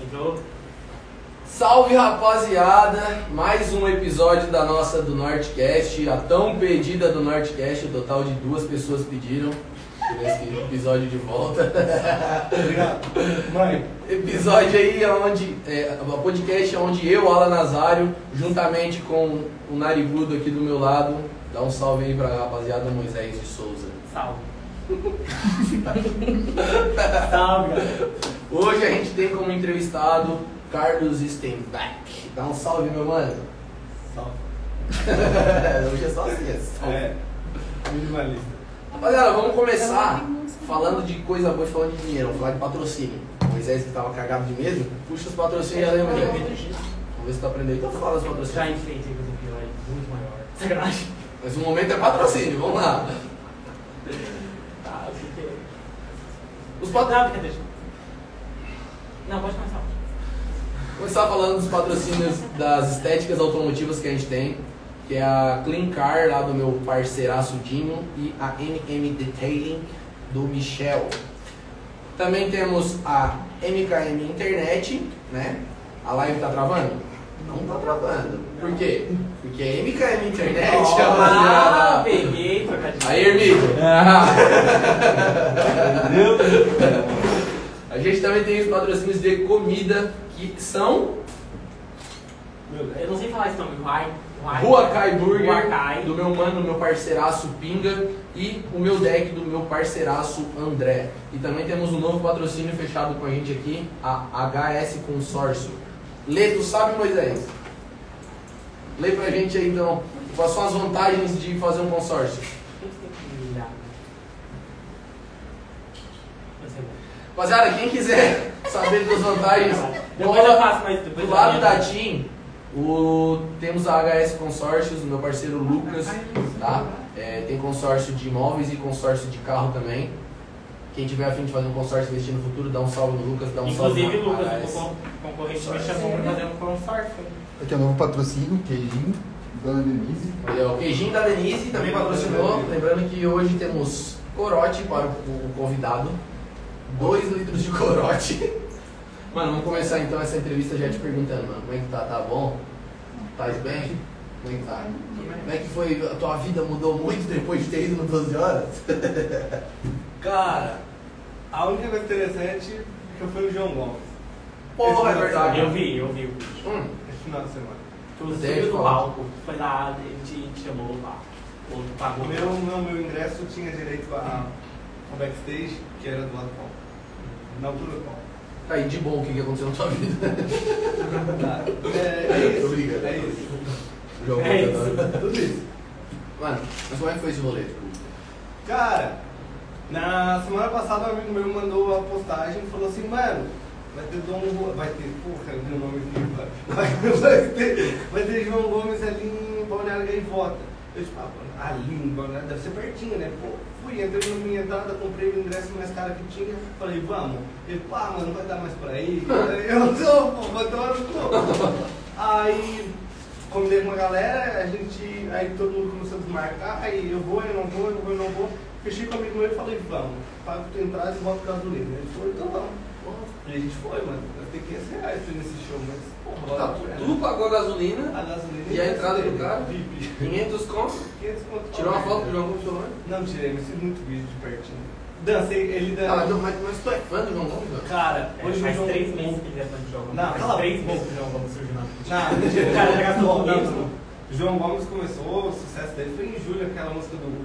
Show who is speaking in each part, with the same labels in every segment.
Speaker 1: Entrou?
Speaker 2: Salve rapaziada, mais um episódio da nossa do Nortecast, a tão pedida do Nortecast, o total de duas pessoas pediram por esse episódio de volta.
Speaker 3: Obrigado. Mãe,
Speaker 2: Episódio aí onde, é, o podcast onde eu, Alan Nazário, juntamente com o narigudo aqui do meu lado, dá um salve aí pra rapaziada Moisés de Souza.
Speaker 1: Salve.
Speaker 3: salve, galera.
Speaker 2: Hoje a gente tem como entrevistado Carlos Steinbeck. Dá um salve, meu mano.
Speaker 3: Salve.
Speaker 2: Hoje é só assim, é salve.
Speaker 3: É, minimalista.
Speaker 2: Rapaziada, vamos começar falando de coisa boa e falando de dinheiro. Vamos falar de patrocínio. Moisés que tava cagado de medo, puxa os patrocínios e lembra aí. Vamos ver se tu aprendeu. Então fala dos
Speaker 1: Já
Speaker 2: patrocínios.
Speaker 1: enfrentei com o pior, muito maior. Sacanagem.
Speaker 2: Mas o momento é patrocínio, vamos lá.
Speaker 1: Tá, eu sei que.
Speaker 2: Os
Speaker 1: Pode
Speaker 2: pat...
Speaker 1: dar, brincadeira. Ah, Não, pode começar.
Speaker 2: Começar falando dos patrocínios das estéticas automotivas que a gente tem, que é a Clean Car lá do meu parceiraço Dinho e a MM Detailing do Michel. Também temos a MKM Internet, né? A live tá travando? Não tá travando. Por quê? Porque é a MKM Internet,
Speaker 1: Ah,
Speaker 2: rapaziada.
Speaker 1: peguei, trocadinho.
Speaker 2: Aí, Hermílio.
Speaker 3: Entendeu?
Speaker 2: A gente também tem os patrocínios de comida que são
Speaker 3: Meu, é
Speaker 1: Eu não sei falar esse nome, Ruai. Ruai.
Speaker 2: Rua Kai Burger,
Speaker 1: Ruacai.
Speaker 2: do meu mano, meu parceiraço Pinga, e o meu deck do meu parceiraço André. E também temos um novo patrocínio fechado com a gente aqui, a HS Consórcio. Lê, tu sabe, Moisés? Lê pra gente aí então, quais são as vantagens de fazer um consórcio?
Speaker 1: Quem que tem que ligar? Eu sei lá.
Speaker 2: Rapaziada, quem quiser saber das vantagens,
Speaker 1: Depois eu
Speaker 2: cola-
Speaker 1: faço, mas depois
Speaker 2: Tá Do
Speaker 1: eu
Speaker 2: lado da
Speaker 1: lembro.
Speaker 2: TIM, o, temos a HS Consórcios, meu parceiro Lucas, tá? É, tem consórcio de imóveis e consórcio de carro também. Quem tiver a fim de fazer um consórcio investir no futuro, dá um salve no Lucas, dá um
Speaker 1: Inclusive,
Speaker 2: salve no
Speaker 1: Lucas,
Speaker 2: HS.
Speaker 1: o con- concorrente me chamou pra fazer um consórcio.
Speaker 4: Aqui é o novo patrocínio, queijinho, Dona Denise.
Speaker 2: Aí, ó, O queijinho da Denise também patrocinou. Lembrando que hoje temos corote para o, o convidado. 2 litros de corote. Mano, vamos começar então essa entrevista já te perguntando, mano, como é que tá? Tá bom? Faz bem? Como é que tá? Como é que foi? A tua vida mudou muito depois de ter ido no 12 horas?
Speaker 3: Cara, a única coisa interessante é que foi o João Gomes.
Speaker 2: Porra, é verdade.
Speaker 1: Eu vi, eu vi o vídeo.
Speaker 2: Hum,
Speaker 3: Esse final de semana.
Speaker 1: Tu
Speaker 2: Dez
Speaker 1: subiu do
Speaker 2: fotos.
Speaker 1: palco, foi lá, ele te, te chamou lá. Ou tu
Speaker 3: O
Speaker 1: pagou.
Speaker 3: meu, não, meu ingresso tinha direito a, ao backstage, que era do lado do palco. Na altura do palco.
Speaker 2: tá aí de bom o que, que aconteceu na tua vida.
Speaker 3: Tá. É, é isso.
Speaker 2: Obrigado.
Speaker 3: É isso.
Speaker 2: Jogo
Speaker 1: É
Speaker 2: agora.
Speaker 3: Tudo isso.
Speaker 2: Mano, mas como é que foi esse rolê?
Speaker 3: Cara, na semana passada um amigo meu mandou a postagem e falou assim, mano, vai ter Dom Go- vai ter, porra, meu nome aqui, vai, vai, ter, vai ter João Gomes ali em Balneário Gaivota. Eu tipo, ah, mano, ali em Balneário deve ser pertinho, né? Pô, fui, entrei na minha entrada, comprei o ingresso mais caro que tinha, falei, vamos. Ele, pá, mano, não vai dar mais pra aí. Eu não, pô, vai tomar no cu. Aí combinei com a galera, a gente. Aí todo mundo começou a desmarcar, aí eu vou, eu não vou, eu vou, eu não vou. Fechei com o amigo meu e falei, vamos, pago tu entrada e volto pro gasolina. Ele falou, então vamos. Porra, E a gente foi, mano. Eu tenho 500 reais pra ir nesse show, mas porra, bora
Speaker 2: Tá,
Speaker 3: por ela.
Speaker 2: tu pagou a gasolina,
Speaker 3: A gasolina. é
Speaker 2: E a entrada do cara?
Speaker 3: VIP.
Speaker 2: 500 conto,
Speaker 3: 500 conto.
Speaker 2: tirou uma foto do João Gomes, pelo menos.
Speaker 3: Não tirei, mas fiz muito vídeo de pertinho. Dancei, ele
Speaker 2: Ah, mas,
Speaker 3: dançou.
Speaker 2: mas, mas tu é fã do João Gomes, velho?
Speaker 3: Cara,
Speaker 1: É,
Speaker 3: hoje o
Speaker 1: faz
Speaker 3: João-
Speaker 1: três meses que ele já tá no jogo.
Speaker 3: Não,
Speaker 1: faz
Speaker 3: cala a
Speaker 1: três
Speaker 3: boca.
Speaker 1: meses que o João Gomes surgiu na frente.
Speaker 3: Não,
Speaker 1: O cara já gastou um
Speaker 3: João
Speaker 1: dinheiro.
Speaker 3: Gomes, João Gomes começou, o sucesso dele foi em julho, aquela música do.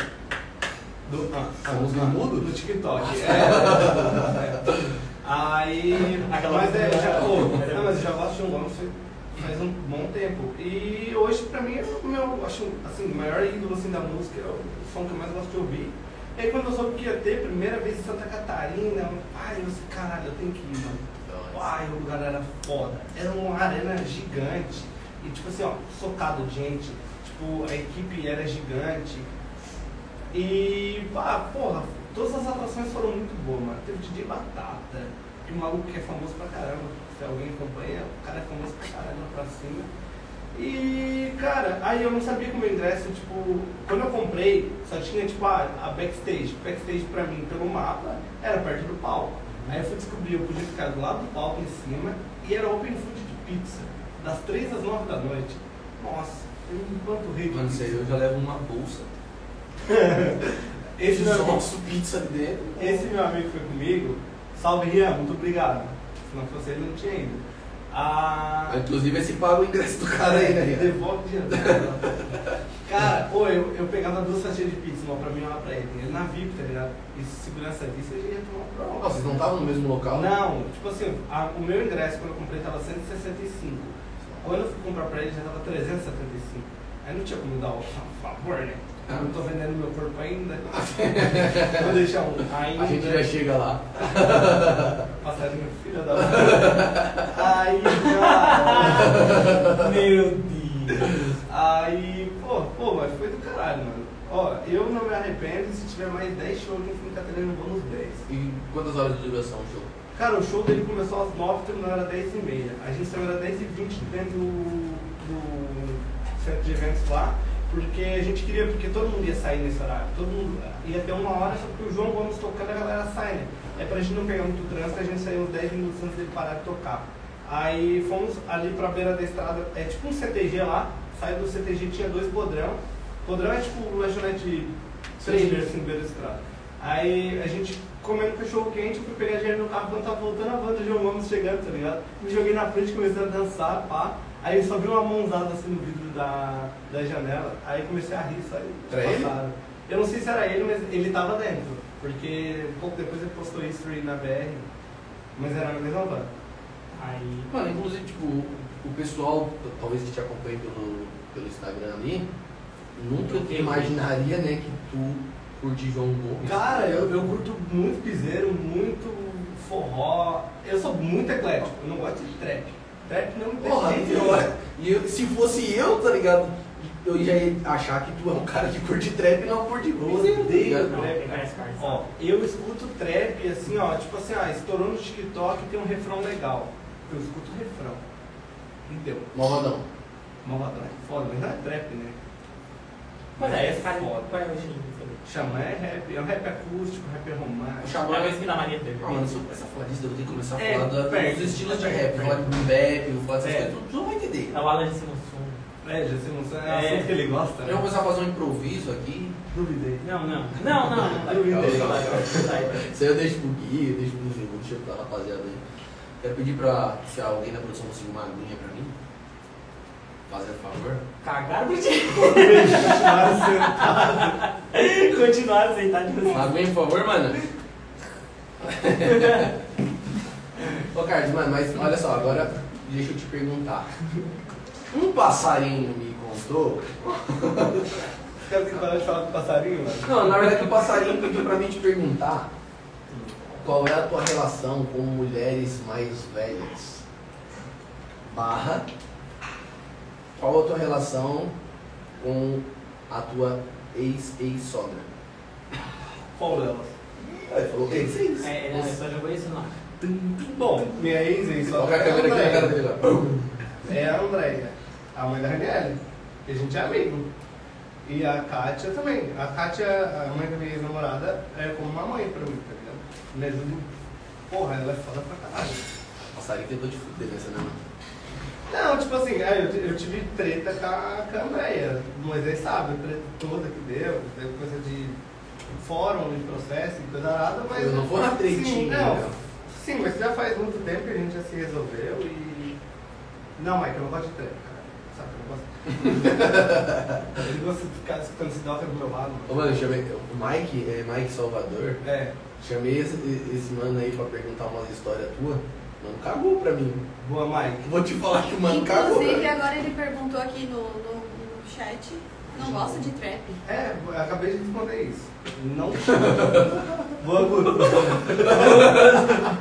Speaker 3: do ah,
Speaker 2: A música do Mudo?
Speaker 3: Do TikTok. É, é. Aí.
Speaker 1: Aquela
Speaker 3: mas é,
Speaker 1: música
Speaker 3: já,
Speaker 1: do-
Speaker 3: pô, não, mas eu já gosto de João Gomes faz- faz um bom tempo. E hoje, pra mim, é o meu, acho, assim, o maior ídolo assim, da música, é o som que eu mais gosto de ouvir. E aí, quando eu soube que ia ter, primeira vez em Santa Catarina, ai, eu disse, caralho, eu tenho que ir, mano. Uai, o lugar era foda. Era uma arena gigante. E tipo assim, ó, socado de gente. Tipo, a equipe era gigante. E, pá, porra, todas as atrações foram muito boas, mano. Teve DJ Batata, que maluco que é famoso pra caramba. Se alguém acompanha, o cara é famoso pra caramba lá pra cima. E, cara, aí eu não sabia como ingresso, tipo, quando eu comprei, só tinha, tipo, a, a backstage. Backstage pra mim, pelo mapa, era perto do palco. Aí eu fui descobrir, eu podia ficar do lado do palco em cima e era open food de pizza, das 3 às 9 da noite. Nossa, eu me empanturrei de
Speaker 2: Mano, isso
Speaker 3: pizza.
Speaker 2: aí eu já levo uma bolsa.
Speaker 3: Esse é meu, amigo,
Speaker 2: Nossa, pizza ali dentro.
Speaker 3: esse meu amigo que foi comigo, salve Rian, muito obrigado. Se não fosse ele, não tinha ido. Ah,
Speaker 2: Ah, Inclusive, esse paga o ingresso do cara aí, né? Rian?
Speaker 3: Devolve o dinheiro. Cara, ô, eu, eu pegava duas fatias de pizza, uma pra mim e uma pra ele. Ele na VIP, tá ligado? E se segurança vista, ele ia tomar prova.
Speaker 2: Nossa, então. vocês não estavam no mesmo local?
Speaker 3: Não, tipo assim, a- o meu ingresso quando eu comprei tava 165. Quando eu fui comprar pra ele já tava 375. Aí não tinha como dar o favor, né? Eu não tô vendendo meu corpo ainda. Vou deixar um. Ainda.
Speaker 2: A gente já chega lá.
Speaker 3: Passagem meu filho da puta. Aí, cara. Meu Deus. Aí, pô, pô, mas foi do caralho, mano. Ó, eu não me arrependo e se tiver mais 10 shows no fim Catarina, eu vou nos 10.
Speaker 2: E quantas horas de duração o jogo?
Speaker 3: Cara, o show dele começou às 9, terminou era 10 e meia. A gente saiu era 10 e 20 dentro do, do centro de eventos lá, porque a gente queria, porque todo mundo ia sair nesse horário. Todo mundo eh, ia ter uma hora, só que o João Gomes tocando a galera sai, né? É pra gente não pegar muito trânsito, a gente saiu uns 10 minutos antes dele parar de tocar. Aí fomos ali pra beira da estrada, é tipo um CTG lá, saiu do CTG tinha dois podrão. Podrão é tipo um lanchonete trailer assim, beira da estrada. Aí a gente comendo cachorro quente, eu fui pegar dinheiro no carro quando tava voltando a banda de João Gomes chegando, tá ligado? Me joguei na frente, comecei a dançar, pá. Aí eu só vi uma mãozada assim no vidro da, da janela, aí comecei a rir, sabe?
Speaker 2: Era ele?
Speaker 3: Passaram. Eu não sei se era ele, mas ele tava dentro. Porque um pouco depois ele postou isso aí na BR, mas era a mesma banda. Aí.
Speaker 2: Mano, inclusive, tipo, o pessoal, talvez que te acompanhe pelo, pelo Instagram ali, nunca te imaginaria, né, que tu curte João Gomes.
Speaker 3: Cara, eu, eu curto muito piseiro, muito forró. Eu sou muito eclético, eu não gosto de trap. Trap não me
Speaker 2: Porra,
Speaker 3: deixa.
Speaker 2: pior. E eu- se fosse eu, tá ligado? Eu já ia achar que tu é um cara que curte trap e não curte
Speaker 3: Eu
Speaker 2: Gomes. tá
Speaker 3: odeio
Speaker 2: ligado?
Speaker 3: trap, cara. Ó, eu escuto trap assim, ó, tipo assim, ah, estourou no TikTok e tem um refrão legal. Eu escuto o refrão. E deu.
Speaker 2: Malvadão.
Speaker 3: Malvadão é foda, mas não é trap, né?
Speaker 5: Mas é, esse cara
Speaker 3: foda.
Speaker 5: qual é o gênio também?
Speaker 3: Xamã é rap, é um rap acústico, rap
Speaker 2: O
Speaker 3: romântico.
Speaker 2: Xamã
Speaker 5: É a mesma que dá mania dele.
Speaker 2: Ah, mano, se eu começar a falar disso, eu vou ter que começar a
Speaker 3: É,
Speaker 2: falar da-
Speaker 3: perde.
Speaker 2: dos estilos de rap. Falar de boom bap, eu vou falar dessas
Speaker 3: É.
Speaker 2: coisas, tu não vai entender.
Speaker 5: É o Alan de Simonson.
Speaker 3: É, já se não é,
Speaker 5: É.
Speaker 3: assunto que ele gosta,
Speaker 2: Eu vou
Speaker 3: né?
Speaker 2: começar a fazer um improviso aqui.
Speaker 3: Duvidei.
Speaker 5: Não, não. Não, não, não. vai.
Speaker 3: Eu ia
Speaker 5: Não
Speaker 3: deixar.
Speaker 5: vai, não vai.
Speaker 2: Isso aí eu deixo pro Gui, eu deixo pro Gil, deixa eu pra rapaziada aí. Quero pedir pra se alguém da produção conseguir uma aguinha pra mim. Fazer um favor.
Speaker 5: Cagaram de jeito.
Speaker 3: Continuaram sentado.
Speaker 5: Continuaram sentados de você.
Speaker 2: Uma aguinha, por favor, mano. Ô, Carlos, mano, mas olha só, agora deixa eu te perguntar. Um passarinho me contou.
Speaker 3: Os caras têm que parar de falar do passarinho, mano.
Speaker 2: Não, na verdade, o passarinho pediu pra mim te perguntar qual é a tua relação com mulheres mais velhas. Barra. Qual a tua relação com a tua ex-ex-sogra?
Speaker 3: Qual delas?
Speaker 2: Ele falou ex-ex.
Speaker 5: É, é, só jogou isso não.
Speaker 3: Bom, minha ex, ex, só
Speaker 2: Coloca é a câmera aqui na cara dele. ó. Pum.
Speaker 3: É a Andréia, a mãe da Raniele, que a gente é amigo. E a Kátia também. A Kátia, a mãe da minha ex-namorada, é como uma mãe pra mim, tá ligado? Me ajuda. Porra, ela é foda pra caralho.
Speaker 2: Passarinho tentou te fuder nessa, né, mano?
Speaker 3: Não, tipo assim, aí eu, eu tive treta com a, com a Andréia. Mas aí sabe, a treta toda que deu, teve coisa de fórum, de processo, e coisa arada, mas.
Speaker 2: Eu não vou na
Speaker 3: Sim,
Speaker 2: tretinha.
Speaker 3: não.
Speaker 2: né?
Speaker 3: Sim, mas já faz muito tempo que a gente já se resolveu e. Não, Mike, eu não gosto de treta, cara. Sabe, eu não gosto. Ele gosta de ficar escutando esse dota do meu lado,
Speaker 2: Ô,
Speaker 3: mano.
Speaker 2: mano, eu chamei. O Mike, é Mike Salvador.
Speaker 3: É,
Speaker 2: Chamei esse, esse mano aí pra perguntar umas histórias tuas. Mano, cagou pra mim.
Speaker 3: boa, Mike.
Speaker 2: Vou te falar que o mano cagou.
Speaker 6: Inclusive,
Speaker 2: velho.
Speaker 6: agora ele perguntou aqui no, no, no chat, não gosta de trap?
Speaker 3: É, eu acabei de responder isso. Não. boa, boa.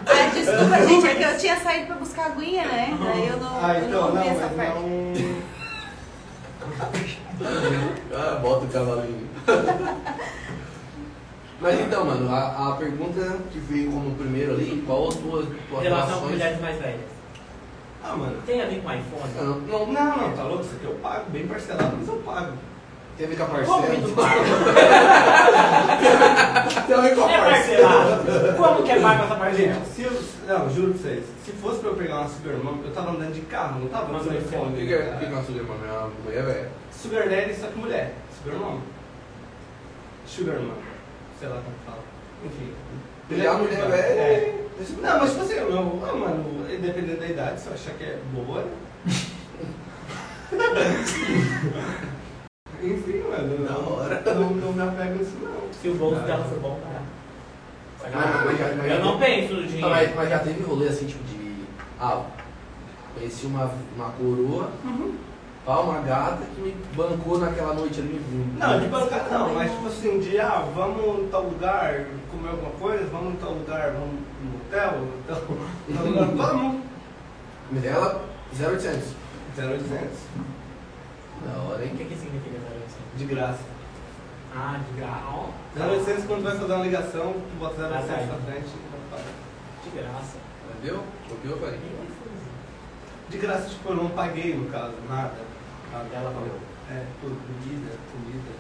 Speaker 6: Ai, desculpa, gente, é que eu tinha saído pra buscar aguinha, né? Daí eu não,
Speaker 3: Ah,
Speaker 6: eu
Speaker 3: então,
Speaker 6: não
Speaker 3: não,
Speaker 6: ouvi essa
Speaker 3: mas
Speaker 6: parte.
Speaker 3: não.
Speaker 2: Ah, bota o cavalinho. Mas então, mano, a, a pergunta que veio como primeiro ali, qual a tua, tua
Speaker 5: Relação com
Speaker 2: relação?
Speaker 5: mulheres mais velhas.
Speaker 3: Ah, mano.
Speaker 5: Tem a ver com iPhone?
Speaker 2: Não, não,
Speaker 3: Não, não, tá louco? Isso aqui eu pago, bem parcelado, mas eu pago.
Speaker 2: Teve com a
Speaker 5: Como
Speaker 2: parceira.
Speaker 5: que
Speaker 2: Teve com a
Speaker 5: é
Speaker 2: parceira.
Speaker 5: parcelado? Como que é pago essa parcela?
Speaker 3: Gente, se eu, não, juro pra vocês, se fosse pra eu pegar uma Sugar Mom, eu tava andando de carro, não tava
Speaker 5: Mas
Speaker 3: no
Speaker 5: aí
Speaker 2: O
Speaker 3: telefone.
Speaker 2: que que é o que que é uma sujeira, mano? É uma mulher, velho.
Speaker 3: Sugar Daddy, só que mulher. Sugar Mom. Sugar Mom. Sei lá como fala. Enfim.
Speaker 2: Ele é uma mulher, velho.
Speaker 3: É. Não, mas tipo assim, eu, eu, ah, mano, independente da idade, se eu achar que é boa. né? Enfim, mano.
Speaker 2: Da hora.
Speaker 3: Não, não me apego nisso, não.
Speaker 5: Se o bolso dela for bom, cara.
Speaker 2: Mas- mas já- mas já-
Speaker 5: Eu não penso no
Speaker 2: Tá,
Speaker 5: dinheiro.
Speaker 2: mas, mas já teve rolê assim, tipo de. Ah, conheci uma, uma coroa,
Speaker 5: Uhum.
Speaker 2: pá, uma gata que me bancou naquela noite ali. me-
Speaker 3: Não, de bancar não, mas tipo assim, de ah, vamos em tal lugar comer alguma coisa, vamos em tal lugar, vamos no hotel, então, tal lugar, vamos.
Speaker 2: Me dela 0800.
Speaker 3: 0800,
Speaker 2: Da hora,
Speaker 5: O
Speaker 2: hein?
Speaker 5: que que significa 0800?
Speaker 3: de graça.
Speaker 5: Ah, de graça. ó.
Speaker 3: 0800 quando vai fazer uma ligação, tu bota 0800
Speaker 5: Ah, tá.
Speaker 3: na frente e paga.
Speaker 5: De graça.
Speaker 2: Entendeu? Copiou, falei.
Speaker 3: De graça, tipo, eu não paguei no caso, nada. nada.
Speaker 5: Ah, Ela pagou.
Speaker 3: É, tudo, comida, comida.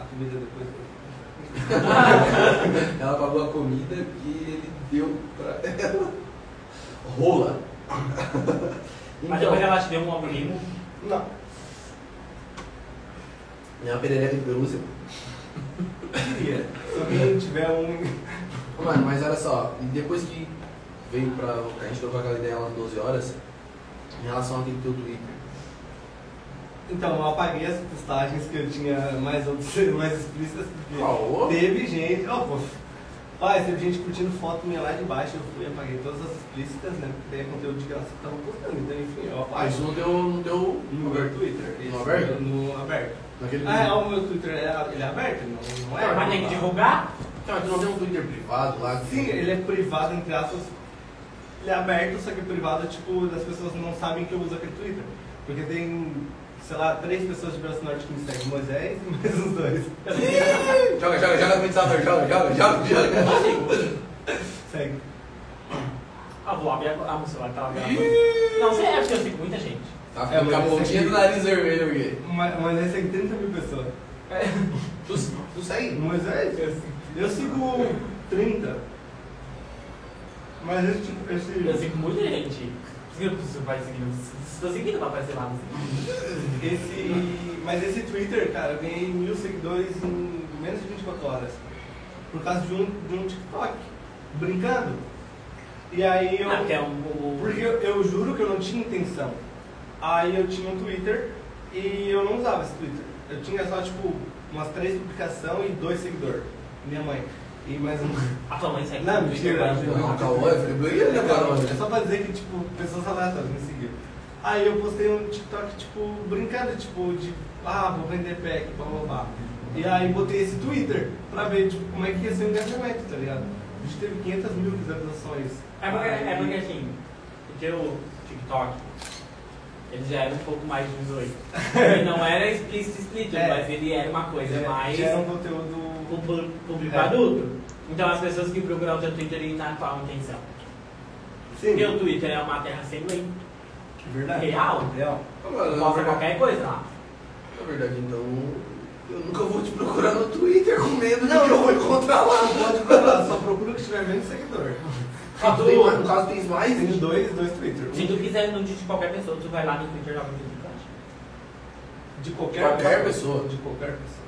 Speaker 3: A comida depois. eu-
Speaker 2: Ela pagou a comida que ele deu pra ela. Rola. Então,
Speaker 5: Mas
Speaker 3: é
Speaker 5: depois ela te deu um algoritmo.
Speaker 3: Não.
Speaker 2: É uma perereca de pelúcia.
Speaker 3: Queria. Se alguém tiver um.
Speaker 2: Mano, mas olha só, e depois que veio pra. A gente trocou aquela ideia lá às 12 horas, em relação àquele teu Twitter.
Speaker 3: Então, eu apaguei as postagens que eu tinha mais, obs- mais explícitas. porque-
Speaker 2: Falou?
Speaker 3: Teve gente. ó, pô. Pai, teve gente curtindo foto minha lá de baixo. Eu fui e apaguei todas as explícitas, né? Porque daí é conteúdo de graça que tava postando. Então, enfim, eu
Speaker 2: Mas
Speaker 3: apago.
Speaker 2: Ah, não deu. Não deu.
Speaker 3: No meu Twitter.
Speaker 2: No
Speaker 3: isso,
Speaker 2: aberto?
Speaker 3: No aberto.
Speaker 2: Naquele
Speaker 3: Ah, é, o meu Twitter é, ele é aberto? Não, não é?
Speaker 5: Mas tem que divulgar.
Speaker 2: Cara, tu não tem um Twitter privado lá? que-
Speaker 3: Sim, ele é privado, entre aspas. Ele é aberto, só que privado, tipo, as pessoas não sabem que eu uso aquele Twitter. Porque tem, sei lá, três pessoas de Brasil Norte que me seguem, Moisés e mais uns dois.
Speaker 2: Joga, joga, joga no ventilador, joga, joga, joga, joga.
Speaker 3: É, Segue.
Speaker 5: Ah, vou abrir agora. Ah, meu celular tava gravando. Não, sei, é porque eu sigo muita gente.
Speaker 2: Tá
Speaker 3: É,
Speaker 2: ficando com a
Speaker 3: mas
Speaker 2: pontinha
Speaker 3: esse
Speaker 2: do
Speaker 3: aqui-
Speaker 2: nariz vermelho aqui.
Speaker 3: Mo- Moisés segue 30 mil pessoas.
Speaker 2: Tu, tu segue?
Speaker 3: Moisés? Eu sigo 30. Mas esse tipo,
Speaker 5: Eu
Speaker 3: esse,
Speaker 5: sigo muita gente. Por que você vai seguindo? Estou seguindo pra aparecer lá. não sei.
Speaker 3: esse. Mas esse Twitter, cara, eu ganhei mil seguidores em menos de 24 horas. Por causa de um, de um TikTok. Brincando. E aí eu.
Speaker 5: Ah, porque é um...
Speaker 3: Porque eu, eu juro que eu não tinha intenção. Aí eu tinha um Twitter e eu não usava esse Twitter. Eu tinha só, tipo, umas três publicações e dois seguidores. Minha mãe. E mais um.
Speaker 5: A tua mãe segue
Speaker 3: Não,
Speaker 5: no Twitter,
Speaker 3: mentira.
Speaker 5: né?
Speaker 2: Não, calma, eu falei, "Ih, ele é calma."
Speaker 3: É só pra dizer que, tipo, pessoas aleatórias me seguiam. Aí eu postei um TikTok, tipo, brincando, tipo, de, ah, vou vender pack, blá blá blá. E aí botei esse Twitter pra ver, tipo, como é que ia ser o engajamento, tá ligado? A gente teve 500 mil visualizações.
Speaker 5: É porque, é porque
Speaker 3: Aí-
Speaker 5: assim, porque o TikTok, ele já era um pouco mais de 18. Ele não era explícito, explícito,
Speaker 3: É.
Speaker 5: mas ele era uma coisa
Speaker 3: Já-
Speaker 5: mais
Speaker 3: Já era um conteúdo.
Speaker 5: pub- público
Speaker 3: É.
Speaker 5: adulto. Então as pessoas que procuram o teu Twitter eles não falam atenção.
Speaker 3: Sim.
Speaker 5: Porque o Twitter é uma terra sem lei.
Speaker 3: Verdade.
Speaker 5: Real.
Speaker 3: Real.
Speaker 2: Ah, mano, na
Speaker 5: Mostra
Speaker 2: verdade,
Speaker 5: qualquer coisa lá.
Speaker 2: na verdade, então. Eu nunca vou te procurar no Twitter com medo de
Speaker 3: Não,
Speaker 2: que eu vou encontrar lá.
Speaker 3: Pode procurar, só procura que tiver menos seguidor.
Speaker 5: Ó,
Speaker 2: Tu tem mais- no
Speaker 5: tu,
Speaker 2: caso, tens mais?
Speaker 3: Tem dois, dois Twitter.
Speaker 5: se
Speaker 3: Um
Speaker 5: tu quiser no dia de qualquer pessoa, tu vai lá no Twitter joga um no TikTok.
Speaker 3: De qualquer,
Speaker 2: Qualquer pessoa.
Speaker 3: De qualquer pessoa.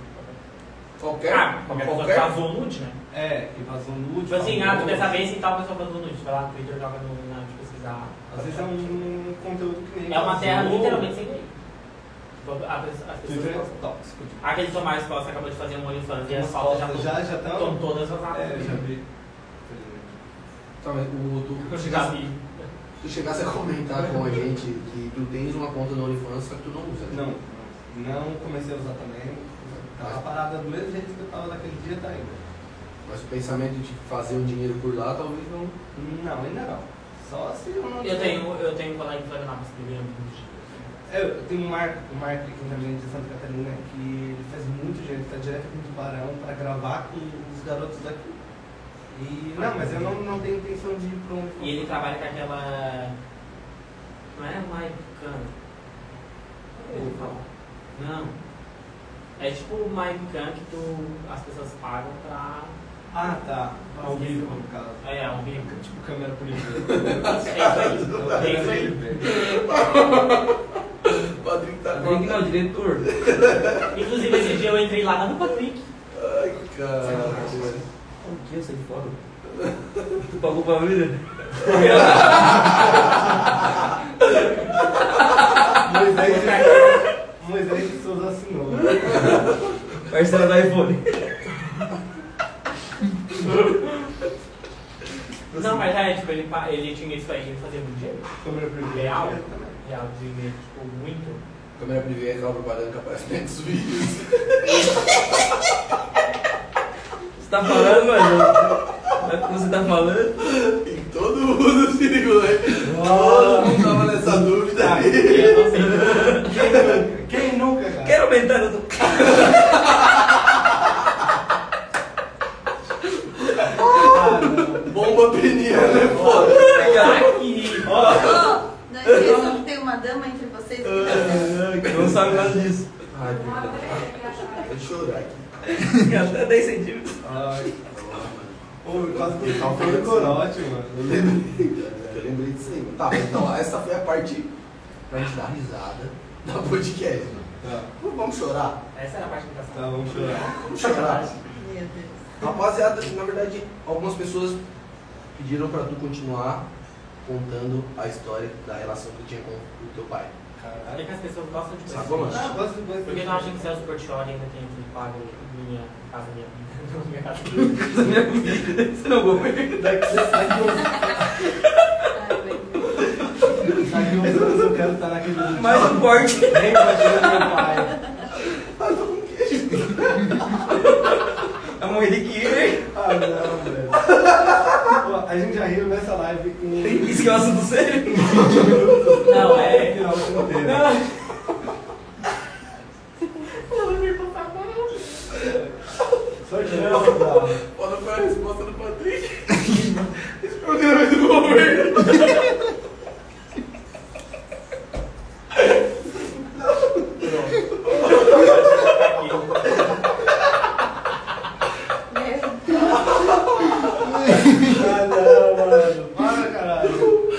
Speaker 2: Qualquer.
Speaker 5: Ah, qualquer pessoa que vazou nude, né?
Speaker 3: É, que vazou nude.
Speaker 5: Tipo assim, ah,
Speaker 3: falou.
Speaker 5: tu quer saber se tal pessoa tá vazou nude. Vai lá no Twitter joga no, na, tipo assim, de pesquisar.
Speaker 3: Às vezes é um conteúdo que nem.
Speaker 5: É uma terra
Speaker 3: vazou.
Speaker 5: literalmente sem lei. Tipo, a pessoa- As
Speaker 3: Twitter
Speaker 5: pessoas.
Speaker 3: é tóxico. tipo.
Speaker 5: Aquele Tomás Costa acabou de fazer um OnlyFans e as
Speaker 3: Umas
Speaker 5: fotos já
Speaker 3: fotos
Speaker 5: estão-
Speaker 3: já já
Speaker 5: estão
Speaker 3: estão.
Speaker 5: todas vazadas.
Speaker 3: É, já vi.
Speaker 2: Tá, mas o, tu,
Speaker 5: Eu já vi.
Speaker 2: tu chegasse a comentar com a gente que tu tens uma conta no OnlyFans, só que tu não usa. né?
Speaker 3: Não, não comecei a usar também. Tava parada do mesmo jeito que eu tava naquele dia, tá ainda.
Speaker 2: Tá? Mas o pensamento de fazer um dinheiro por lá, talvez não.
Speaker 3: Não, ainda não. Só se eu não.
Speaker 5: Eu tenho, eu tenho um colega em Florianópolis que ganha muito dinheiro.
Speaker 3: É, Eu tenho um Marco, o Marco aqui também de Santa Catarina, que ele faz muito dinheiro, ele tá direto com o Tubarão pra gravar com os garotos daqui. E, não, mas eu não, não tenho intenção de ir pra um.
Speaker 5: E ele trabalha com aquela. Não é Maicana? Não. É É tipo o Minecraft que tu, as pessoas pagam pra.
Speaker 3: Ah, tá.
Speaker 5: Ao
Speaker 3: Ao
Speaker 5: vivo.
Speaker 3: vivo, no caso.
Speaker 5: É, é um bico.
Speaker 3: Tipo câmera por enquanto.
Speaker 5: É isso aí. É isso aí.
Speaker 2: O Patrick tá
Speaker 7: Drink não, diretor.
Speaker 5: Inclusive, esse dia eu entrei lá no Patrick.
Speaker 2: Ai, cara.
Speaker 7: O que? Eu saí fora. Tu pagou pra vida?
Speaker 3: Moisés de- Moisés de Souza assinou.
Speaker 7: Parcela do iPhone.
Speaker 5: Não, mas é, tipo, ele, pa- ele tinha isso aí, ele fazia muito dinheiro. tipo,
Speaker 3: Câmera por enquanto.
Speaker 5: Real. Real de dinheiro, tipo, muito.
Speaker 2: Câmera privê é aquela propaganda que aparece dentro dos vídeos.
Speaker 7: Você tá falando, mano? É o que você tá falando?
Speaker 2: E todo mundo se ligou, né? Todo mundo tava nessa dúvida
Speaker 3: Tá.
Speaker 2: aí.
Speaker 5: Ah, Eu não sei.
Speaker 3: Quem nunca? Quem nunca, cara?
Speaker 7: Quero aumentar eu tô-
Speaker 3: Ah, não.
Speaker 2: Bomba peniana é foda.
Speaker 5: Craque!
Speaker 6: Não esqueçam que tem uma dama entre vocês.
Speaker 7: Não sabe nada disso.
Speaker 2: Ai, Vou chorar aqui.
Speaker 7: Até 10 centímetros.
Speaker 3: Ai. Pô, quase que eu fui no corote,
Speaker 2: Eu
Speaker 3: mano.
Speaker 2: lembrei. Eu lembrei disso aí. mano. Tá, então essa foi a parte pra gente dar risada da podcast, mano.
Speaker 3: Tá,
Speaker 2: Vamos chorar?
Speaker 5: Essa era a parte engraçada.
Speaker 3: tá, vamos chorar.
Speaker 2: Vamos chorar.
Speaker 6: Meu Deus.
Speaker 2: Rapaziada, na verdade, algumas pessoas pediram pra tu continuar contando a história da relação que tu tinha com o teu pai.
Speaker 5: Olha
Speaker 3: Caralho.
Speaker 5: É que as pessoas gostam de coisa
Speaker 2: Sacou, mano?
Speaker 5: assim.
Speaker 3: Ah, gosto- gosto-
Speaker 5: Por que não acha que é o Celso Portioli ainda tem que pagar minha casa, minha vida? Minha casa.
Speaker 7: Você não vou
Speaker 3: Daqui daqui uns-
Speaker 6: Ai, velho.
Speaker 3: daqui uns anos eu quero estar naquele vídeo.
Speaker 7: Mais um corte.
Speaker 3: Nem imaginando meu pai.
Speaker 7: É um Henrique
Speaker 3: Ah, não, velho. Pô, a gente já riu nessa live com
Speaker 7: Isso que é um assunto sério?
Speaker 5: Não, é.
Speaker 3: final inteiro. Só que não, não.
Speaker 2: Qual foi a resposta do Patrick? Esse programa é do governo.
Speaker 6: Meu
Speaker 3: Ah, não, mano. Para, caralho.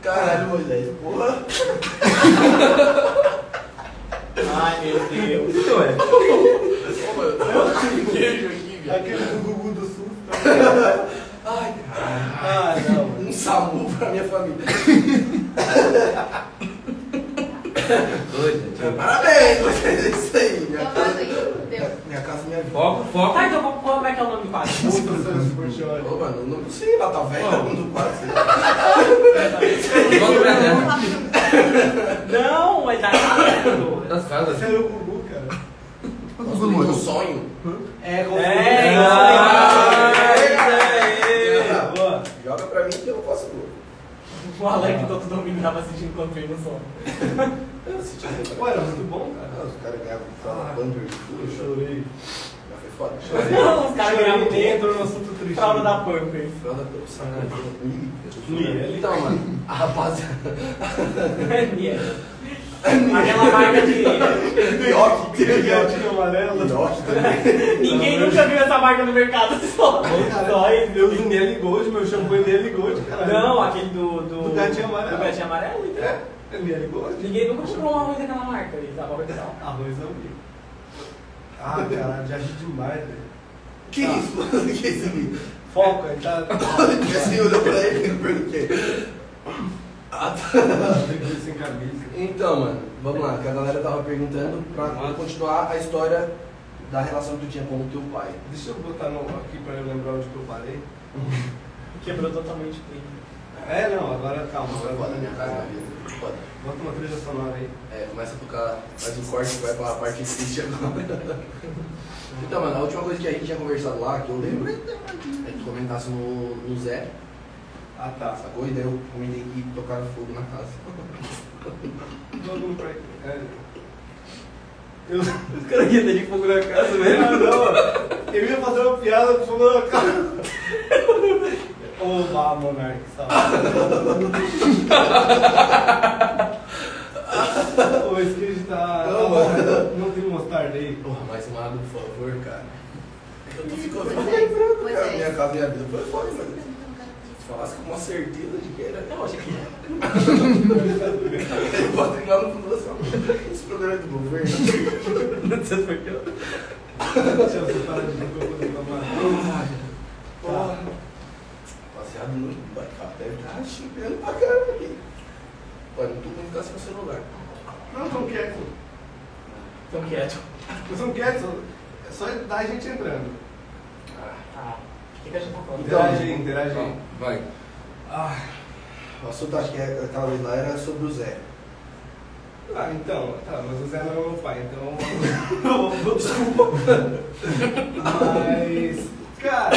Speaker 2: Caralho, Moisés, porra.
Speaker 5: Ai, meu Deus.
Speaker 7: Então é.
Speaker 2: Ô, mano, eu tenho um queijo aqui, velho.
Speaker 3: Aquele Gugu do Sul.
Speaker 2: Ai, caralho.
Speaker 3: Ah, não, mano.
Speaker 2: Um SAMU pra minha família. né? Parabéns, Moisés, é isso aí. Minha
Speaker 6: Então
Speaker 2: casa,
Speaker 6: faz aí. Deu.
Speaker 2: minha casa, é minha vida.
Speaker 7: Foco, foco.
Speaker 5: Tá, então como é que é o nome do quadro?
Speaker 3: Puta, Sérgio Portiolli.
Speaker 2: Ô, mano, não sei lá, tá velho, tá mundo quase.
Speaker 5: é
Speaker 7: Volta pra terra.
Speaker 5: Não, mas tá errado.
Speaker 7: Das casas.
Speaker 3: Você era o Gugu, cara.
Speaker 2: Nossa, tem um sonho.
Speaker 3: É,
Speaker 5: É, isso É,
Speaker 7: Ah, isso aí.
Speaker 3: Ah, boa.
Speaker 2: Joga pra mim que eu faço gol.
Speaker 5: O Alan que todo domingo tava assistindo quando veio no som.
Speaker 2: Eu assisti o
Speaker 3: Pô, era muito bom, cara.
Speaker 2: Ah, Os caras ganhavam
Speaker 3: Ah.
Speaker 2: ah, Thunder de
Speaker 3: Eu
Speaker 2: tudo,
Speaker 3: chorei.
Speaker 2: já foi foda.
Speaker 5: Não, os caras ganhavam
Speaker 3: Chorei,
Speaker 5: dentro.
Speaker 3: entrou no assunto triste.
Speaker 5: Fralda da Purple.
Speaker 2: Fralda pelo sacanagem.
Speaker 3: Miele.
Speaker 2: Então, mano, a rapaziada.
Speaker 5: Aquela marca de.
Speaker 2: Nhoque,
Speaker 3: Tinha
Speaker 2: tem nhoque.
Speaker 3: gatinho amarelo.
Speaker 2: Nhoque também.
Speaker 5: Ninguém nunca viu essa marca no mercado só. Só
Speaker 3: Cara,
Speaker 5: ele.
Speaker 3: eu uso Nelly Gold, meu shampoo é Nelly Gold, caralho.
Speaker 5: Não, aquele do. Do,
Speaker 3: Do gatinho amarelo.
Speaker 5: Do gatinho amarelo, então.
Speaker 3: É Nelly Gold.
Speaker 5: Ninguém nunca comprou um arroz daquela marca, ele tava pessoal.
Speaker 3: Arroz é amigo. Ah, caralho, já ri demais, velho.
Speaker 2: Que isso, mano? Que isso aqui?
Speaker 3: Foco, ele tá...
Speaker 2: Esse olhou pra ele e perguntei.
Speaker 3: Drible sem camisa.
Speaker 2: Então, mano, vamos lá, que a galera tava perguntando pra continuar a história da relação que tu tinha com o teu pai.
Speaker 3: Deixa eu botar no, aqui pra eu lembrar onde que eu parei.
Speaker 5: Quebrou totalmente o clima.
Speaker 3: É, não, agora calma.
Speaker 2: Foi
Speaker 3: Agora
Speaker 2: foda, minha casa, minha
Speaker 3: Bota
Speaker 2: vida. Foi foda.
Speaker 3: uma trilha sonora aí.
Speaker 2: É, começa a tocar mais um corte que vai pra parte triste agora. então, mano, a última coisa que a gente tinha conversado lá, que eu lembro, é que tu comentasse no, no Zé,
Speaker 3: Ah, tá.
Speaker 2: sacou? E daí eu comentei que tocaram fogo na casa.
Speaker 3: Todo mundo pra... É. Eu...
Speaker 7: Os caras aqui andam de fogo na casa mesmo.
Speaker 3: Ah, não, eu ia fazer uma piada com o cara. Ô, vá, Monark, sabe? Ô, esse que a gente tá.
Speaker 2: Não,
Speaker 3: Não, não tem mostarda guarda aí.
Speaker 2: Porra, mais uma água, por favor, cara. Eu tô ficando
Speaker 6: Pois é,
Speaker 2: lembrando,
Speaker 6: pois
Speaker 2: cara.
Speaker 6: é.
Speaker 2: Minha casa, minha vida foi foda, mano. Se falasse com uma certeza de que era. Eu acho que. Eu botei lá no fundo assim, ó. Esse programa é do governo.
Speaker 7: Não sei por quê.
Speaker 3: Deixa eu parar de ver que eu Tá. vou reclamar.
Speaker 2: Porra. Rapaziada, não vai café, tá chegando pra caramba aqui. Olha, não tô com ficar sem o celular.
Speaker 3: Não, são quietos.
Speaker 5: Tão quieto.
Speaker 3: São quietos. É só dar a gente entrando.
Speaker 5: Ah, o que, que a gente tá falando?
Speaker 3: Interage aí, interage aí.
Speaker 4: Então, vai.
Speaker 3: Ah,
Speaker 2: O assunto acho que é- aquela vez lá era sobre o Zé.
Speaker 3: Ah, então, tá, mas o Zé não é meu pai, então. Não, desculpa. mas, cara,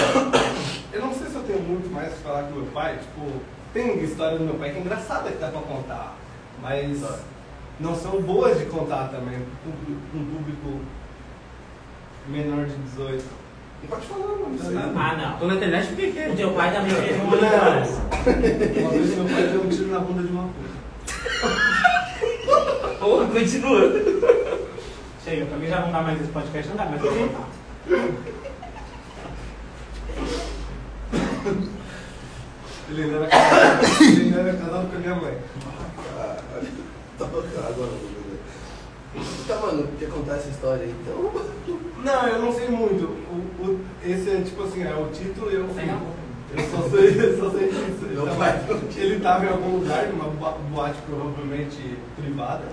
Speaker 3: eu não sei se eu tenho muito mais pra falar com meu pai. Tipo, tem história do meu pai que é engraçada que dá pra contar, mas
Speaker 2: Tá.
Speaker 3: não são boas de contar também com com um público menor de 18.
Speaker 2: Não pode falar, mano. Isso aí.
Speaker 5: Ah, não.
Speaker 7: Tô na internet, por que que é?
Speaker 5: O teu pai também fez um uma
Speaker 3: Não.
Speaker 5: horas.
Speaker 3: Uma vez meu pai deu um tiro na bunda de uma puta.
Speaker 7: Porra, continua.
Speaker 5: Chega, pra mim já não dá mais esse podcast, não dá mais pra contar.
Speaker 3: Ele ainda era casado, ele ainda era casado com a minha mãe.
Speaker 2: Caralho, tá bacana agora, meu Deus. Tá, mano, quer contar essa história aí? Então,
Speaker 3: Não, eu não sei muito. O- o- esse é tipo assim, é o título e eu fui.
Speaker 5: Tem algum?
Speaker 3: Eu só sei, eu só sei disso. Ele
Speaker 2: Meu
Speaker 3: tava,
Speaker 2: pai. Tá
Speaker 3: ele tava em algum lugar, numa boa- boate provavelmente privada,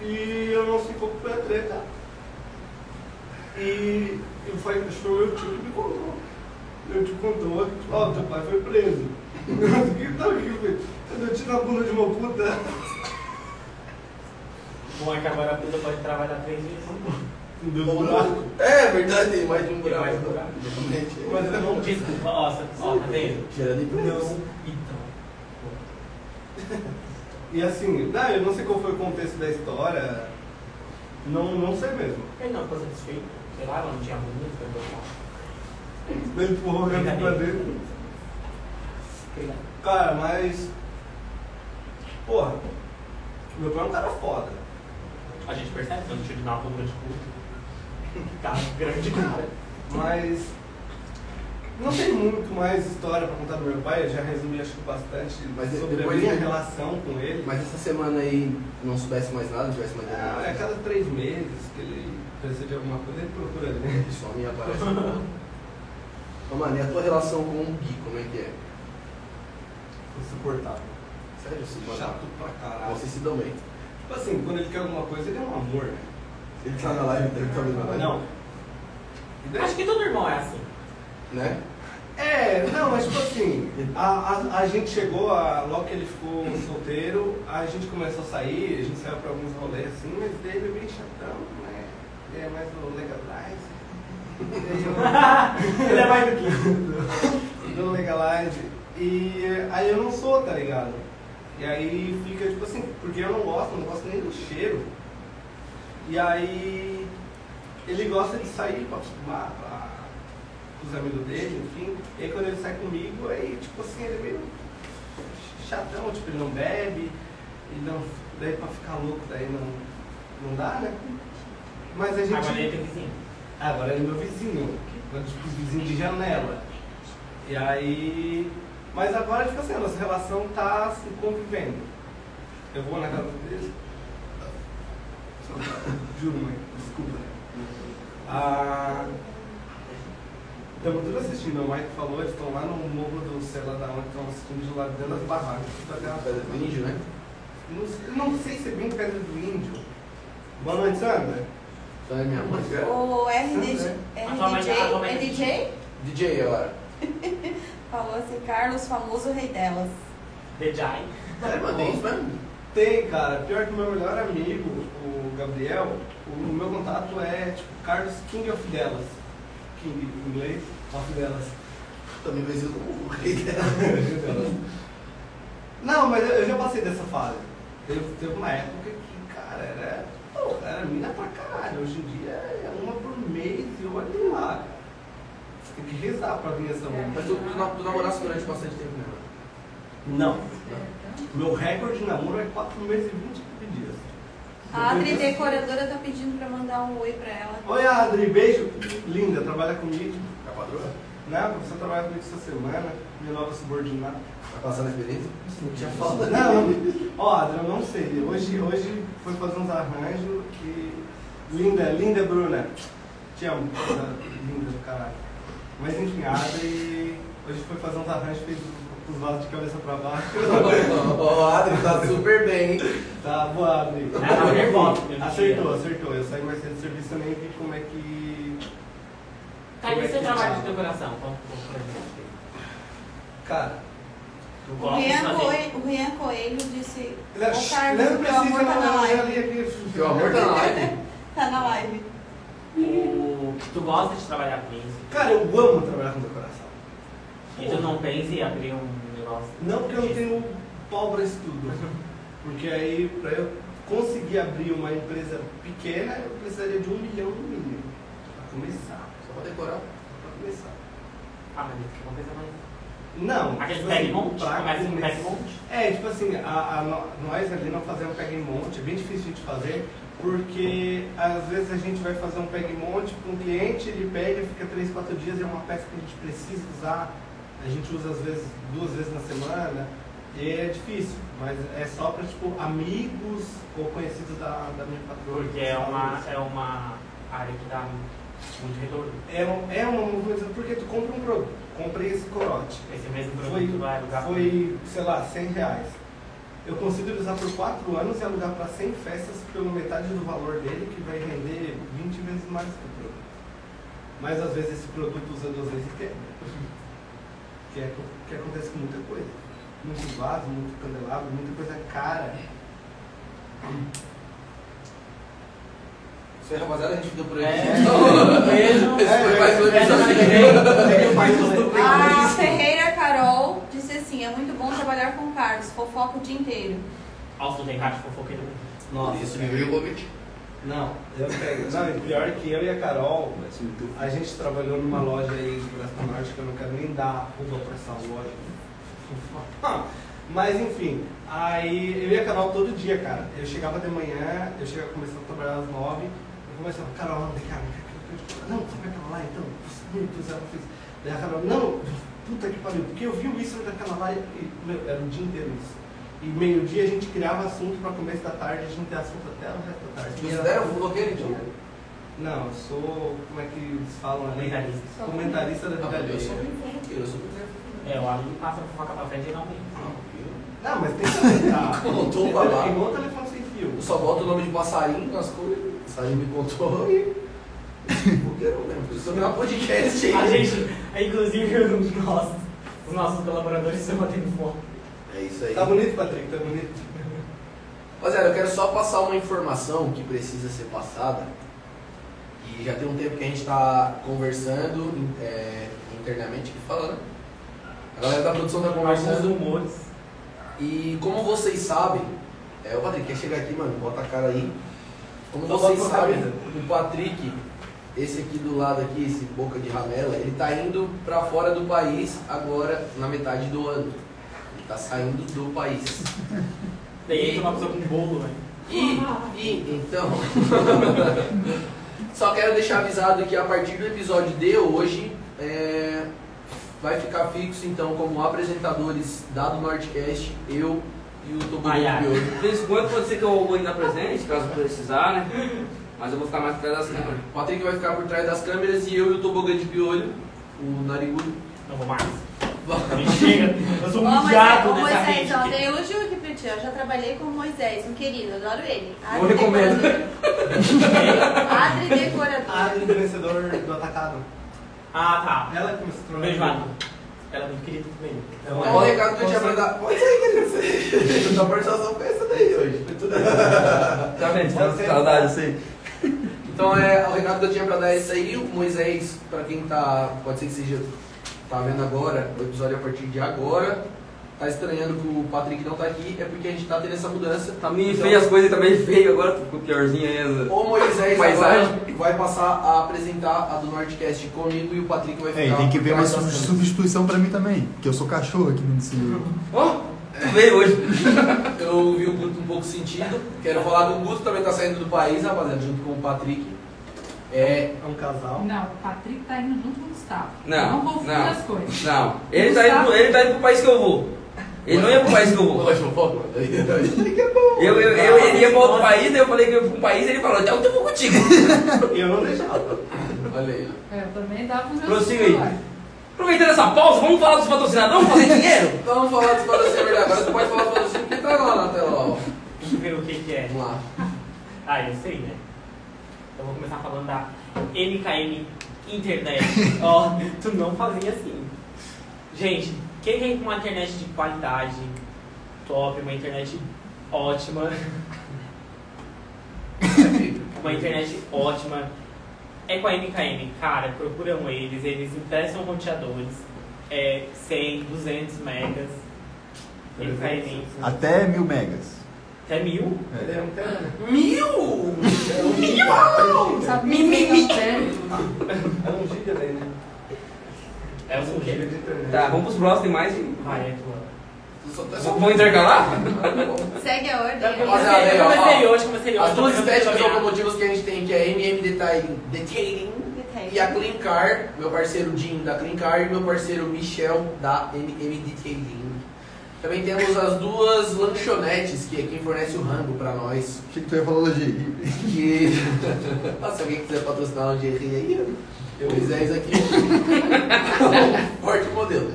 Speaker 3: e eu não sei como foi a treta. E eu falei, foi meu tio que me contou. Meu tio contou, tipo, ó, teu pai foi preso. O que tá aqui, velho? Eu dei tiro na bunda de uma puta.
Speaker 5: Bom, é que agora a puta pode trabalhar três vezes.
Speaker 3: Não deu um buraco.
Speaker 2: É verdade, tem mais de um
Speaker 5: Tem
Speaker 2: buraco.
Speaker 5: mais um buraco.
Speaker 2: Realmente, é.
Speaker 3: Mas eu não disse.
Speaker 5: Desculpa, ó, tá vendo?
Speaker 2: Gerando empregos.
Speaker 5: então.
Speaker 3: E assim, não, eu não sei qual foi o contexto da história. Não, não sei mesmo.
Speaker 5: Ele não ficou satisfeito. Sei lá, ela não tinha bunda, foi botar.
Speaker 3: Ele empurrou o gato pra dentro. Cara, mas. Porra, meu pai é um cara foda.
Speaker 5: A gente percebe que eu não tiro na bunda de puta. Tá, grande cara.
Speaker 3: Mas. Não tem muito mais história pra contar do meu pai, eu já resumi acho que bastante
Speaker 2: Mas de-
Speaker 3: sobre
Speaker 2: depois
Speaker 3: a minha
Speaker 2: ele-
Speaker 3: relação com ele.
Speaker 2: Mas essa semana aí não soubesse mais nada, não tivesse mais
Speaker 3: Ah,
Speaker 2: nada.
Speaker 3: é a cada três meses que ele precisa de alguma coisa, ele procura né? ali.
Speaker 2: Só me aparece. Ô, mano, e a tua relação com o Gui, como é que é?
Speaker 3: Insuportável.
Speaker 2: Sério, se
Speaker 3: Chato pra caralho.
Speaker 2: Vocês se dão bem.
Speaker 3: Tipo assim, quando ele quer alguma coisa, ele é um amor, né?
Speaker 2: Ele tá na live, ele tá vendo na live.
Speaker 3: Não. E daí-
Speaker 5: Acho que todo irmão é assim.
Speaker 2: Né?
Speaker 3: É, não, mas tipo assim, a, a, a gente chegou, a, logo que ele ficou solteiro, a gente começou a sair, a gente saiu pra alguns rolês assim, mas daí ele é bem chatão, né? Ele é mais do Legalize. Daí eu-
Speaker 5: Ele é mais do que.
Speaker 3: do um Legalize. E aí eu não sou, tá ligado? E aí fica tipo assim, porque eu não gosto, não gosto nem do cheiro. E aí ele gosta de sair pra fumar, pra, com os amigos dele, enfim. E aí quando ele sai comigo, aí tipo assim, ele é meio chatão, tipo, ele não bebe, ele não. Daí pra ficar louco, daí não, não dá, né? Mas a gente.
Speaker 5: Agora ele é teu vizinho.
Speaker 3: Agora ele é meu vizinho, mas, tipo vizinho de janela. E aí. Mas agora, tipo assim, a nossa relação tá se convivendo. Eu vou na casa dele. Juro, mãe, desculpa. Ah, Estamos tudo assistindo, o Mike falou, eles estão lá no morro do sei lá da onde, estão assistindo de lá dentro das barracas. Tá
Speaker 2: Tá
Speaker 3: ligado?
Speaker 2: fazendo vídeo, né?
Speaker 3: Não, sei- não sei se é bem pedra do índio. Boa noite, Sandra.
Speaker 2: Só é minha mãe.
Speaker 6: O RDJ,
Speaker 5: A tua mãe- a tua mãe- é
Speaker 6: RDJ, RDJ
Speaker 2: DJ agora.
Speaker 6: falou assim, Carlos, famoso rei delas.
Speaker 5: The Jai.
Speaker 2: É, mano, tem isso mesmo?
Speaker 3: Tem, cara. Pior que o meu melhor amigo, o Gabriel, o meu contato é tipo Carlos King of Delas. King em inglês, of Delas.
Speaker 2: Também vai ser o rei dela.
Speaker 3: Não, mas eu, eu já passei dessa fase. Teve, teve uma época que, cara, era. Pô, era mina pra caralho. Hoje em dia é uma por mês e olha lá, cara. Você tem que rezar pra vir essa mulher.
Speaker 2: Mas tu, tu, na- tu namorasse durante bastante tempo, né? mano?
Speaker 3: Não. Meu recorde de namoro é 4 meses e 20 dias.
Speaker 6: A Adri, decoradora, tá pedindo pra mandar um oi pra ela.
Speaker 3: Oi, Adri, beijo. Linda, trabalha comigo. É a patroa? Não, a professora trabalha comigo essa semana. Minha nova subordinada.
Speaker 2: Tá passando a experiência?
Speaker 4: Já fala.
Speaker 3: Não, ó, Adri, eu não sei. Hoje, hoje foi fazer uns arranjos que... Linda, linda Bruna. Te amo, coisa linda do caralho. Mas enfim, a Adri hoje foi fazer uns arranjos, fez os vasos de cabeça pra baixo.
Speaker 2: Ó, Adri, tá super bem, hein?
Speaker 3: Tá boa, Adri.
Speaker 5: Ah, não, revolta.
Speaker 3: Acertou, acertou. Eu saí mais cedo do serviço, eu nem vi como é que...
Speaker 5: Tá, e o seu trabalho de decoração? Conta um pouco pra gente.
Speaker 3: Cara...
Speaker 5: Tu
Speaker 6: O
Speaker 5: gosta de
Speaker 6: Rian,
Speaker 5: fazer?
Speaker 6: Coelho, o Rian Coelho disse.
Speaker 3: Não
Speaker 6: "Ô, Carlos,
Speaker 3: não
Speaker 6: teu amor
Speaker 3: precisa
Speaker 6: tá na
Speaker 3: não, eu já
Speaker 6: live.
Speaker 3: li aqui.
Speaker 2: Teu amor tá na live.
Speaker 6: Tá na live.
Speaker 5: O- Tu gosta de trabalhar com isso?
Speaker 3: Cara, eu amo trabalhar com decoração.
Speaker 5: E tu não pensa em abrir um negócio?
Speaker 3: Não porque eu não tenho pau pra isso tudo. Porque aí, pra eu conseguir abrir uma empresa pequena, eu precisaria de um milhão no mínimo. Pra começar.
Speaker 2: Só pra decorar.
Speaker 3: Pra começar.
Speaker 5: Ah, mas isso é uma coisa mais...
Speaker 3: Não.
Speaker 5: Aquele
Speaker 3: tipo assim,
Speaker 5: peg é monte?
Speaker 3: pra
Speaker 5: Começa com
Speaker 3: começar-
Speaker 5: peg monte?
Speaker 3: É, tipo assim, a, a no- nós ali não fazemos peg monte, é bem difícil de fazer, porque às vezes a gente vai fazer um peg monte com um cliente, ele pega, fica 3, 4 dias, é uma peça que a gente precisa usar, a gente usa às vezes duas vezes na semana, e é difícil, mas é só para tipo amigos ou conhecidos da, da minha patroa.
Speaker 5: Porque é uma, é uma área que dá muito retorno.
Speaker 3: É, um- é uma coisa, porque tu compra um produto, comprei esse corote.
Speaker 5: Esse mesmo
Speaker 3: Foi,
Speaker 5: produto vai alugar
Speaker 3: foi, sei lá, 100 reais. Eu consigo ele usar por 4 anos e alugar para 100 festas pelo metade do valor dele, que vai render 20 vezes mais que o produto. Mas às vezes esse produto usa duas vezes e quebra. Que, é, co- que acontece com muita coisa. Muito vaso, muito candelabro, muita coisa cara.
Speaker 2: Isso aí, rapaziada, a gente fica por aí.
Speaker 5: É. Beijo.
Speaker 2: Esse foi mais
Speaker 3: é,
Speaker 2: um
Speaker 5: Essa semana que
Speaker 2: episódio.
Speaker 5: vem.
Speaker 6: A Ferreira Carol disse assim: é muito bom trabalhar com o Carlos, fofoca o dia inteiro.
Speaker 5: Nossa, tu tem cara de fofoqueiro.
Speaker 2: Nossa, isso me veio o Covid.
Speaker 3: Não, eu pego. Não, e pior que eu e a Carol, a gente trabalhou numa loja aí de Brasil Norte que eu não quero nem dar arroba pra essa loja. Mas enfim, aí eu e a Carol todo dia, cara. Eu chegava de manhã, eu chegava começando a trabalhar às nove, eu começava, Carol, vem cá, vem cá, não, sabe aquela lá então? Meu Deus, ela fez. Daí a Carol, não, puta que pariu, porque eu vi o isso daquela lá e meu, era o dia inteiro isso. E meio-dia a gente criava assunto pra começo da tarde, a gente tem assunto até o resto da tarde.
Speaker 2: Vocês deram o bloqueio, então?
Speaker 3: Não, eu sou. Como é que eles falam ali?
Speaker 5: Comentarista.
Speaker 3: Comentarista da
Speaker 2: Ah,
Speaker 3: vida
Speaker 2: mas eu sou
Speaker 3: alheia.
Speaker 2: bem fofoqueiro, eu sou um bem
Speaker 5: É, o amigo passa a fofoca pra frente e não vem.
Speaker 2: fofoqueiro.
Speaker 3: Não, mas tem que comentar.
Speaker 2: Contou
Speaker 3: Tem
Speaker 2: pra lá.
Speaker 3: telefone- Igual telefone sem fio.
Speaker 2: Eu só boto o nome de passarinho nas coisas. O passarinho me contou e. Fofoqueiro mesmo. Isso é o meu podcast.
Speaker 5: A gente, inclusive, nós, os nossos colaboradores estão batendo fome.
Speaker 2: É isso aí.
Speaker 3: Tá bonito, Patrick, tá bonito.
Speaker 2: Rapaziada, eu quero só passar uma informação que precisa ser passada. E já tem um tempo que a gente está conversando é, internamente, que fala, né? A galera da produção tá
Speaker 5: Alguns
Speaker 2: conversando.
Speaker 5: rumores.
Speaker 2: E como vocês sabem, é, o Patrick quer chegar aqui, mano, bota a cara aí. Como
Speaker 3: Só
Speaker 2: vocês
Speaker 3: bota a
Speaker 2: sabem,
Speaker 3: camisa.
Speaker 2: o Patrick, esse aqui do lado aqui, esse boca de ramela, ele tá indo pra fora do país agora na metade do ano. Ele tá saindo do país.
Speaker 5: Daí entra uma pessoa com bolo,
Speaker 7: né?
Speaker 5: velho.
Speaker 2: E, e então, só quero deixar avisado que a partir do episódio de hoje é, vai ficar fixo então como apresentadores da do Nordcast, eu e o Toburo
Speaker 5: Ai, ai.
Speaker 2: de hoje.
Speaker 7: De vez em quando pode ser que eu vou ainda presente, caso precisar, né? Mas eu vou ficar mais atrás das câmeras.
Speaker 2: O Patrick vai ficar por trás das câmeras e eu e o Tobogã de Piolho, o narigudo.
Speaker 5: Não vou mais.
Speaker 2: vai-
Speaker 5: Me chega. Eu
Speaker 6: Ó,
Speaker 5: sou um
Speaker 6: Moisés-
Speaker 5: humilhado
Speaker 6: Ô, é, então,
Speaker 5: nessa
Speaker 6: Moisés, ó,
Speaker 5: rede.
Speaker 6: dei o Gil aqui pra ti. ó. Eu já trabalhei com o Moisés, um querido, adoro ele.
Speaker 7: Não recomendo.
Speaker 6: decoradora. Adri
Speaker 3: A
Speaker 6: decoradora.
Speaker 3: Adri, vencedor Ah, do atacado.
Speaker 5: Ah,
Speaker 3: Ela que começou
Speaker 5: tá.
Speaker 3: a
Speaker 5: Beijo, Mato. Ela é muito querida também.
Speaker 3: Então,
Speaker 2: Olha o recado que eu tinha pra dar. Pode sair, querido. você- Sua participação foi essa daí hoje. Foi tudo
Speaker 7: Tá vendo?
Speaker 3: Você-
Speaker 7: Saudade, eu sei.
Speaker 2: Então é, o recado que eu tinha pra dar é isso aí, o Moisés, pra quem tá, pode ser que seja, tá vendo agora, o episódio é a partir de agora, tá estranhando que o Patrick não tá aqui, é porque a gente tá tendo essa mudança. Então,
Speaker 7: Tá meio feio as coisas, tá meio feio agora, ficou piorzinho aí. as-
Speaker 2: O Moisés
Speaker 7: Paisagem.
Speaker 2: agora vai passar a apresentar a do Nordcast comigo e o Patrick vai
Speaker 4: É,
Speaker 2: ficar...
Speaker 4: e tem que ver uma
Speaker 2: atrás
Speaker 4: sub-
Speaker 2: das câmeras.
Speaker 4: substituição pra mim também, porque eu sou cachorro aqui nesse.
Speaker 7: Ó, tu veio hoje.
Speaker 2: Eu eu ouvi o Guto um pouco sentido. Quero falar do Guto, também tá saindo do país, rapaziada, junto com o Patrick. É,
Speaker 3: É um casal.
Speaker 8: Não, o Patrick tá indo junto com o Gustavo.
Speaker 6: Um
Speaker 7: Não,
Speaker 8: Não confunda
Speaker 5: Ah.
Speaker 7: não.
Speaker 8: as coisas.
Speaker 7: Não, ele tá, indo, ele tá indo pro país que eu vou. Ele não ia pro país que eu vou.
Speaker 2: Oi, fofoca.
Speaker 7: Eu, eu, eu, ele ia pra outro país, daí eu falei que eu ia pra um país, ele falou, então eu vou contigo.
Speaker 3: Eu não deixava.
Speaker 2: Olha aí.
Speaker 8: É, Eu também dava pros meus
Speaker 7: Prossiga aí.
Speaker 8: titulares.
Speaker 7: Aproveitando essa pausa, vamos falar dos patrocinadores, vamos fazer dinheiro?
Speaker 2: Então vamos falar dos patrocínios verdade. Agora você pode falar dos patrocínios porque tá lá na tela, ó.
Speaker 5: Deixa eu ver o que que é.
Speaker 2: Vamos lá.
Speaker 5: Ah, eu sei, né? Eu vou começar falando da MKM Internet. Ó, tu não fazia assim. Gente, quem tem uma internet de qualidade, top, uma internet ótima, uma internet ótima, é com a MKM. Cara, procuram eles, eles emprestam roteadores, é 100, 200 megas. MKM,
Speaker 4: Até mil megas.
Speaker 5: até mil.
Speaker 3: Ele é um cara.
Speaker 2: Mil!
Speaker 8: Sabe por que que não tem?
Speaker 3: É um giga daí, né?
Speaker 5: É o
Speaker 3: Um giga
Speaker 5: quê?
Speaker 3: de internet.
Speaker 7: Tá, vamos pros próximos, tem mais. hein?
Speaker 5: Vai, é tua.
Speaker 2: Só- só-
Speaker 7: Vamos intercalar?
Speaker 2: Ah,
Speaker 6: Segue a ordem.
Speaker 5: Eu
Speaker 6: aí.
Speaker 5: comecei,
Speaker 2: Rapaziada, aí,
Speaker 5: eu
Speaker 2: ó.
Speaker 5: comecei hoje, comecei hoje.
Speaker 2: tá As duas
Speaker 5: eu
Speaker 2: estéticas
Speaker 5: comecei a caminhar.
Speaker 2: automotivas que a gente tem, que é MM Detailing, Detailing e a Clean Car, meu parceiro Jim da Clean Car e meu parceiro Michel da MM Detailing. Também temos as duas lanchonetes, que é quem fornece o rango pra nós.
Speaker 4: Achei que tu ia falar lingerie.
Speaker 2: Que... Se alguém quiser patrocinar um GRI aí, eu fizer isso aqui. Forte modelo.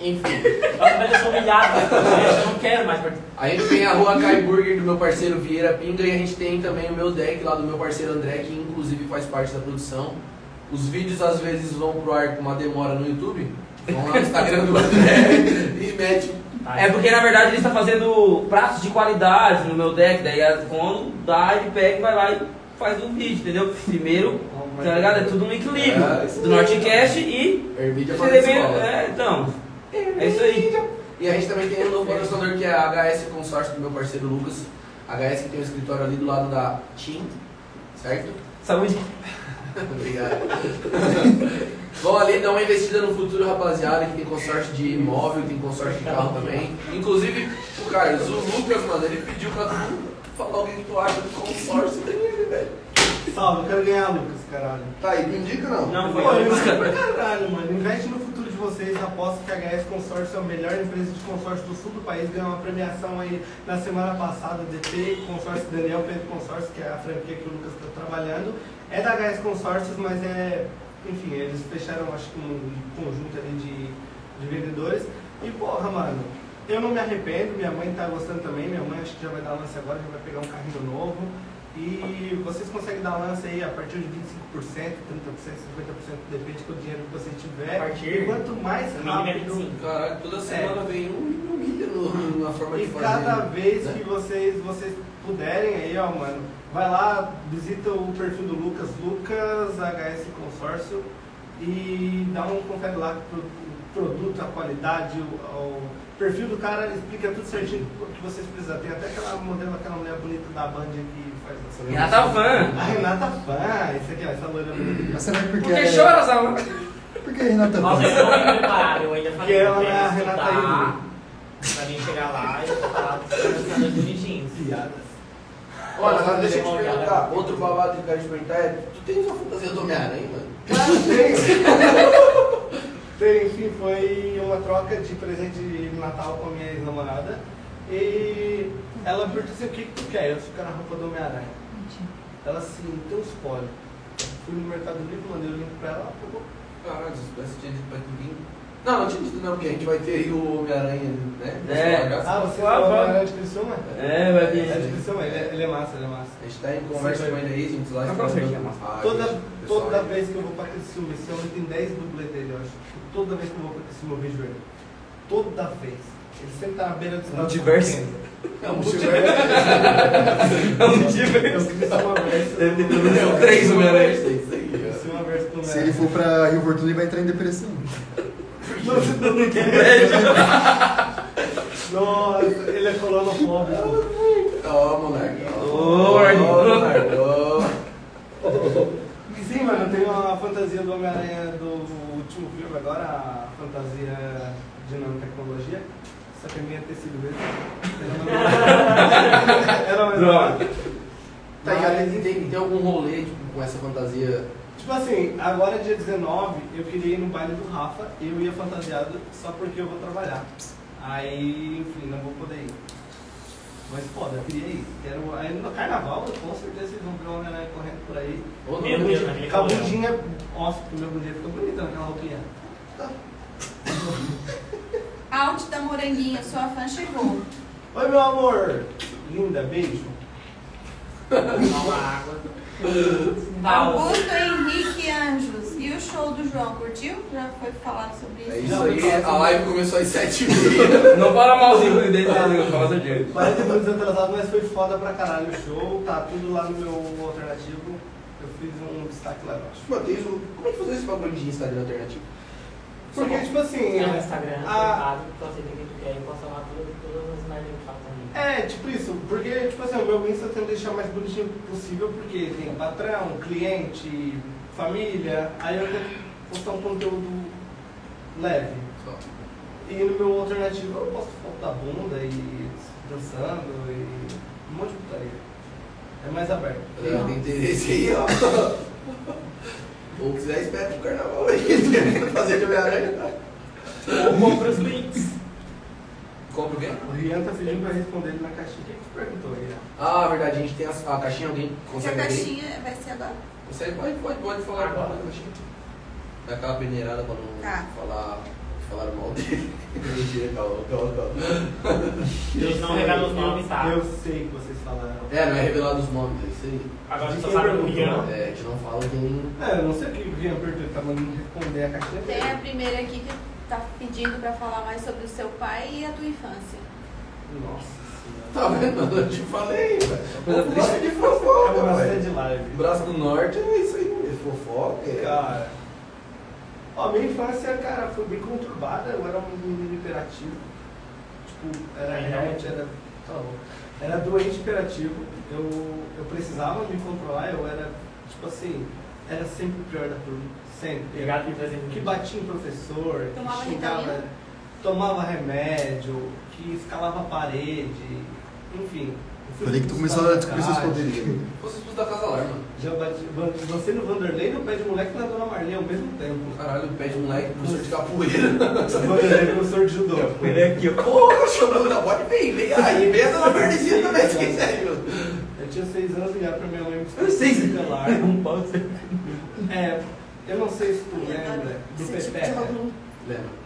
Speaker 2: Enfim.
Speaker 5: Nossa, mas eu sou humilhado, gente, eu não quero mais participar.
Speaker 2: A gente tem a rua Kai Burger do meu parceiro Vieira Pinga e a gente tem também o meu deck lá do meu parceiro André, que inclusive faz parte da produção. Os vídeos às vezes vão pro ar com uma demora no YouTube. Vão lá no Instagram do André e mete.
Speaker 5: Ai,
Speaker 7: É porque na verdade ele está fazendo pratos de qualidade no meu deck, daí a- quando dá, ele pega e vai lá e faz um vídeo, entendeu? Primeiro, tá ligado? É tudo um equilíbrio
Speaker 2: É, isso
Speaker 7: do Nortecast e.
Speaker 2: Ermídia para escola.
Speaker 5: né?
Speaker 7: É, então. É isso aí.
Speaker 2: E a gente também tem um novo patrocinador que é a HS Consórcio do meu parceiro Lucas. HS que tem um escritório ali do lado da TIM, certo?
Speaker 7: Saúde.
Speaker 2: Obrigado. Vão ali dar uma investida no futuro, rapaziada, que tem consórcio de imóvel, tem consórcio de carro também. Inclusive, o Carlos, o Lucas, mano, ele pediu pra tu falar o que tu acha do consórcio dele, velho.
Speaker 3: Salve, eu quero ganhar, Lucas, caralho.
Speaker 2: Tá aí, me indica não.
Speaker 5: Não,
Speaker 3: Pô,
Speaker 5: foi
Speaker 3: investe pra caralho, mano. Investe no futuro de vocês. Aposto que a HS Consórcio é a melhor empresa de consórcio do sul do país. Ganhou uma premiação aí na semana passada. DT, Consórcio Daniel Pedro Consórcio, que é a franquia que o Lucas está trabalhando. É da HS Consórcios, mas é. Enfim, eles fecharam, acho que um conjunto ali de, de vendedores. E porra, mano. Eu não me arrependo, minha mãe tá gostando também, minha mãe acho que já vai dar lance agora, já vai pegar um carrinho novo. E vocês conseguem dar lance aí a partir de 25%, 30%, 50%, depende do dinheiro que você tiver.
Speaker 5: A partir?
Speaker 3: E quanto mais
Speaker 5: O mínimo é
Speaker 3: rápido.
Speaker 5: 25.
Speaker 2: Caralho, toda semana vem um, um guia no- na forma
Speaker 3: É. E
Speaker 2: de fazer.
Speaker 3: cada vez
Speaker 2: né?
Speaker 3: que vocês, vocês puderem aí, ó, mano, vai lá, visita o perfil do Lucas, Lucas HS Consórcio, e dá um confere lá pro o produto, a qualidade, o, o perfil do cara, ele explica tudo certinho o que vocês precisam. Tem até aquela modelo, aquela mulher bonita da Band que faz essa
Speaker 7: Renata Fã.
Speaker 3: A Renata Fã, isso aqui, ó, essa loira bonita.
Speaker 4: Mas será que porque.
Speaker 7: Porque chora, Salva.
Speaker 4: Por que Renata
Speaker 5: Nossa,
Speaker 4: Fã?
Speaker 5: eu não me prepararam, eu ainda falei
Speaker 3: Que ela
Speaker 5: pra
Speaker 3: é a
Speaker 5: eles
Speaker 3: Renata
Speaker 5: estudar, pra mim chegar lá e falar tá dos personagens bonitinhos.
Speaker 3: Piadas.
Speaker 2: Olha, agora deixa eu te perguntar, outro babado que eu quero te perguntar é, tu tem sua fantasia do Homem-Aranha, mano?
Speaker 3: Claro, tem. tem, enfim, foi uma troca de presente de Natal com a minha ex-namorada. E ela perguntou assim, o que, que tu quer? Eu disse, "Eu quero a roupa do Homem-Aranha. Ela assim, tem um spoiler. Fui no Mercado Livre, mandei o link pra ela, ela pegou.
Speaker 2: Caralho, isso parece que tinha dito pra tu vir. Não, não tinha dito não, porque a gente vai ter aí o Homem-Aranha, né?
Speaker 7: É.
Speaker 2: A
Speaker 3: Ah, você é o
Speaker 7: Ah, vamos.
Speaker 3: Homem-Aranha de Criciúma?
Speaker 7: É, vai
Speaker 3: É de
Speaker 7: vir.
Speaker 3: Criciúma, ele, é- ele é massa, ele é massa.
Speaker 2: gente tá em conversa com ele aí, gente, lá
Speaker 7: Mas
Speaker 2: falando-
Speaker 7: como você chama?
Speaker 2: Ah,
Speaker 3: Toda,
Speaker 2: gente, pessoal,
Speaker 3: toda
Speaker 2: aí.
Speaker 3: vez que eu vou pra Criciúma, esse homem tem 10 dublês dele, eu acho. Toda vez que eu vou pra Criciúma, eu vejo ele. Toda vez. Ele sempre tá na beira do sinal de
Speaker 7: Multiverso.
Speaker 3: Coca-Cola.
Speaker 2: É um multiverso.
Speaker 7: É um diverso. Deve ter pelo menos três
Speaker 2: Homem-Aranha.
Speaker 7: Homem-Aranha.
Speaker 2: Isso aí,
Speaker 4: Se ele for pra Rio Fortuna, ele vai entrar em depressão. É.
Speaker 3: Nossa, ele é colonofóbico.
Speaker 2: ó. Ó, moleque.
Speaker 7: Ô, Arne.
Speaker 3: E Sim, mano, eu tenho a fantasia do Homem-Aranha do último filme agora, a fantasia de nanotecnologia. Só que a minha ter sido mesmo. Era mais
Speaker 7: Droga.
Speaker 3: Tá ligado?
Speaker 2: Mas tem, tem algum rolê tipo, com essa fantasia?
Speaker 3: Tipo assim, agora dia 19, eu queria ir no baile do Rafa, eu ia fantasiado só porque eu vou trabalhar. Aí, enfim, não vou poder ir. Mas foda, eu queria ir. Quero, aí no carnaval, com certeza vocês vão ver uma galera correndo por aí.
Speaker 2: Ou
Speaker 5: Meu
Speaker 2: não?
Speaker 5: Deus, né? naquele
Speaker 3: Com a
Speaker 5: calor.
Speaker 3: bundinha, nossa, porque meu bundinha ficou bonita naquela roupinha.
Speaker 6: Out da Moranguinho, sua fã chegou.
Speaker 3: Oi, meu amor! Linda, beijo.
Speaker 5: Tomar uma água. Pau.
Speaker 6: Augusto Henrique Anjos. E o show do João, curtiu? Já foi falado sobre isso?
Speaker 2: É isso aí, a live começou às 7 h
Speaker 7: Não fala malzinho dele, não, fala seu jeito.
Speaker 3: 40 minutos atrasado, mas foi foda pra caralho o show. Tá tudo lá no meu alternativo. Eu fiz um destaque lá, eu acho.
Speaker 2: Mano, tem isso- como é que faz esse bagulho de Instagram alternativo?
Speaker 3: Porque, tipo assim,
Speaker 2: é.
Speaker 5: Tem um Instagram
Speaker 2: Ah.
Speaker 3: a-
Speaker 5: privado que você tem que tu quer e posta lá tudo- todas as imagens que fazem ali.
Speaker 3: É, tipo isso, porque, tipo assim, o meu Insta eu tento deixar o mais bonitinho possível, porque tem patrão, cliente, família, aí eu tento postar um conteúdo leve.
Speaker 2: Só.
Speaker 3: E no meu alternativo eu posto foto da bunda e dançando e um monte de putaria. É mais aberto.
Speaker 2: Galera, Tem interesse aí, ó. Ou quiser, espera pro carnaval aí. né? Fazer de Homem-Aranha. É.
Speaker 5: Ou compra os links.
Speaker 2: Compra o quê?
Speaker 3: O Rian tá pedindo pra responder ele na caixinha. Quem que te perguntou, Rian?
Speaker 2: Ah, verdade, a gente tem a, a caixinha, alguém
Speaker 6: Se a
Speaker 2: consegue abrir?
Speaker 6: caixinha é, vai ser agora?
Speaker 2: Consegue? Pode, pode, pode falar
Speaker 5: Agora.
Speaker 2: agora, caixinha. Dá aquela peneirada pra não
Speaker 6: Tá.
Speaker 2: falar, falar mal dele. Mentira, calma, calma, calma.
Speaker 5: Eles não revelam os nomes, tá?
Speaker 3: Eu sei que vocês falaram.
Speaker 2: É, não é revelado os nomes, é isso aí.
Speaker 5: Agora tá
Speaker 3: De
Speaker 5: só
Speaker 3: quem
Speaker 5: sabe o
Speaker 3: perguntou?
Speaker 5: Rian.
Speaker 2: É, a gente não fala quem.
Speaker 3: É, eu não sei o que o Rian perguntou, ele tá mandando responder a caixinha
Speaker 6: Tem a
Speaker 3: dele.
Speaker 6: primeira aqui que tá pedindo pra falar mais sobre o seu pai e a tua infância.
Speaker 3: Nossa
Speaker 2: Tá vendo? Eu te falei, velho.
Speaker 7: Coisa
Speaker 2: O
Speaker 7: triste.
Speaker 2: braço de
Speaker 3: senhora. É
Speaker 2: fofoca,
Speaker 3: uma cena
Speaker 2: velho.
Speaker 3: de live.
Speaker 2: O braço do norte é isso aí, é fofoca. é-
Speaker 3: Cara. Ó, minha infância, cara, foi bem conturbada. Eu era um menino hiperativo. Tipo, era
Speaker 5: Aí,
Speaker 3: realmente era. tá louco. Era doente hiperativo. Eu, eu precisava me controlar, eu era, tipo assim, era sempre o pior da turma. Sempre.
Speaker 5: Obrigado por trazer
Speaker 3: Que
Speaker 5: o link.
Speaker 3: batia em professor,
Speaker 6: Tomava
Speaker 3: que xingava,
Speaker 6: Ritalina?
Speaker 3: tomava remédio, que escalava a parede, enfim.
Speaker 4: Foi aí que tu começou a descobrir seus poderes.
Speaker 2: Fosse expulso da casa lá, mano.
Speaker 3: Já bati, você no Vanderlei no pé de moleque e na Dona Marlene ao mesmo tempo.
Speaker 7: Ah,
Speaker 2: Caralho, pede um like pro senhor de capoeira.
Speaker 3: Vanderlei é professor de judô.
Speaker 7: tá. Ele é- aqui, ó.
Speaker 2: Porra, chorando da bote, vem, vem aí, vem essa laverdezinha também, se quiser, mano.
Speaker 3: Eu tinha seis anos e ligava pra minha mãe
Speaker 7: Eu sei.
Speaker 3: Escolar.
Speaker 7: Um pau, você-
Speaker 3: É, eu não sei se tu
Speaker 2: é,
Speaker 6: tá
Speaker 3: lembra
Speaker 2: né?
Speaker 3: do
Speaker 6: tipo
Speaker 3: Pepe.
Speaker 2: Lembra?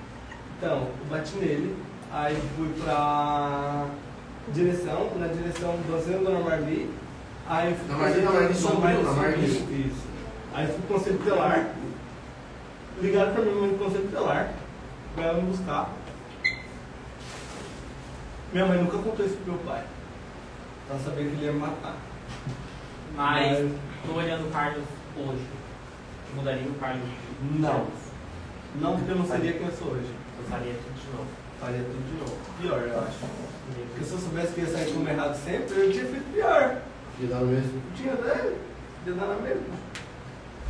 Speaker 3: Então, eu bati nele, aí fui pra direção, na direção do Brasil Dona Marli. Aí eu fui
Speaker 2: Na Marli, na Marli Sombrio, na Marli.
Speaker 3: Isso, isso. Aí fui pro Conselho Tutelar. Ligaram pra minha mãe no Conselho Tutelar, pra ela me buscar. Minha mãe nunca contou isso pro meu pai. Ela sabia que ele ia me matar.
Speaker 5: Mas, tô olhando o Carlos hoje. Mudaria o Carlos.
Speaker 3: Não. Não, porque eu não seria quem eu sou hoje.
Speaker 5: Eu faria tudo de novo.
Speaker 3: Faria tudo de novo. Pior, eu acho. Porque se eu soubesse que ia sair como errado sempre, eu tinha feito pior.
Speaker 2: De dar no mesmo.
Speaker 3: Eu tinha dado, ia dar na mesma.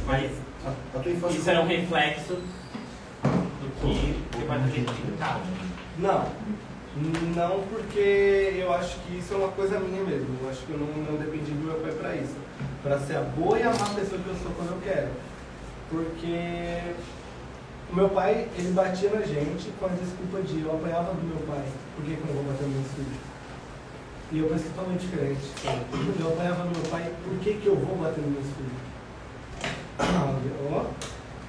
Speaker 5: Mas
Speaker 2: A, a tua infância.
Speaker 5: isso era um reflexo do que você vai tá? ter feito em casa.
Speaker 3: Não. Não, porque eu acho que isso é uma coisa minha mesmo. Eu acho que eu não, não dependi do meu pai pra isso. Pra ser a boa e a má pessoa que eu sou quando eu quero. Porque o meu pai, ele batia na gente com a desculpa de eu apanhava do meu pai. Por que, que eu não vou bater no meu filho? E eu penso totalmente diferente. Eu apanhava do meu pai, por que, que eu vou bater no meu filho? Ah, Ó,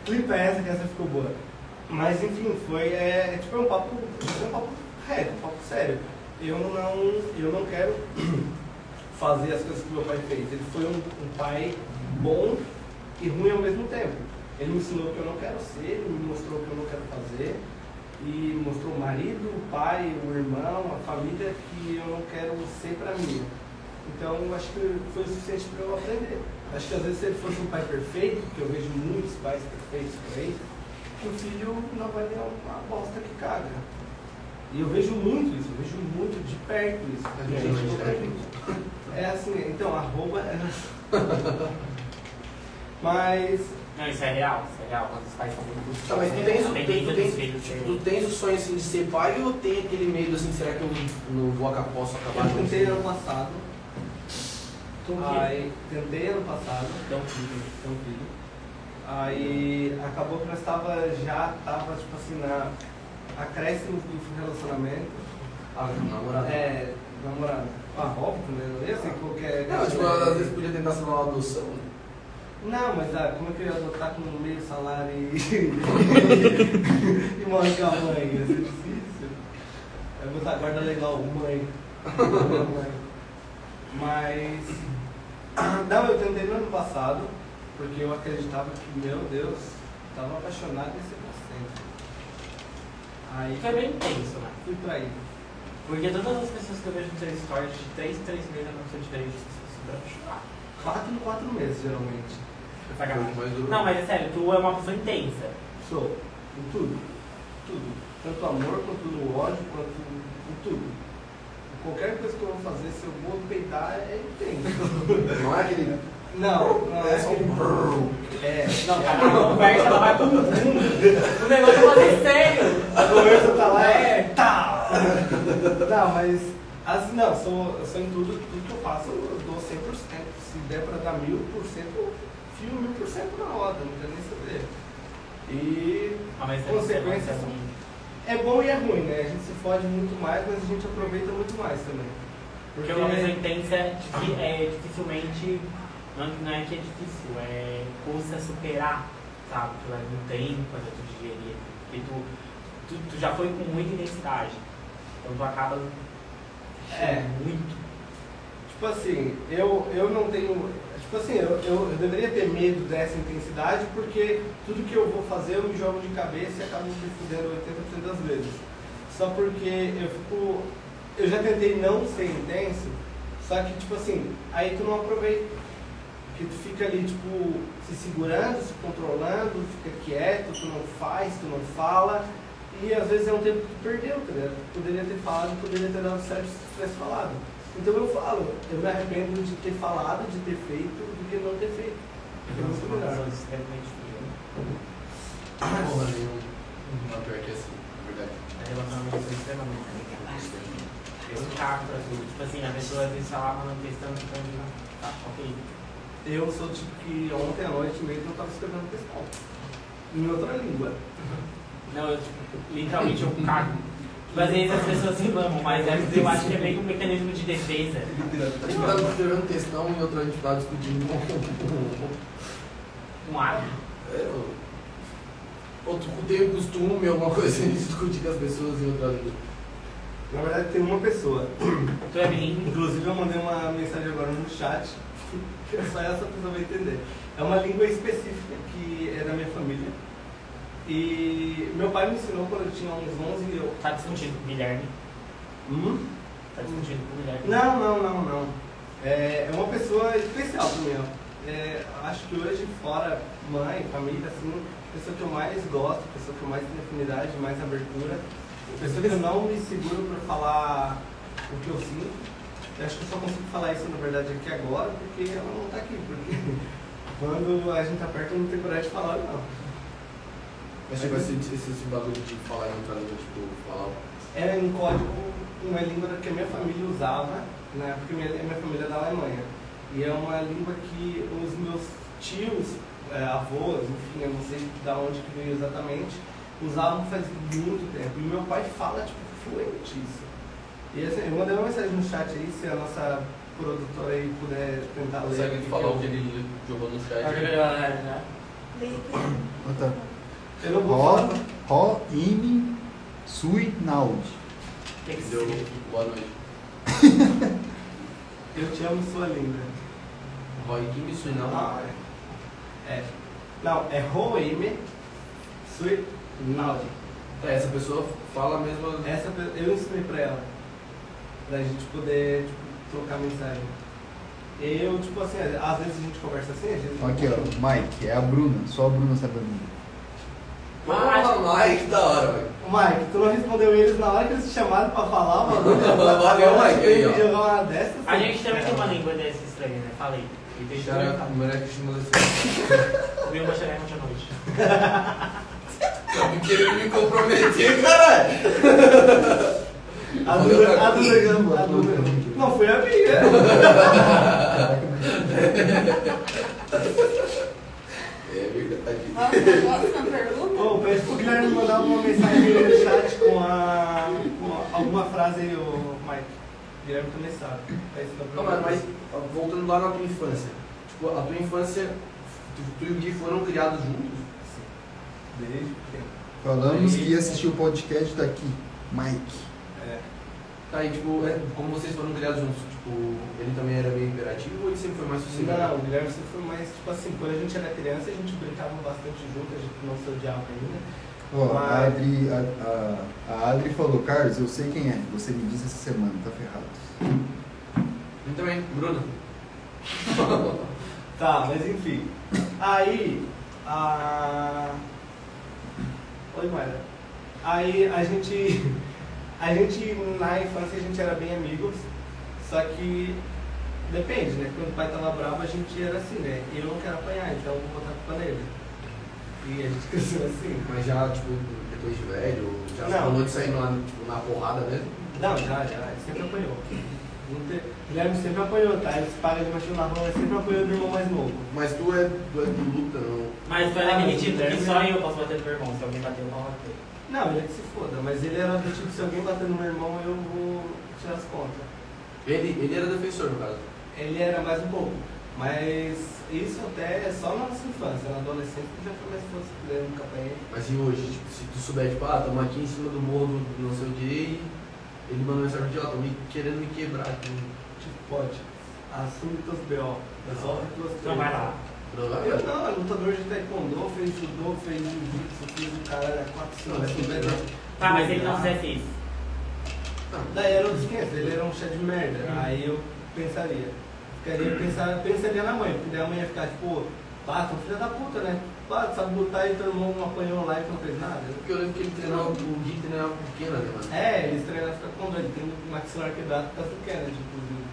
Speaker 3: clipa essa que essa ficou boa. Mas enfim, foi. É, é tipo é um papo. É um papo reto, um papo sério. Eu não, eu não quero fazer as coisas que meu pai fez. Ele foi um, um pai bom e ruim ao mesmo tempo. Ele me ensinou o que eu não quero ser, ele me mostrou o que eu não quero fazer. E mostrou o marido, o pai, o irmão, a família que eu não quero ser pra mim. Então eu acho que foi o suficiente pra eu aprender. Acho que às vezes se ele fosse um pai perfeito, que eu vejo muitos pais perfeitos por aí, que o filho não vai virar uma bosta que caga. E eu vejo muito isso, eu vejo muito de perto isso.
Speaker 2: É, A
Speaker 3: E
Speaker 2: gente não enxerga.
Speaker 3: é assim, então, arroba. é- Mas
Speaker 5: Não, isso é real, isso é real. Os pais são muito
Speaker 2: Tá, mas tu tens, o-
Speaker 5: Tem
Speaker 2: tu,
Speaker 5: vida
Speaker 2: tens,
Speaker 5: dos filhos,
Speaker 2: tipo,
Speaker 5: tem-
Speaker 2: tu tens o sonho assim, de ser pai ou tem aquele medo assim, será que eu não vou acabar, posso acabar
Speaker 3: Eu
Speaker 2: com
Speaker 3: tentei ano
Speaker 2: isso?
Speaker 3: passado.
Speaker 5: Ter um filho.
Speaker 3: Aí, tentei ano passado.
Speaker 5: Ter um filho.
Speaker 3: ter um filho. Aí acabou que nós tava, já tava, tipo assim, na acréscimo do relacionamento.
Speaker 2: Ah, namorado.
Speaker 3: É, namorado. Ah, óbvio, né? Eu sei qual que é.
Speaker 2: Ah. Não, tipo, às vezes podia tentar ser uma adoção. né?
Speaker 3: Não, mas ah, como é que eu ia adotar com meio salário e. e morar com a mãe? Ia ser difícil. Eu vou botar guarda legal, mãe. Minha mãe. Mas. Não, eu tentei no ano passado, porque eu acreditava que, meu Deus, eu tava apaixonado em ser sempre. Aí
Speaker 5: Foi bem intenso, né?
Speaker 3: fui traído.
Speaker 5: Porque todas as pessoas que eu vejo no seu stories, de 3 em 3 meses, eu não sou diferente das pessoas que chorar.
Speaker 3: Quatro em quatro meses, geralmente.
Speaker 5: Sacanagem.
Speaker 2: Mas eu-
Speaker 5: Não, mas é sério, tu é uma pessoa intensa.
Speaker 3: Sou. Em tudo. Tudo. Tanto amor, quanto no ódio, quanto em tudo. Qualquer coisa que eu vou fazer, se eu vou peitar, é intenso.
Speaker 2: Não é aquele.
Speaker 3: Não, não é
Speaker 2: É só um brrr.
Speaker 3: É.
Speaker 5: Não, cara, a conversa ela vai pro mundo. O negócio é fazer sério.
Speaker 3: A conversa tá lá
Speaker 5: É.
Speaker 3: é. Tá! Não, mas. Assim, não, sou, eu sou em tudo, tudo que eu faço, eu dou 100%. Se der pra dar 1000%, eu fio 1000% na roda, não quero nem saber. E
Speaker 5: Ah, mas
Speaker 3: Consequência. É bom e é ruim, né? A gente se fode muito mais, mas a gente aproveita muito mais também.
Speaker 5: Porque uma pessoa intensa é difi- é dificilmente. Não, não é que é difícil, é custa superar, sabe? Tu leva um tempo pra tu digerir. Porque tu, tu, tu já foi com muita intensidade. Então tu acaba.
Speaker 3: É.
Speaker 5: Muito.
Speaker 3: Tipo assim, eu, eu não tenho. Tipo assim, eu, eu, eu deveria ter medo dessa intensidade, porque tudo que eu vou fazer eu me jogo de cabeça e acabo me fudendo 80% das vezes. Só porque eu fico. Eu já tentei não ser intenso, só que, tipo assim, aí tu não aproveita. Porque tu fica ali, tipo, se segurando, se controlando, fica quieto, tu não faz, tu não fala. E às vezes é um tempo que tu perdeu, tá ligado? Tu Poderia ter falado, poderia ter dado certo se tu tivesse falado. Então eu falo, eu me arrependo de ter falado, de ter feito, do que não ter feito.
Speaker 5: Eu não sou uma pessoa extremamente fria.
Speaker 3: Ah,
Speaker 2: Porra nenhuma. Não, pior que é assim, na verdade.
Speaker 5: É relacionamento extremamente Ah, fria. Eu cago pra tudo. Tipo assim, a pessoa às vezes falava uma questão de Tá, ok.
Speaker 3: Eu sou do tipo que ontem à noite mesmo eu tava escrevendo textão. Em outra língua.
Speaker 5: Não, eu, tipo, literalmente eu cago. Tipo, às vezes as pessoas reclamam, mas às vezes eu acho que é meio que um mecanismo de defesa.
Speaker 2: A gente tava escrevendo textão um e outra gente tava discutindo com.
Speaker 5: Um hábito.
Speaker 2: É, ou- Ou tu tem o costume, alguma coisa assim, de discutir com as pessoas em outra língua.
Speaker 3: Na verdade tem uma pessoa.
Speaker 5: Tu é bilíngue?
Speaker 3: Inclusive eu mandei uma mensagem agora no chat, que é só essa pessoa vai entender. É uma língua específica que é da minha família. E meu pai me ensinou quando eu tinha uns 11 e eu.
Speaker 5: Tá discutindo com o Guilherme.
Speaker 3: Hum?
Speaker 5: Tá discutindo com o Guilherme.
Speaker 3: Não, não, não, não. É, é uma pessoa especial pra mim. ó. É, acho que hoje, fora mãe, família, assim, a pessoa que eu mais gosto, a pessoa que eu mais tenho afinidade, mais abertura, a pessoa que eu não me seguro pra falar o que eu sinto. Eu acho que eu só consigo falar isso, na verdade, aqui agora, porque ela não tá aqui. Porque quando a gente tá perto, eu não tem coragem de falar, não.
Speaker 2: Mas tipo esse, esse, esse bagulho de falar em outra língua, tipo, falar.
Speaker 3: É um código, uma língua que a minha família usava, né? porque minha, minha família é da Alemanha. E é uma língua que os meus tios, eh, avós, enfim, eu não sei de onde que veio exatamente, usavam faz muito tempo. E meu pai fala, tipo, fluente isso. E assim, eu mandei uma mensagem no chat aí, se a nossa produtora aí puder tentar ler.
Speaker 2: Consegue
Speaker 3: que
Speaker 2: falar
Speaker 3: eu-
Speaker 2: o que ele jogou no
Speaker 5: Tá
Speaker 2: chat?
Speaker 5: jogando galera, né?
Speaker 4: Ah, tá.
Speaker 3: Eu não vou
Speaker 4: Ro,
Speaker 3: falar.
Speaker 4: Ro, Imi, Sui, Naud.
Speaker 5: Tem que ser.
Speaker 2: Deu boa noite.
Speaker 3: Eu te amo, sua linda.
Speaker 2: Roy Kim e Suinal.
Speaker 3: Ah, é. É. Não, é Roeme Sui Naldi.
Speaker 2: É, essa pessoa fala mesmo.
Speaker 3: Essa pe- eu ensinei pra ela. Pra gente poder tipo, trocar mensagem. Eu, tipo assim, às vezes a gente conversa assim, às vezes.
Speaker 4: Então, Aqui, ó, Mike, é a Bruna, só a Bruna sabe a língua.
Speaker 2: Fala, Mike, que da hora, velho.
Speaker 3: Ô, Mike, tu não respondeu eles na hora que eles te chamaram pra falar, mano.
Speaker 2: Valeu, é Mike, aí, ó.
Speaker 3: Jogar uma assim. dessas,
Speaker 5: tá A gente também tem uma língua dessa estranha, né? Falei. E tem que
Speaker 2: Xarope,
Speaker 5: trocar.
Speaker 2: moleque esmoleceu.
Speaker 5: Comi uma xereca ontem é à noite.
Speaker 2: Tô querendo Tá me comprometer, caralho.
Speaker 3: A Duda, a Duda, já- a Duda. Não, foi a minha.
Speaker 2: É verdade.
Speaker 6: Vamos pra próxima pergunta?
Speaker 3: Ô, pede pro Guilherme mandar uma mensagem aí no chat com, a, com alguma frase aí, ô Mike. Guilherme também sabe. É isso, não é
Speaker 2: Não,
Speaker 3: problema.
Speaker 2: mano, mas ó, voltando lá na tua infância. Tipo, a tua infância, tu, tu e o Gui foram criados juntos?
Speaker 3: Desde pequeno.
Speaker 4: Falamos que ia assistir o podcast daqui. Mike.
Speaker 3: É.
Speaker 2: Tá, e tipo, é, como vocês foram criados juntos? Tipo, ele também era meio imperativo ou ele sempre foi mais
Speaker 3: Não,
Speaker 2: sossegado?
Speaker 3: o Guilherme sempre foi mais, tipo assim, quando a gente era criança, a gente brincava bastante junto, a gente não se odiava ainda.
Speaker 4: Ó, a
Speaker 3: Mas-
Speaker 4: Adri, a, a, a Adri falou, Carlos, eu sei quem é. Você me disse essa semana, tá ferrado.
Speaker 2: Eu também, Bruno.
Speaker 3: Tá, mas enfim. Aí, a. Oi, Mayra. Aí a gente. A gente, na infância, a gente era bem amigos. Só que. Depende, né? Quando o pai tava bravo, a gente era assim, né? Eu não quero apanhar, então eu vou botar a culpa nele. E a gente cresceu assim.
Speaker 2: Mas já, tipo, depois de velho, já
Speaker 3: Não.
Speaker 2: falou de sair na, tipo, na porrada mesmo?
Speaker 3: Não, já, já. Ele sempre apanhou. Não te- Guilherme sempre apanhou, tá? Ele se paga de machinho na rua, mas sempre apanhou do irmão mais novo.
Speaker 2: Mas tu é, tu é do luta, não.
Speaker 5: Mas foi naquele tipo que
Speaker 3: Guilherme-
Speaker 5: só eu posso bater no meu irmão. Se alguém bater, eu não vou bater.
Speaker 3: Não, ele é que se foda, mas ele era do tipo, se alguém bater no meu irmão, eu vou tirar as contas.
Speaker 2: Ele, ele era defensor, no caso.
Speaker 3: Ele era mais um pouco. Mas isso até é só na nossa infância, na adolescência que já foi mais força que ele nunca apanhei.
Speaker 2: Mas e hoje, tipo, se tu souber, tipo, ah, tamo aqui em cima do morro do não sei o quê, e ele mandou mensagem de, ó, tão me querendo me quebrar aqui. né?
Speaker 3: Tipo, pode. Assume teus B.O. Resolve tuas
Speaker 5: Então vai lá.
Speaker 3: Eu
Speaker 2: Provavelmente.
Speaker 3: não, é lutador de taekwondo, fez judô, fez jiu-jitsu, fez o caralho, é 450.
Speaker 5: Tá, mas se ele não fizesse isso.
Speaker 3: Daí era outros 500, ele era um chá de merda. Aí eu pensaria. Ficaria, pensar, pensaria na mãe, porque daí a mãe ia ficar tipo, bata, filho da puta, né? Bata, sabe botar e todo mundo apanhou lá e não fez nada.
Speaker 2: Porque eu lembro que ele treinava, o Gui treinava pequena, né, mano?
Speaker 3: É, eles treinam ficar com dor, ele tem o maxilar quebrado por causa do Kennedy, inclusive.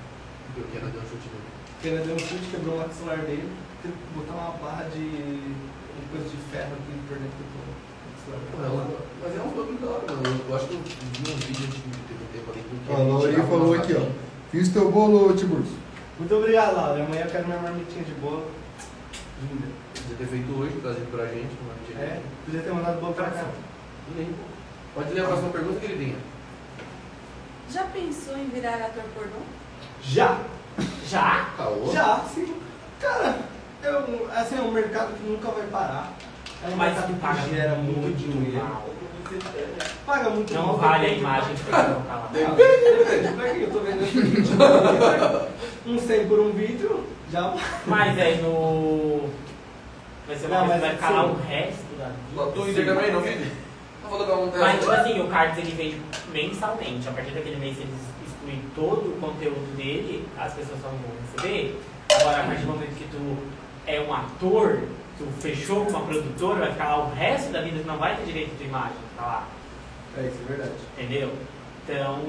Speaker 2: Porque o Kennedy deu um chute nele.
Speaker 3: O Kennedy deu um chute, quebrou o maxilar dele, teve que botar uma barra de. uma coisa de ferro aqui por dentro do
Speaker 2: Porra,
Speaker 3: maxilar.
Speaker 2: ela- Mas é um bagulho da hora, mano. Eu acho que eu vi um vídeo de teve um tempo ali que o
Speaker 4: Ó, a
Speaker 2: Kennedy
Speaker 4: Lauri
Speaker 2: tirava
Speaker 4: falou
Speaker 2: umas
Speaker 4: aqui,
Speaker 2: latinhas.
Speaker 4: ó. Fiz teu bolo, Tiburcio.
Speaker 3: Muito obrigado, Laura. Amanhã eu quero minha marmitinha de bolo. Linda.
Speaker 2: Podia ter feito hoje, trazido pra gente, mas tinha-
Speaker 3: É, podia ter mandado bolo pra cá.
Speaker 2: Não lembro. Pode ler a próxima pergunta, queridinha.
Speaker 6: Já pensou em virar ator pornô?
Speaker 3: Já!
Speaker 5: Já?
Speaker 4: Tá,
Speaker 2: Caô?
Speaker 3: Já, sim. Cara, eu, assim, é um mercado que nunca vai parar. É um
Speaker 5: Mas
Speaker 3: mercado
Speaker 5: que paga
Speaker 3: gera muito dinheiro.
Speaker 5: mal.
Speaker 3: Paga muito
Speaker 5: Não
Speaker 3: mal,
Speaker 5: vale a
Speaker 3: tem que-
Speaker 5: imagem que eu colocar lá.
Speaker 3: Depende, aqui, eu tô vendendo por 20 reais, um 100 por um vídeo, já
Speaker 5: Mas é no. Vai ser uma
Speaker 3: Não,
Speaker 5: coisa que
Speaker 3: mas
Speaker 5: vai ficar lá
Speaker 3: sim.
Speaker 5: o resto da vida.
Speaker 2: No Twitter também, não vive? Não vou colocar um
Speaker 5: Mas, tipo assim, o Cards ele vende mensalmente. A partir daquele mês, se eles excluem todo o conteúdo dele, as pessoas só vão receber. Agora, a partir do momento que tu é um ator, tu fechou com uma produtora, vai ficar lá o resto da vida, tu não vai ter direito de imagem, tá lá,
Speaker 3: É isso, é verdade.
Speaker 5: entendeu? Então,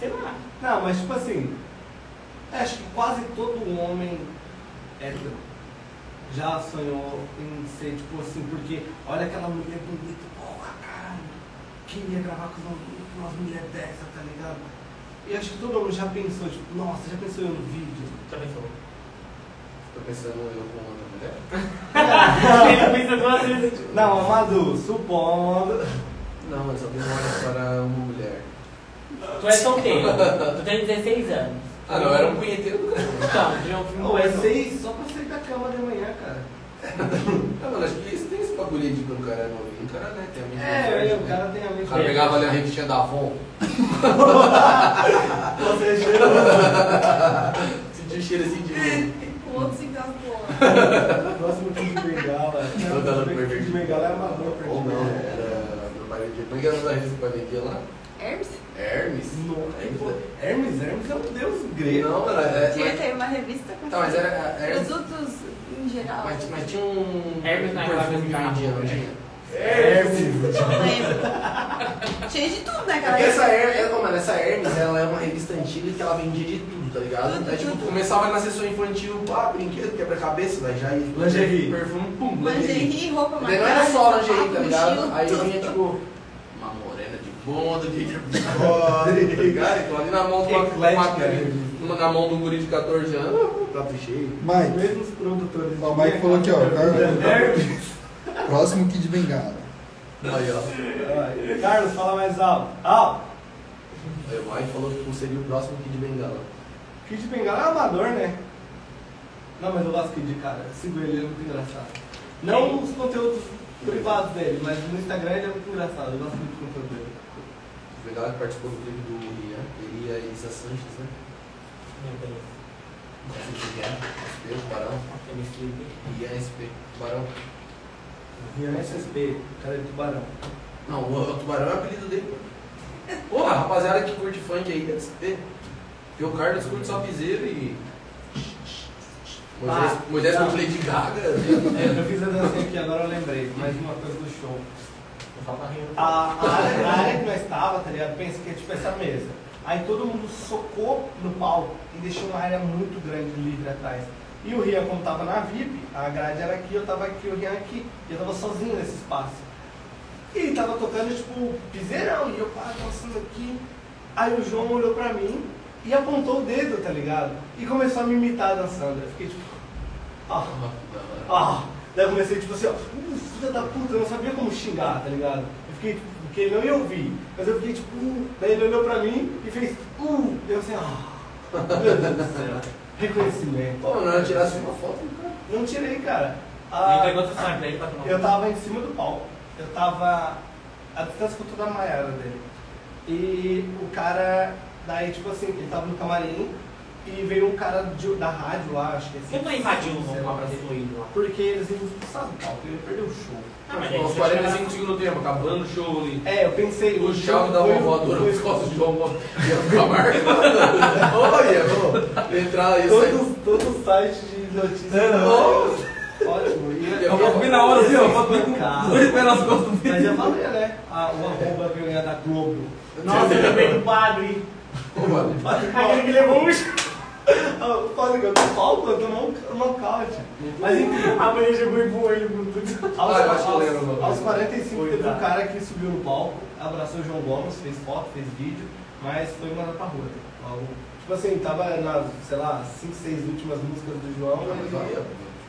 Speaker 5: sei lá.
Speaker 3: Não, mas tipo assim, acho que quase todo homem hétero já sonhou em ser tipo assim, porque olha aquela mulher bonita, porra, caralho, queria gravar com uma- umas mulheres dessa, tá ligado? E acho que todo mundo já pensou, tipo, nossa, já pensou eu no vídeo?
Speaker 5: Já pensou?
Speaker 2: Tô pensando eu com outra mulher.
Speaker 5: ele pensa duas vezes. tipo,
Speaker 3: Não, Amadu, supondo.
Speaker 2: Não, mas eu tenho olhos para uma mulher.
Speaker 5: Tu é solteiro, tu tem 16 anos.
Speaker 2: Ah, não, era um punheteiro do cara.
Speaker 5: Então, tu já é um filme
Speaker 3: Não, é
Speaker 5: pornô.
Speaker 3: seis só pra sair da cama de manhã, cara.
Speaker 2: Não, Ah, mano, acho que isso tem esse bagulho aí de quando o cara é novinho. O cara, né, tem a mente
Speaker 3: É,
Speaker 2: fértil,
Speaker 3: o
Speaker 2: né?
Speaker 3: cara tem a mente.
Speaker 2: O cara pegava ali a revistinha da Avon,
Speaker 3: Você cheirou.
Speaker 2: sentia o cheiro assim de...
Speaker 6: O outro se engasgou.
Speaker 3: Próximo Kid Bengala.
Speaker 2: Toda ela
Speaker 3: Próximo Kid Bengala é Amador, perdi.
Speaker 2: Ou não, era... Meu pai vendia... Como é que era o da revista que o pai vendia lá?
Speaker 6: Hermes?
Speaker 2: Hermes? Hermes, né?
Speaker 3: Não, é Hermes, Hermes é um deus grego.
Speaker 2: Não, mano, é...
Speaker 6: Tinha
Speaker 2: mas-
Speaker 6: teve uma revista com
Speaker 2: Tá, mas era... era-
Speaker 6: produtos em geral.
Speaker 2: Mas, mas tinha um...
Speaker 5: Hermes na
Speaker 2: um perfume
Speaker 5: Inglaterra.
Speaker 2: que vendia, não tinha? Hermes.
Speaker 6: Não lembro. Tinha de tudo né, naquela
Speaker 2: Essa Hermes, é, mano, essa Hermes, ela é uma revista antiga que ela vendia de tudo, tá ligado?
Speaker 6: Tudo,
Speaker 2: é tipo,
Speaker 6: tudo.
Speaker 2: começava na sessão infantil, pá, brinquedo, quebra-cabeça, daí já ia.
Speaker 1: Lingerie.
Speaker 2: Perfume, pum, lingerie.
Speaker 6: Lingerie, roupa
Speaker 2: Daí
Speaker 6: marcada.
Speaker 2: não era só lingerie,
Speaker 6: sapato,
Speaker 2: tá ligado?
Speaker 6: mochila,
Speaker 2: Aí
Speaker 6: tudo.
Speaker 2: vinha, tipo, uma morena de bunda, de bigode, tá ligado? Então, ali na mão, de uma,
Speaker 1: Eclética, né?
Speaker 2: uma, na mão do guri de 14 anos, prato cheio.
Speaker 4: Mike,
Speaker 3: Mesmo os produtores.
Speaker 4: ó, o Mike falou aqui, ó, Carlos, próximo Kid Bengala.
Speaker 2: Aí, ó.
Speaker 3: Vai. Carlos, fala mais alto. Alto.
Speaker 2: Aí o Mike falou que seria o próximo Kid Bengala.
Speaker 3: Kid Bengala é amador, né? Não, mas eu gosto do Kid, cara. Eu Sigo ele, ele é muito engraçado. Não os conteúdos privados dele, mas no Instagram ele é muito engraçado. Eu gosto muito do conteúdo dele.
Speaker 2: O Bengala que participou do clipe do Rian, ele e a Isa Sanches, né?
Speaker 5: Meu Deus.
Speaker 2: É. SP, o Barão.
Speaker 5: Aquele filme.
Speaker 2: Rian SP, Barão.
Speaker 3: E a SSB, cara de tubarão.
Speaker 2: Não, o, o Tubarão é o apelido dele. pô. Porra, rapaziada que curte funk aí deve saber. Porque o Carlos curte só piseiro e. Moisés,
Speaker 3: Ah,
Speaker 2: Moisés
Speaker 3: não.
Speaker 2: com Lady Gaga. né?
Speaker 3: É, eu fiz a dancinha aqui, agora eu lembrei. Mais uma coisa do show.
Speaker 5: Não falta rir.
Speaker 3: A, a, área, a área que nós estava, tá ligado? Pensa que é tipo essa mesa. Aí todo mundo socou no palco e deixou uma área muito grande livre atrás. E o Rian, como tava na VIP, a grade era aqui, eu tava aqui, o Rian aqui. E eu tava sozinho nesse espaço. E ele tava tocando, tipo, piseirão. E eu, pá, dançando aqui. Aí o João olhou pra mim e apontou o dedo, tá ligado? E começou a me imitar dançando. Eu fiquei tipo, ó. Ah, daí eu comecei tipo assim, ó, "Uh, filha da puta, eu não sabia como xingar, tá ligado? Eu fiquei tipo, porque ele não ia ouvir, mas eu fiquei tipo, uh, daí ele olhou pra mim e fez, uh, daí eu assim, ah, meu Deus do céu, reconhecimento.
Speaker 2: Pô, não, eu tirasse uma foto. né? cara.
Speaker 3: Não tirei, cara. Ah,
Speaker 5: Ele pegou outro sonho pra ele pra tomar. um
Speaker 3: eu tava em cima do palco. Eu tava a distância que eu tô da Maiara dele. E o cara, daí, tipo assim, ele tava no camarim e veio um cara de- da rádio lá, acho que é assim.
Speaker 5: Você não invadiu o
Speaker 3: sei
Speaker 5: vão
Speaker 3: lá,
Speaker 5: lá pra fluido lá.
Speaker 3: Porque eles iam expulsar do palco, ele perdeu o show.
Speaker 5: Ah, mas
Speaker 2: Uns 45 segundos do tempo, acabando o show ali.
Speaker 3: É, eu pensei.
Speaker 2: O chave da
Speaker 3: foi-
Speaker 2: vovó dura
Speaker 3: foi-
Speaker 2: nos costas de vovó. Ia ficar marcado. Olha, pô. Entrar e sair.
Speaker 3: Todo, todo site de notícias. Ótimo. E
Speaker 2: Eu vou
Speaker 7: na hora, assim, ó, eu vou vir com
Speaker 3: Cara,
Speaker 7: dois pés nas costas do
Speaker 3: Mas
Speaker 7: vídeo.
Speaker 3: eu falei, né? A, o arroba veio ganhar da Globo.
Speaker 5: Nossa, eu lembrei do padre.
Speaker 2: Ô, mano.
Speaker 5: Aquele que levou um chute.
Speaker 3: Ah, Quase que eu tô palco, eu tomou um nocaute. Mas enfim,
Speaker 5: A mulher jogou e voou ele com tudo.
Speaker 3: aos,
Speaker 2: Ah, eu acho que eu
Speaker 3: aos-
Speaker 2: lembro, mano.
Speaker 3: aos 45 teve
Speaker 5: Cuidado.
Speaker 3: um cara que subiu no palco, abraçou o João Gomes, fez foto, fez vídeo, mas foi mandado pra rua. Algo- Tipo assim, tava nas, sei lá, 5, 6 últimas músicas do João.
Speaker 2: Mas
Speaker 3: ele-
Speaker 2: valeu.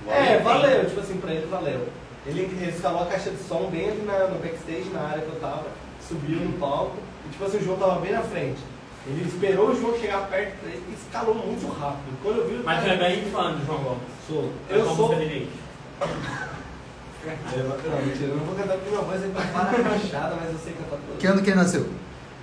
Speaker 3: É, valeu, tipo assim, pra ele valeu. Ele, ele escalou a caixa de som bem ali na, no backstage, na área que eu tava, subiu no palco, e tipo assim, o João tava bem na frente. Ele esperou o João chegar perto dele e escalou muito rápido. Quando eu vi o
Speaker 5: Mas
Speaker 3: cara-
Speaker 5: eu é bem fã do João Gomes.
Speaker 3: sou. Eu
Speaker 5: Como
Speaker 3: sou.
Speaker 5: você diria?
Speaker 3: É, Não, mentira, eu não vou cantar porque minha voz é para rachada, mas eu sei cantar tudo.
Speaker 4: Que ano que ele nasceu?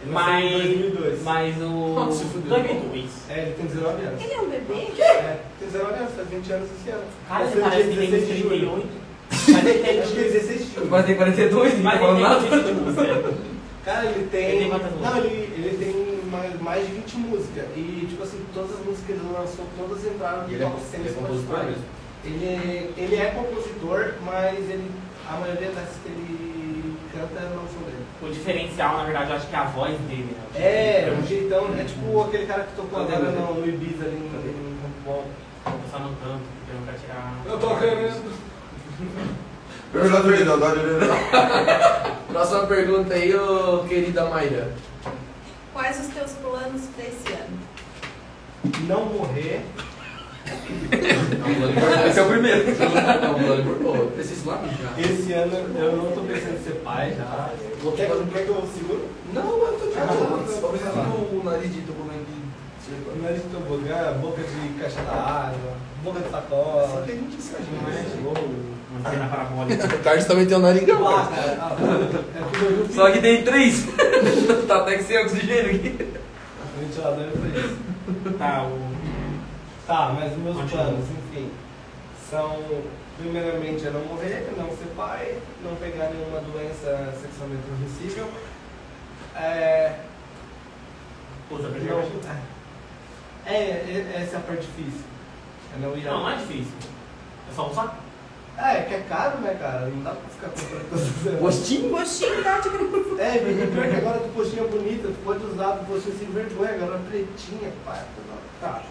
Speaker 3: Ele nasceu em 2002.
Speaker 5: Mas
Speaker 2: Quanto se fudeu?
Speaker 5: o. 2002.
Speaker 3: É, ele tem 19
Speaker 2: tipo,
Speaker 3: anos.
Speaker 6: Ele é um bebê?
Speaker 3: É, tem 19 anos, faz 20 anos esse ano.
Speaker 5: Cara,
Speaker 3: Nasceu
Speaker 5: esse
Speaker 3: dia
Speaker 5: cara que tem
Speaker 3: 16 de julho.
Speaker 5: 38. Mas ele tem
Speaker 3: Acho que é 16 de julho.
Speaker 7: Agora tem 42, não
Speaker 5: Mas
Speaker 7: fala nada.
Speaker 5: ele tem 22, né?
Speaker 3: Cara, ele tem.
Speaker 5: Ele tem quantas músicas?
Speaker 3: não, ele, ele tem mais, mais de 20 músicas. E, tipo assim, todas as músicas que ele lançou, todas entraram
Speaker 2: E
Speaker 3: no
Speaker 2: ele é-
Speaker 3: top 100
Speaker 2: ele é
Speaker 3: Spotify.
Speaker 2: compositor mesmo?
Speaker 3: Ele é, ele é compositor, mas ele, a maioria das que ele canta é não são dele.
Speaker 5: O diferencial, na verdade, eu acho que é a voz dele. né?
Speaker 3: É, um jeitão, é tipo aquele cara que tocou
Speaker 2: Cadê
Speaker 3: agora
Speaker 2: ele?
Speaker 3: no, no Ibiza ali em em Campo Bom.
Speaker 5: Vou passar no canto, porque eu não quero tirar.
Speaker 2: Próxima pergunta aí, ô querida Mayra.
Speaker 6: Quais os teus planos pra esse ano?
Speaker 3: Não morrer.
Speaker 2: Esse é o primeiro. Não, Pô, preciso lá mijar.
Speaker 3: Esse ano eu não tô pensando em ser pai já. Vou quer, quer que eu seguro?
Speaker 2: Não, mano, tô de boa.
Speaker 3: Ah,
Speaker 2: Só preciso
Speaker 3: tá.
Speaker 2: do nariz de tobogã de circo.
Speaker 3: Nariz de tobogã, boca de caixa d'água, boca de sacola. Né, Tem gente que se imagina.
Speaker 5: Manter na tipo, parabólica.
Speaker 2: O Carlos também tem o narigão.
Speaker 3: Ah, cara, ah, é porque eu vi o filme.
Speaker 7: Só que tem três. tá até que sem oxigênio aqui.
Speaker 3: O ventilador é pra isso.
Speaker 5: Tá, o.
Speaker 3: Tá, mas os meus
Speaker 5: Continua.
Speaker 3: planos, enfim, são primeiramente é não morrer, não ser pai, não pegar nenhuma doença sexualmente transmissível. É,
Speaker 5: Usa preservativo.
Speaker 3: não, é, é- essa é a parte difícil. É não ir
Speaker 5: Não,
Speaker 3: ao-
Speaker 5: não é difícil. É só usar.
Speaker 3: Ah, é que é caro, né, cara? Não dá pra ficar comprando todas as
Speaker 7: Gostinho?
Speaker 6: Gostinho dá de grupo.
Speaker 3: É, e pior que agora tu postinha bonita, tu pode usar tu postinha sem vergonha, agora é pretinha, pá. Tá.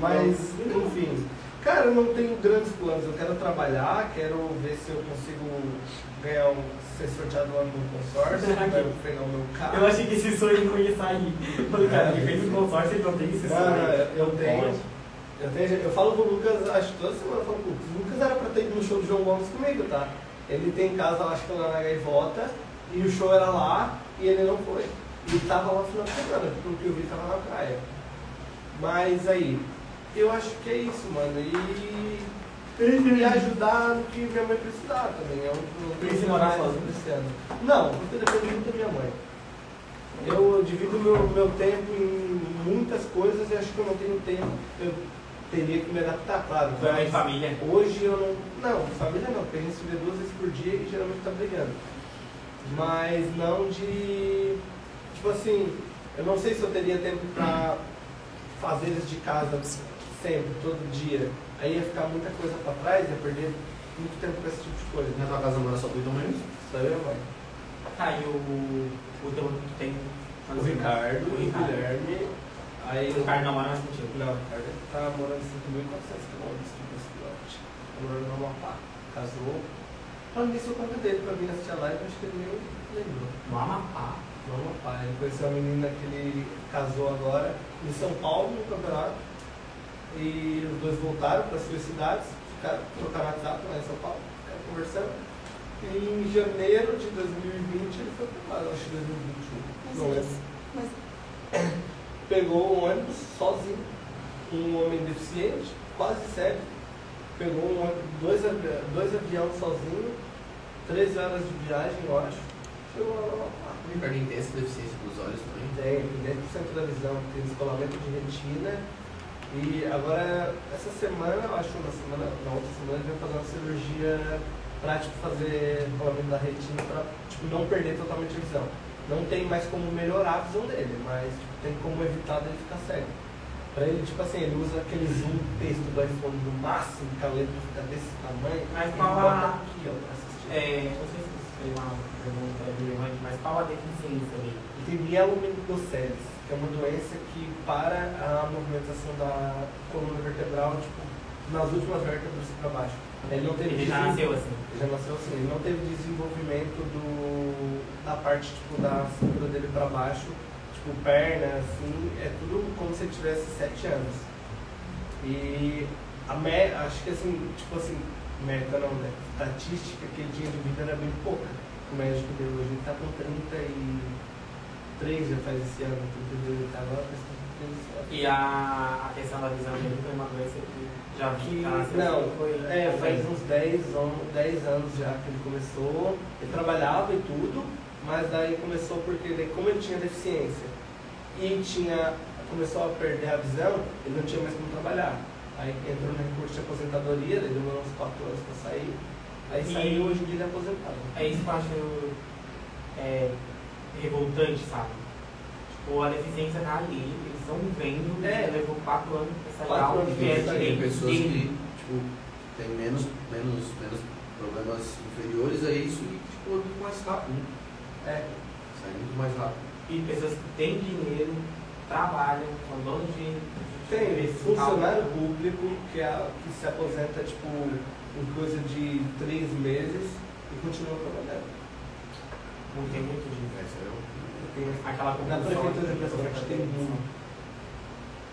Speaker 3: Mas, enfim. Cara, eu não tenho grandes planos. Eu quero trabalhar, quero ver se eu consigo ganhar um, ser sorteado lá no consórcio, pra eu pegar o meu carro.
Speaker 5: Eu achei que esse sonho não ia sair. Falei, cara, ele fez um consórcio, ele não tem esse é um
Speaker 3: Mano,
Speaker 5: sonho.
Speaker 3: eu tenho. Eu, tenho, eu falo pro Lucas, acho que toda semana eu falo com o Lucas. O Lucas era pra ter ido no show do João Gomes comigo, tá? Ele tem casa, acho que lá na Gaivota, e o show era lá, e ele não foi. E tava lá no final de semana, pelo que eu vi, tava na praia. Mas aí, eu acho que é isso, mano. E, e ajudar no que minha mãe precisar também. Eu não
Speaker 5: E se morar
Speaker 3: mais
Speaker 5: sozinho?
Speaker 3: esse ano. Não, porque depende muito da minha mãe. Eu divido meu, meu tempo em muitas coisas e acho que eu não tenho tempo. Eu teria que me adaptar, claro.
Speaker 5: Foi mãe
Speaker 3: mas
Speaker 5: de família.
Speaker 3: Hoje eu não. Não, família não, porque a gente se vê duas vezes por dia e geralmente tá brigando. Mas não de. Tipo assim, eu não sei se eu teria tempo pra fazer isso de casa sempre, todo dia. Aí ia ficar muita coisa pra trás, ia perder muito tempo pra esse tipo de coisa.
Speaker 2: Na tua casa mora só tu e tua mãe?
Speaker 3: Só eu, mãe.
Speaker 5: Tá, e o, o teu que tem.
Speaker 3: O Ricardo,
Speaker 5: O
Speaker 3: o
Speaker 5: Ricardo.
Speaker 3: Guilherme. Aí
Speaker 5: O Ricardo não mora mais contigo.
Speaker 3: Não, o Ricardo tá morando em 5.400 quilômetros de Brasilópolis. Tá morando no Amapá. Casou. Falando nisso, eu convidei ele pra vir assistir a live, acho que ele nem lembrou.
Speaker 5: No Amapá.
Speaker 3: No Amapá. Ele conheceu a menina que ele casou agora em São Paulo, no campeonato. E os dois voltaram para suas cidades, ficaram, trocaram WhatsApp lá em São Paulo, ficaram conversando. E em janeiro de 2020 ele foi pro Brasil, acho que 2021. Não lembro
Speaker 6: Mas
Speaker 3: pegou um ônibus sozinho. Um homem deficiente, quase cego, pegou um ônibus, dois, avi- dois aviões sozinho, 13 horas de viagem, eu acho. Chegou lá, lá,
Speaker 2: O Ricardo tem essa deficiência dos olhos também.
Speaker 3: tem 10% da visão, tem descolamento de retina. E agora, essa semana, eu acho, na, semana, na outra semana, ele vai fazer uma cirurgia pra tipo, fazer descolamento da retina pra tipo, não perder totalmente a visão. Não tem mais como melhorar a visão dele, mas tipo, tem como evitar dele ficar cego. Pra ele, tipo assim, ele usa aquele zoom texto do iPhone no máximo, que a letra fica desse tamanho,
Speaker 5: Mas
Speaker 3: e
Speaker 5: fala-
Speaker 3: bota aqui, ó, pra assistir.
Speaker 5: É, eu não sei se foi uma pergunta relevante, mas qual a deficiência dele?
Speaker 3: E tem mielomeningocele, que é uma doença que para a movimentação da coluna vertebral, tipo, nas últimas vértebras para baixo. Ele É, não teve
Speaker 5: Ele já nasceu
Speaker 3: desen-
Speaker 5: assim.
Speaker 3: ele já nasceu assim, ele não teve desenvolvimento do, da parte tipo, da cintura dele para baixo, tipo perna, assim, é tudo como se ele tivesse 7 anos. E a me, acho que assim, tipo assim, meta não, né? Estatística que ele tinha de vida era bem pouca. O médico deu hoje, ele tá com 33 já faz esse ano, 32 ele tá agora, faz 33 esse ano.
Speaker 5: E a, a questão da visão dele foi uma doença que já
Speaker 3: Que,
Speaker 5: já nasceu
Speaker 3: não,
Speaker 5: assim, foi.
Speaker 3: Ah, é, faz uns 10, on- 10 anos já que ele começou. Ele trabalhava e tudo, mas daí começou porque, daí, como ele tinha deficiência e tinha, começou a perder a visão, ele não tinha mais como trabalhar. Aí entrou no recurso de aposentadoria, daí demorou uns 4 anos pra sair. Aí
Speaker 5: E-
Speaker 3: saiu hoje em dia ele é aposentado.
Speaker 5: É isso que eu acho é, revoltante, sabe? Tipo, a deficiência tá ali, eles estão vendo,
Speaker 3: É.
Speaker 5: levou quatro anos pra sair
Speaker 3: Quatro
Speaker 5: algo
Speaker 3: anos
Speaker 5: que é
Speaker 3: pra
Speaker 2: Tem
Speaker 3: sair,
Speaker 5: direito
Speaker 2: pessoas que,
Speaker 5: dele.
Speaker 2: tipo, tem menos, menos, menos problemas inferiores a isso e, tipo, é muito mais rápido. né?
Speaker 3: É,
Speaker 2: Sai muito mais rápido.
Speaker 5: E pessoas que têm dinheiro, trabalham, são donos de. de
Speaker 3: Tem
Speaker 5: empresas e tal.
Speaker 3: funcionário público que, é- que se aposenta tipo em coisa de 3 meses e continua trabalhando.
Speaker 5: Não tem muito dinheiro.
Speaker 2: Essa é o-
Speaker 3: Tem
Speaker 5: Aquela
Speaker 3: Na
Speaker 5: confusão.
Speaker 3: prefeitura de Pessoa tem muito.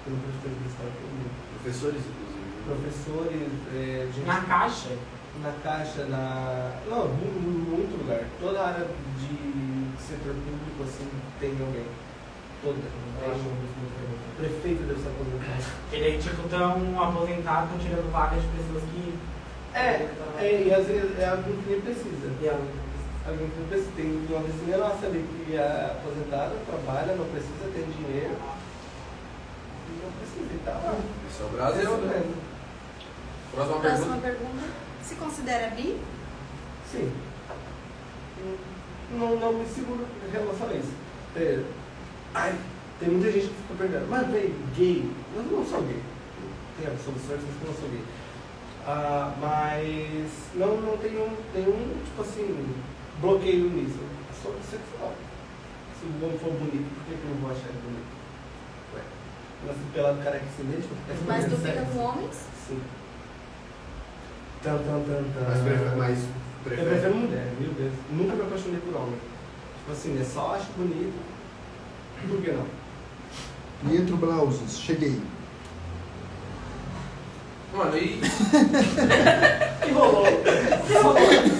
Speaker 3: Pelo prefeitura de Pessoa tem muito.
Speaker 2: Professores, inclusive. né?
Speaker 3: Professores, é, gente
Speaker 5: Na caixa,
Speaker 3: na caixa, na. Não, mu- mu- muito lugar. Toda área de setor público assim tem alguém. Toda. Eu acho que o prefeito deve se aposentar.
Speaker 5: ele é tipo tão aposentado, tão tirando vagas de pessoas que.
Speaker 3: É, é, e às vezes é algo que nem precisa.
Speaker 5: e ela-
Speaker 3: Alguém que não precisa. Tem uma vizinha nossa ali que é aposentada, trabalha, não precisa, tem dinheiro. E Não precisa, e tá lá.
Speaker 2: Esse é o Brasil, né?
Speaker 3: Recebendo.
Speaker 2: Próxima
Speaker 6: Próxima
Speaker 2: pergunta.
Speaker 6: pergunta. Se considera bi?
Speaker 3: Sim. Não, não me seguro em relação a isso. É, ai, tem muita gente que fica perguntando, mas véi, gay. Mas eu não sou gay. Tem absolvições, mas eu não sou gay. Ah, mas não, não tem um, nenhum, tipo assim, bloqueio nisso. É só sexual. Se o homem for bonito, por que, que eu não vou achar ele bonito? Ué, nasce pelado careca é sem dente, eu fico
Speaker 2: é
Speaker 6: Mas tu
Speaker 3: pensando,
Speaker 6: fica
Speaker 3: sério.
Speaker 6: com homens?
Speaker 3: Sim. Tan, tan, tan, tan.
Speaker 9: Mas prefere, mas
Speaker 3: Eu
Speaker 9: prefere.
Speaker 3: prefiro mulher, mil vezes. Nunca me apaixonei por homem. Tipo assim, é só acho bonito. Por que não?
Speaker 4: Nitro Blausos, cheguei.
Speaker 2: Mano, e
Speaker 5: que rolou?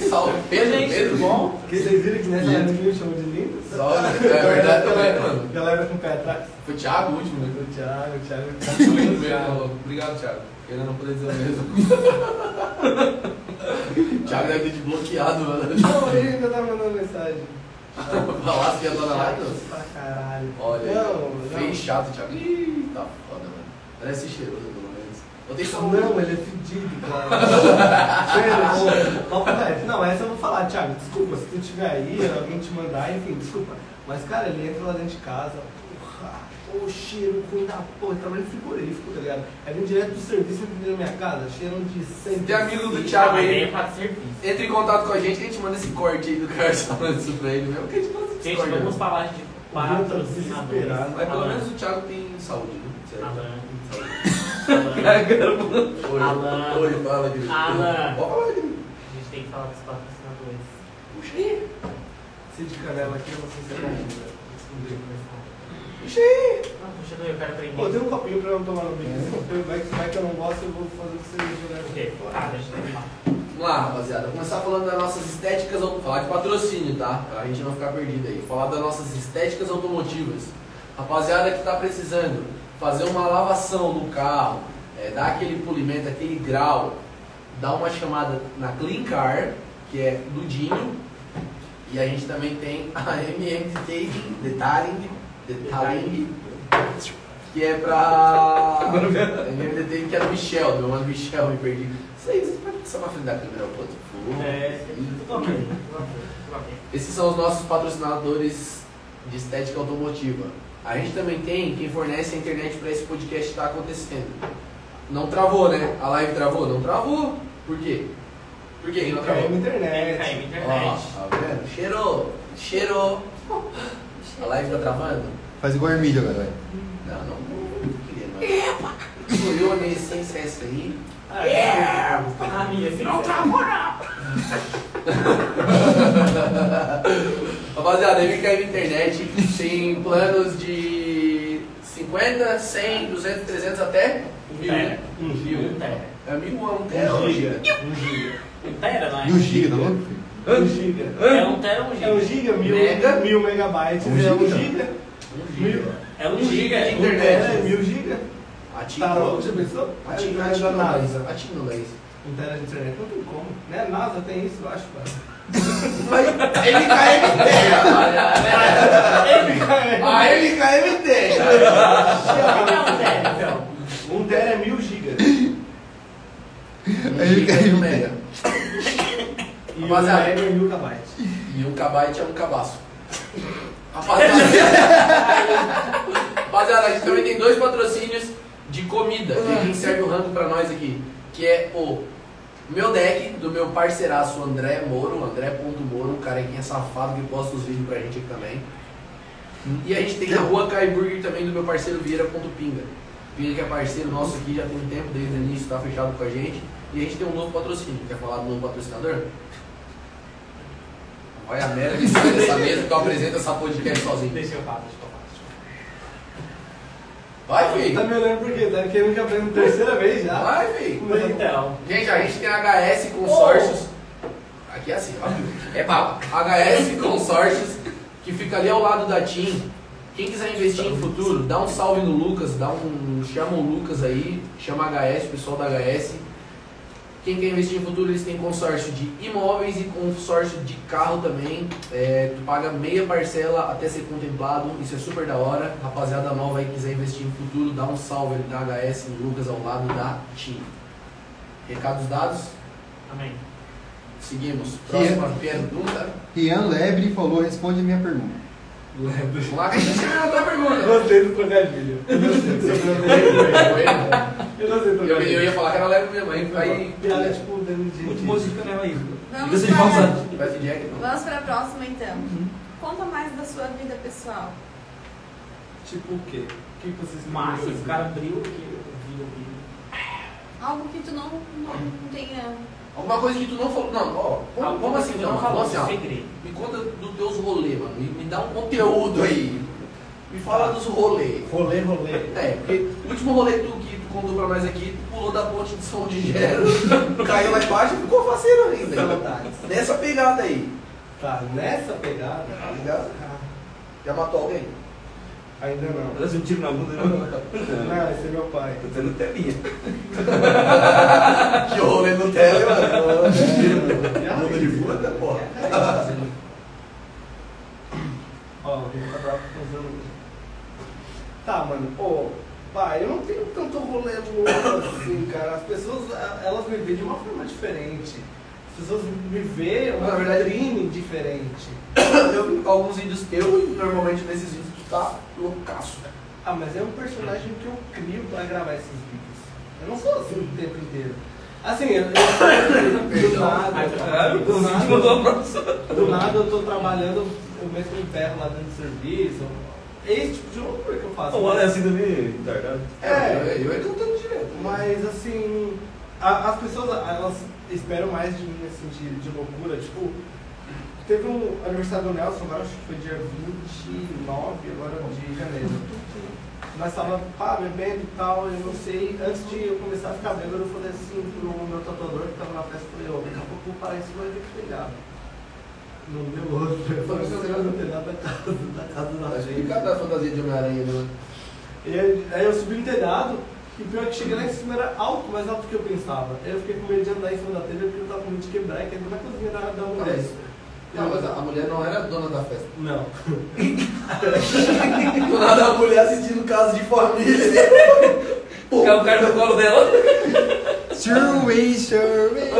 Speaker 2: salve Pedro,
Speaker 5: Gente,
Speaker 2: Pedro.
Speaker 5: tudo bom?
Speaker 3: Porque vocês viram que nessa
Speaker 4: Lindo.
Speaker 3: live me chamam de lindo? Então,
Speaker 2: Salve. É verdade também, mano.
Speaker 3: Galera com o pé atrás.
Speaker 2: Foi o Thiago o último, né?
Speaker 3: O Thiago, o Thiago. tá
Speaker 2: Foi o último mesmo, falou. Obrigado, Thiago. Querendo não poder dizer o mesmo. Thiago deve ter te bloqueado, mano.
Speaker 3: Não, ele ainda tá mandando mensagem. tá
Speaker 2: Falar se ia dar na live.
Speaker 3: Pra caralho.
Speaker 2: Olha,
Speaker 3: não,
Speaker 2: aí,
Speaker 3: não.
Speaker 2: fez chato, Thiago. Ih, tá foda, mano. Parece cheiroso, pelo menos. Eu um tenho
Speaker 3: Não,
Speaker 2: saúde.
Speaker 3: não, ele é fedido, cara. Sério, ó, ó, Roberto, Não, essa eu vou falar, Thiago, desculpa, se tu tiver aí, alguém te mandar, enfim, desculpa. Mas, cara, ele entra lá dentro de casa, porra, o cheiro, ruim da porra, ele trabalha em frigorífico, tá ligado? Aí vem direto do serviço entra dentro da minha casa, cheirando de sangue.
Speaker 2: Tem amigo do
Speaker 3: Sim.
Speaker 2: Thiago
Speaker 5: Mas
Speaker 2: aí.
Speaker 5: é pra serviço.
Speaker 2: Entre em contato com a gente que a gente manda esse corte aí do cara falando isso pra ele mesmo. Que
Speaker 3: tipo
Speaker 2: a gente manda
Speaker 3: assim,
Speaker 2: esse
Speaker 5: Gente,
Speaker 2: corte.
Speaker 5: vamos falar de patrocinadores.
Speaker 3: desesperado.
Speaker 2: Mas É pelo menos o Thiago tem saúde, né? Certo.
Speaker 5: Alan. Alan.
Speaker 7: Cagando.
Speaker 2: Oi,
Speaker 5: Alan.
Speaker 2: Oi, fala, querido.
Speaker 5: Alan.
Speaker 2: Pode falar, querido.
Speaker 5: A gente tem que falar dos patrocinadores.
Speaker 2: Puxa aí.
Speaker 3: Se de canela aqui, eu não sei se é bom, né?
Speaker 5: Descobri conversar.
Speaker 2: Puxa aí.
Speaker 5: Ah, puxa, não, eu quero aprender.
Speaker 3: Pô, tem um copinho pra eu não tomar no bico. Vai, que- vai que eu não gosto, eu vou fazer o que
Speaker 5: Por
Speaker 3: você
Speaker 5: quê?
Speaker 3: jogar.
Speaker 5: Ah, deixa eu falar.
Speaker 2: Vamos lá, rapaziada. Vou Começar falando das nossas estéticas. Vamos falar de patrocínio, tá? Pra gente não ficar perdido aí. Falar das nossas estéticas automotivas. Rapaziada que tá precisando fazer uma lavação no carro, é, dar aquele polimento, aquele grau, dá uma chamada na Clean Car, que é do Dinho. E a gente também tem a MM Detailing, Detailing, Detailing que é pra. MM Detailing, que é do Michel, do meu mano Michel, me perdi. Isso aí, vocês podem passar na frente da câmera, pô, tipo,
Speaker 5: É,
Speaker 2: isso.
Speaker 5: tudo ok. tudo ok, tudo ok.
Speaker 2: Esses são os nossos patrocinadores de estética automotiva. A gente também tem quem fornece a internet para esse podcast estar acontecendo. Não travou, né? A live travou? Não travou. Por quê? Por quê? que Não
Speaker 3: Caiu na
Speaker 2: travou.
Speaker 5: É,
Speaker 3: internet.
Speaker 5: caiu internet.
Speaker 2: Ó, tá vendo? Cheirou. Cheirou. A live tá travando?
Speaker 4: Faz igual a Emília agora, vai.
Speaker 2: Não, não. não queria, não. Epa! Fluiu a minha essência é essa aí.
Speaker 5: Ah, yeah! Ah, minha, assim, não
Speaker 2: Rapaziada, MKM Internet tem planos de 50, 100, 200, 300 até mil.
Speaker 5: É.
Speaker 3: Um
Speaker 5: E
Speaker 3: giro.
Speaker 5: um tera.
Speaker 2: É mil ou um tera
Speaker 3: Um
Speaker 2: hoje.
Speaker 3: giga. Um giga.
Speaker 5: Um tera, não é?
Speaker 4: E o Giga, tá louco? filho?
Speaker 3: Um giga.
Speaker 5: É um tera ou um
Speaker 3: É um
Speaker 5: giga?
Speaker 3: giga, mil,
Speaker 2: Mega.
Speaker 3: mil megabytes.
Speaker 4: Um
Speaker 3: É um
Speaker 4: giga.
Speaker 3: giga.
Speaker 2: Um
Speaker 3: Mil.
Speaker 2: giga.
Speaker 5: É um
Speaker 2: Um giga de
Speaker 5: giga.
Speaker 2: internet.
Speaker 3: É, mil giga.
Speaker 2: A TIM
Speaker 3: Tá louco,
Speaker 2: não
Speaker 3: já pensou?
Speaker 2: a TIM-
Speaker 3: Não
Speaker 2: a
Speaker 3: é
Speaker 2: TIM
Speaker 3: da
Speaker 2: não dá isso.
Speaker 3: NASA.
Speaker 2: A TIM não dá isso.
Speaker 3: Internet Um de internet. Não tem como. Né? NASA tem isso, eu acho, cara.
Speaker 2: Mas MKM tem, rapaziada.
Speaker 5: Tá
Speaker 2: A MKM tem.
Speaker 5: O que é um tera, então?
Speaker 3: Um tera é mil giga.
Speaker 2: Um giga é mil mega.
Speaker 3: E um
Speaker 2: Rapaziada.
Speaker 3: mega é mil megabytes.
Speaker 2: E um kbyte é um cabaço. Rapaziada, Rapaziada, a gente também tem dois patrocínios de comida. E quem serve o rango pra nós aqui? Que é o meu deck, do meu parceiraço André Moro, André.moro, um carequinha safado que posta os vídeos pra gente aqui também. E a gente tem a rua Kai Burger também do meu parceiro Vieira.pinga. Pinga que é parceiro nosso aqui já tem um tempo, desde o início tá fechado com a gente. E a gente tem um novo patrocínio. Quer falar do novo patrocinador? Olha a merda que sai dessa mesa que eu apresento essa podcast sozinho.
Speaker 5: Deixa eu falar, deixa eu falar. deixa eu falar.
Speaker 2: Vai,
Speaker 3: Tá
Speaker 2: filho.
Speaker 3: me olhando por quê? Tá querendo que eu aprenda terceira vez já.
Speaker 2: Vai, filho.
Speaker 3: Mas
Speaker 5: Então,
Speaker 2: Gente, a gente tem HS Consórcios. Aqui é assim, ó. É papo. HS Consórcios, que fica ali ao lado da TIM. Quem quiser investir em futuro, dá um salve no Lucas, dá um. Chama o Lucas aí, chama HS, o pessoal da HS. Quem quer investir em futuro, eles têm consórcio de imóveis e consórcio de carro também. É, tu paga meia parcela até ser contemplado, isso é super da hora. Rapaziada nova aí quiser investir em futuro, dá um salve ali na HS, no Lucas ao lado da TIM. Recados dados,
Speaker 5: amém.
Speaker 2: seguimos. Próxima pergunta.
Speaker 4: Rian Lebre falou, responde a minha pergunta.
Speaker 3: Lembra.
Speaker 2: Vamos lá que a gente chega na outra pergunta.
Speaker 3: Gostei do trocadilho. Eu não sei do trocadilho.
Speaker 2: Foi, né?
Speaker 3: Eu não sei do
Speaker 2: Eu, eu
Speaker 3: trocadilho.
Speaker 2: ia falar que era leve mesmo, aí. aí
Speaker 3: Piada tipo dando de.
Speaker 7: Muito música mesmo aí.
Speaker 6: Vamos
Speaker 7: Você de
Speaker 6: para,
Speaker 7: pausa.
Speaker 2: Beth Jack, não.
Speaker 6: vamos para a próxima então.
Speaker 2: Uhum.
Speaker 6: Conta mais da sua vida pessoal.
Speaker 3: Tipo o quê? O que vocês
Speaker 5: Mas esse cara abriu que eu vi, eu vi.
Speaker 6: Algo que tu não, não, não tenha.
Speaker 2: Alguma coisa que tu não falou. Não, ó. Como, como assim?
Speaker 5: Eu
Speaker 2: Não,
Speaker 5: não
Speaker 2: falou
Speaker 5: falo
Speaker 2: assim, ó.
Speaker 5: segredo.
Speaker 2: Me conta dos teus rolês, mano. Me, me dá um conteúdo aí. Me fala dos rolês.
Speaker 3: Rolê, rolê.
Speaker 2: É, porque o último rolê que tu, que tu contou pra nós aqui, tu pulou da ponte de São de Gero, caiu lá embaixo e ficou faceiro ainda.
Speaker 3: Sabotagens.
Speaker 2: Nessa pegada aí,
Speaker 3: Tá, nessa pegada.
Speaker 2: tá ligado?
Speaker 3: Ah,
Speaker 2: Já matou alguém?
Speaker 3: Ainda não.
Speaker 7: Parece um tiro na bunda, não.
Speaker 3: Não, esse é meu pai.
Speaker 7: Você não telinha.
Speaker 2: Que rolê no tele,
Speaker 3: Já
Speaker 2: mano. Mundo de
Speaker 3: vi.
Speaker 2: puta, porra.
Speaker 3: Ó, o Rico tá bravo com os alunos. Tá, mano, pô, pai, eu não tenho tanto rolê louco assim, cara. As pessoas, a- elas me veem de uma forma diferente. As pessoas me veem,
Speaker 2: Na
Speaker 3: na
Speaker 2: verdade,
Speaker 3: verdade, crime diferente.
Speaker 2: Eu vi alguns vídeos teus e normalmente nesses vídeos tu tá loucaço.
Speaker 3: Ah, mas é um personagem que eu crio pra gravar esses vídeos. Eu não sou assim o tempo inteiro. Assim, eu, eu do nada,
Speaker 7: Caralho,
Speaker 3: É, do
Speaker 7: o
Speaker 3: nada,
Speaker 7: vídeo mandou a próxima.
Speaker 3: Do nada eu tô trabalhando, eu mesmo me ferro lá dentro do serviço. É esse tipo de loucura que eu faço.
Speaker 7: O Olha assim também, retardado.
Speaker 3: É.
Speaker 2: eu, eu, eu cantando direto.
Speaker 3: Mas assim, a- as pessoas elas esperam mais de mim nesse sentido de loucura. Tipo, teve um aniversário do Nelson, agora acho que foi dia 29 agora de janeiro. Nós tava pá, bebendo e tal, eu não sei. Antes de eu começar a ficar bêbado, eu falei assim pro meu tatuador que tava na festa, eu falei, ô, daqui a pouco eu vou parar isso vai ter que pegar. No meu outro, eu falei, você vai no telhado da casa, da casa da
Speaker 2: Mas
Speaker 3: gente.
Speaker 2: fica da fantasia de Homem-Aranha, né?
Speaker 3: E aí é, aí eu subi no telhado e pior é que cheguei lá em cima era alto, mais alto do que eu pensava. Aí eu fiquei com medo de andar em cima da telha porque eu tava com medo de quebrar e quebrar na cozinha da, da mulher.
Speaker 2: Não, mas a a mulher não era dona da festa.
Speaker 3: Não.
Speaker 2: Do nada a mulher assistindo caso de família. Pô,
Speaker 7: Caiu o cara no colo dela.
Speaker 4: Survey, survey.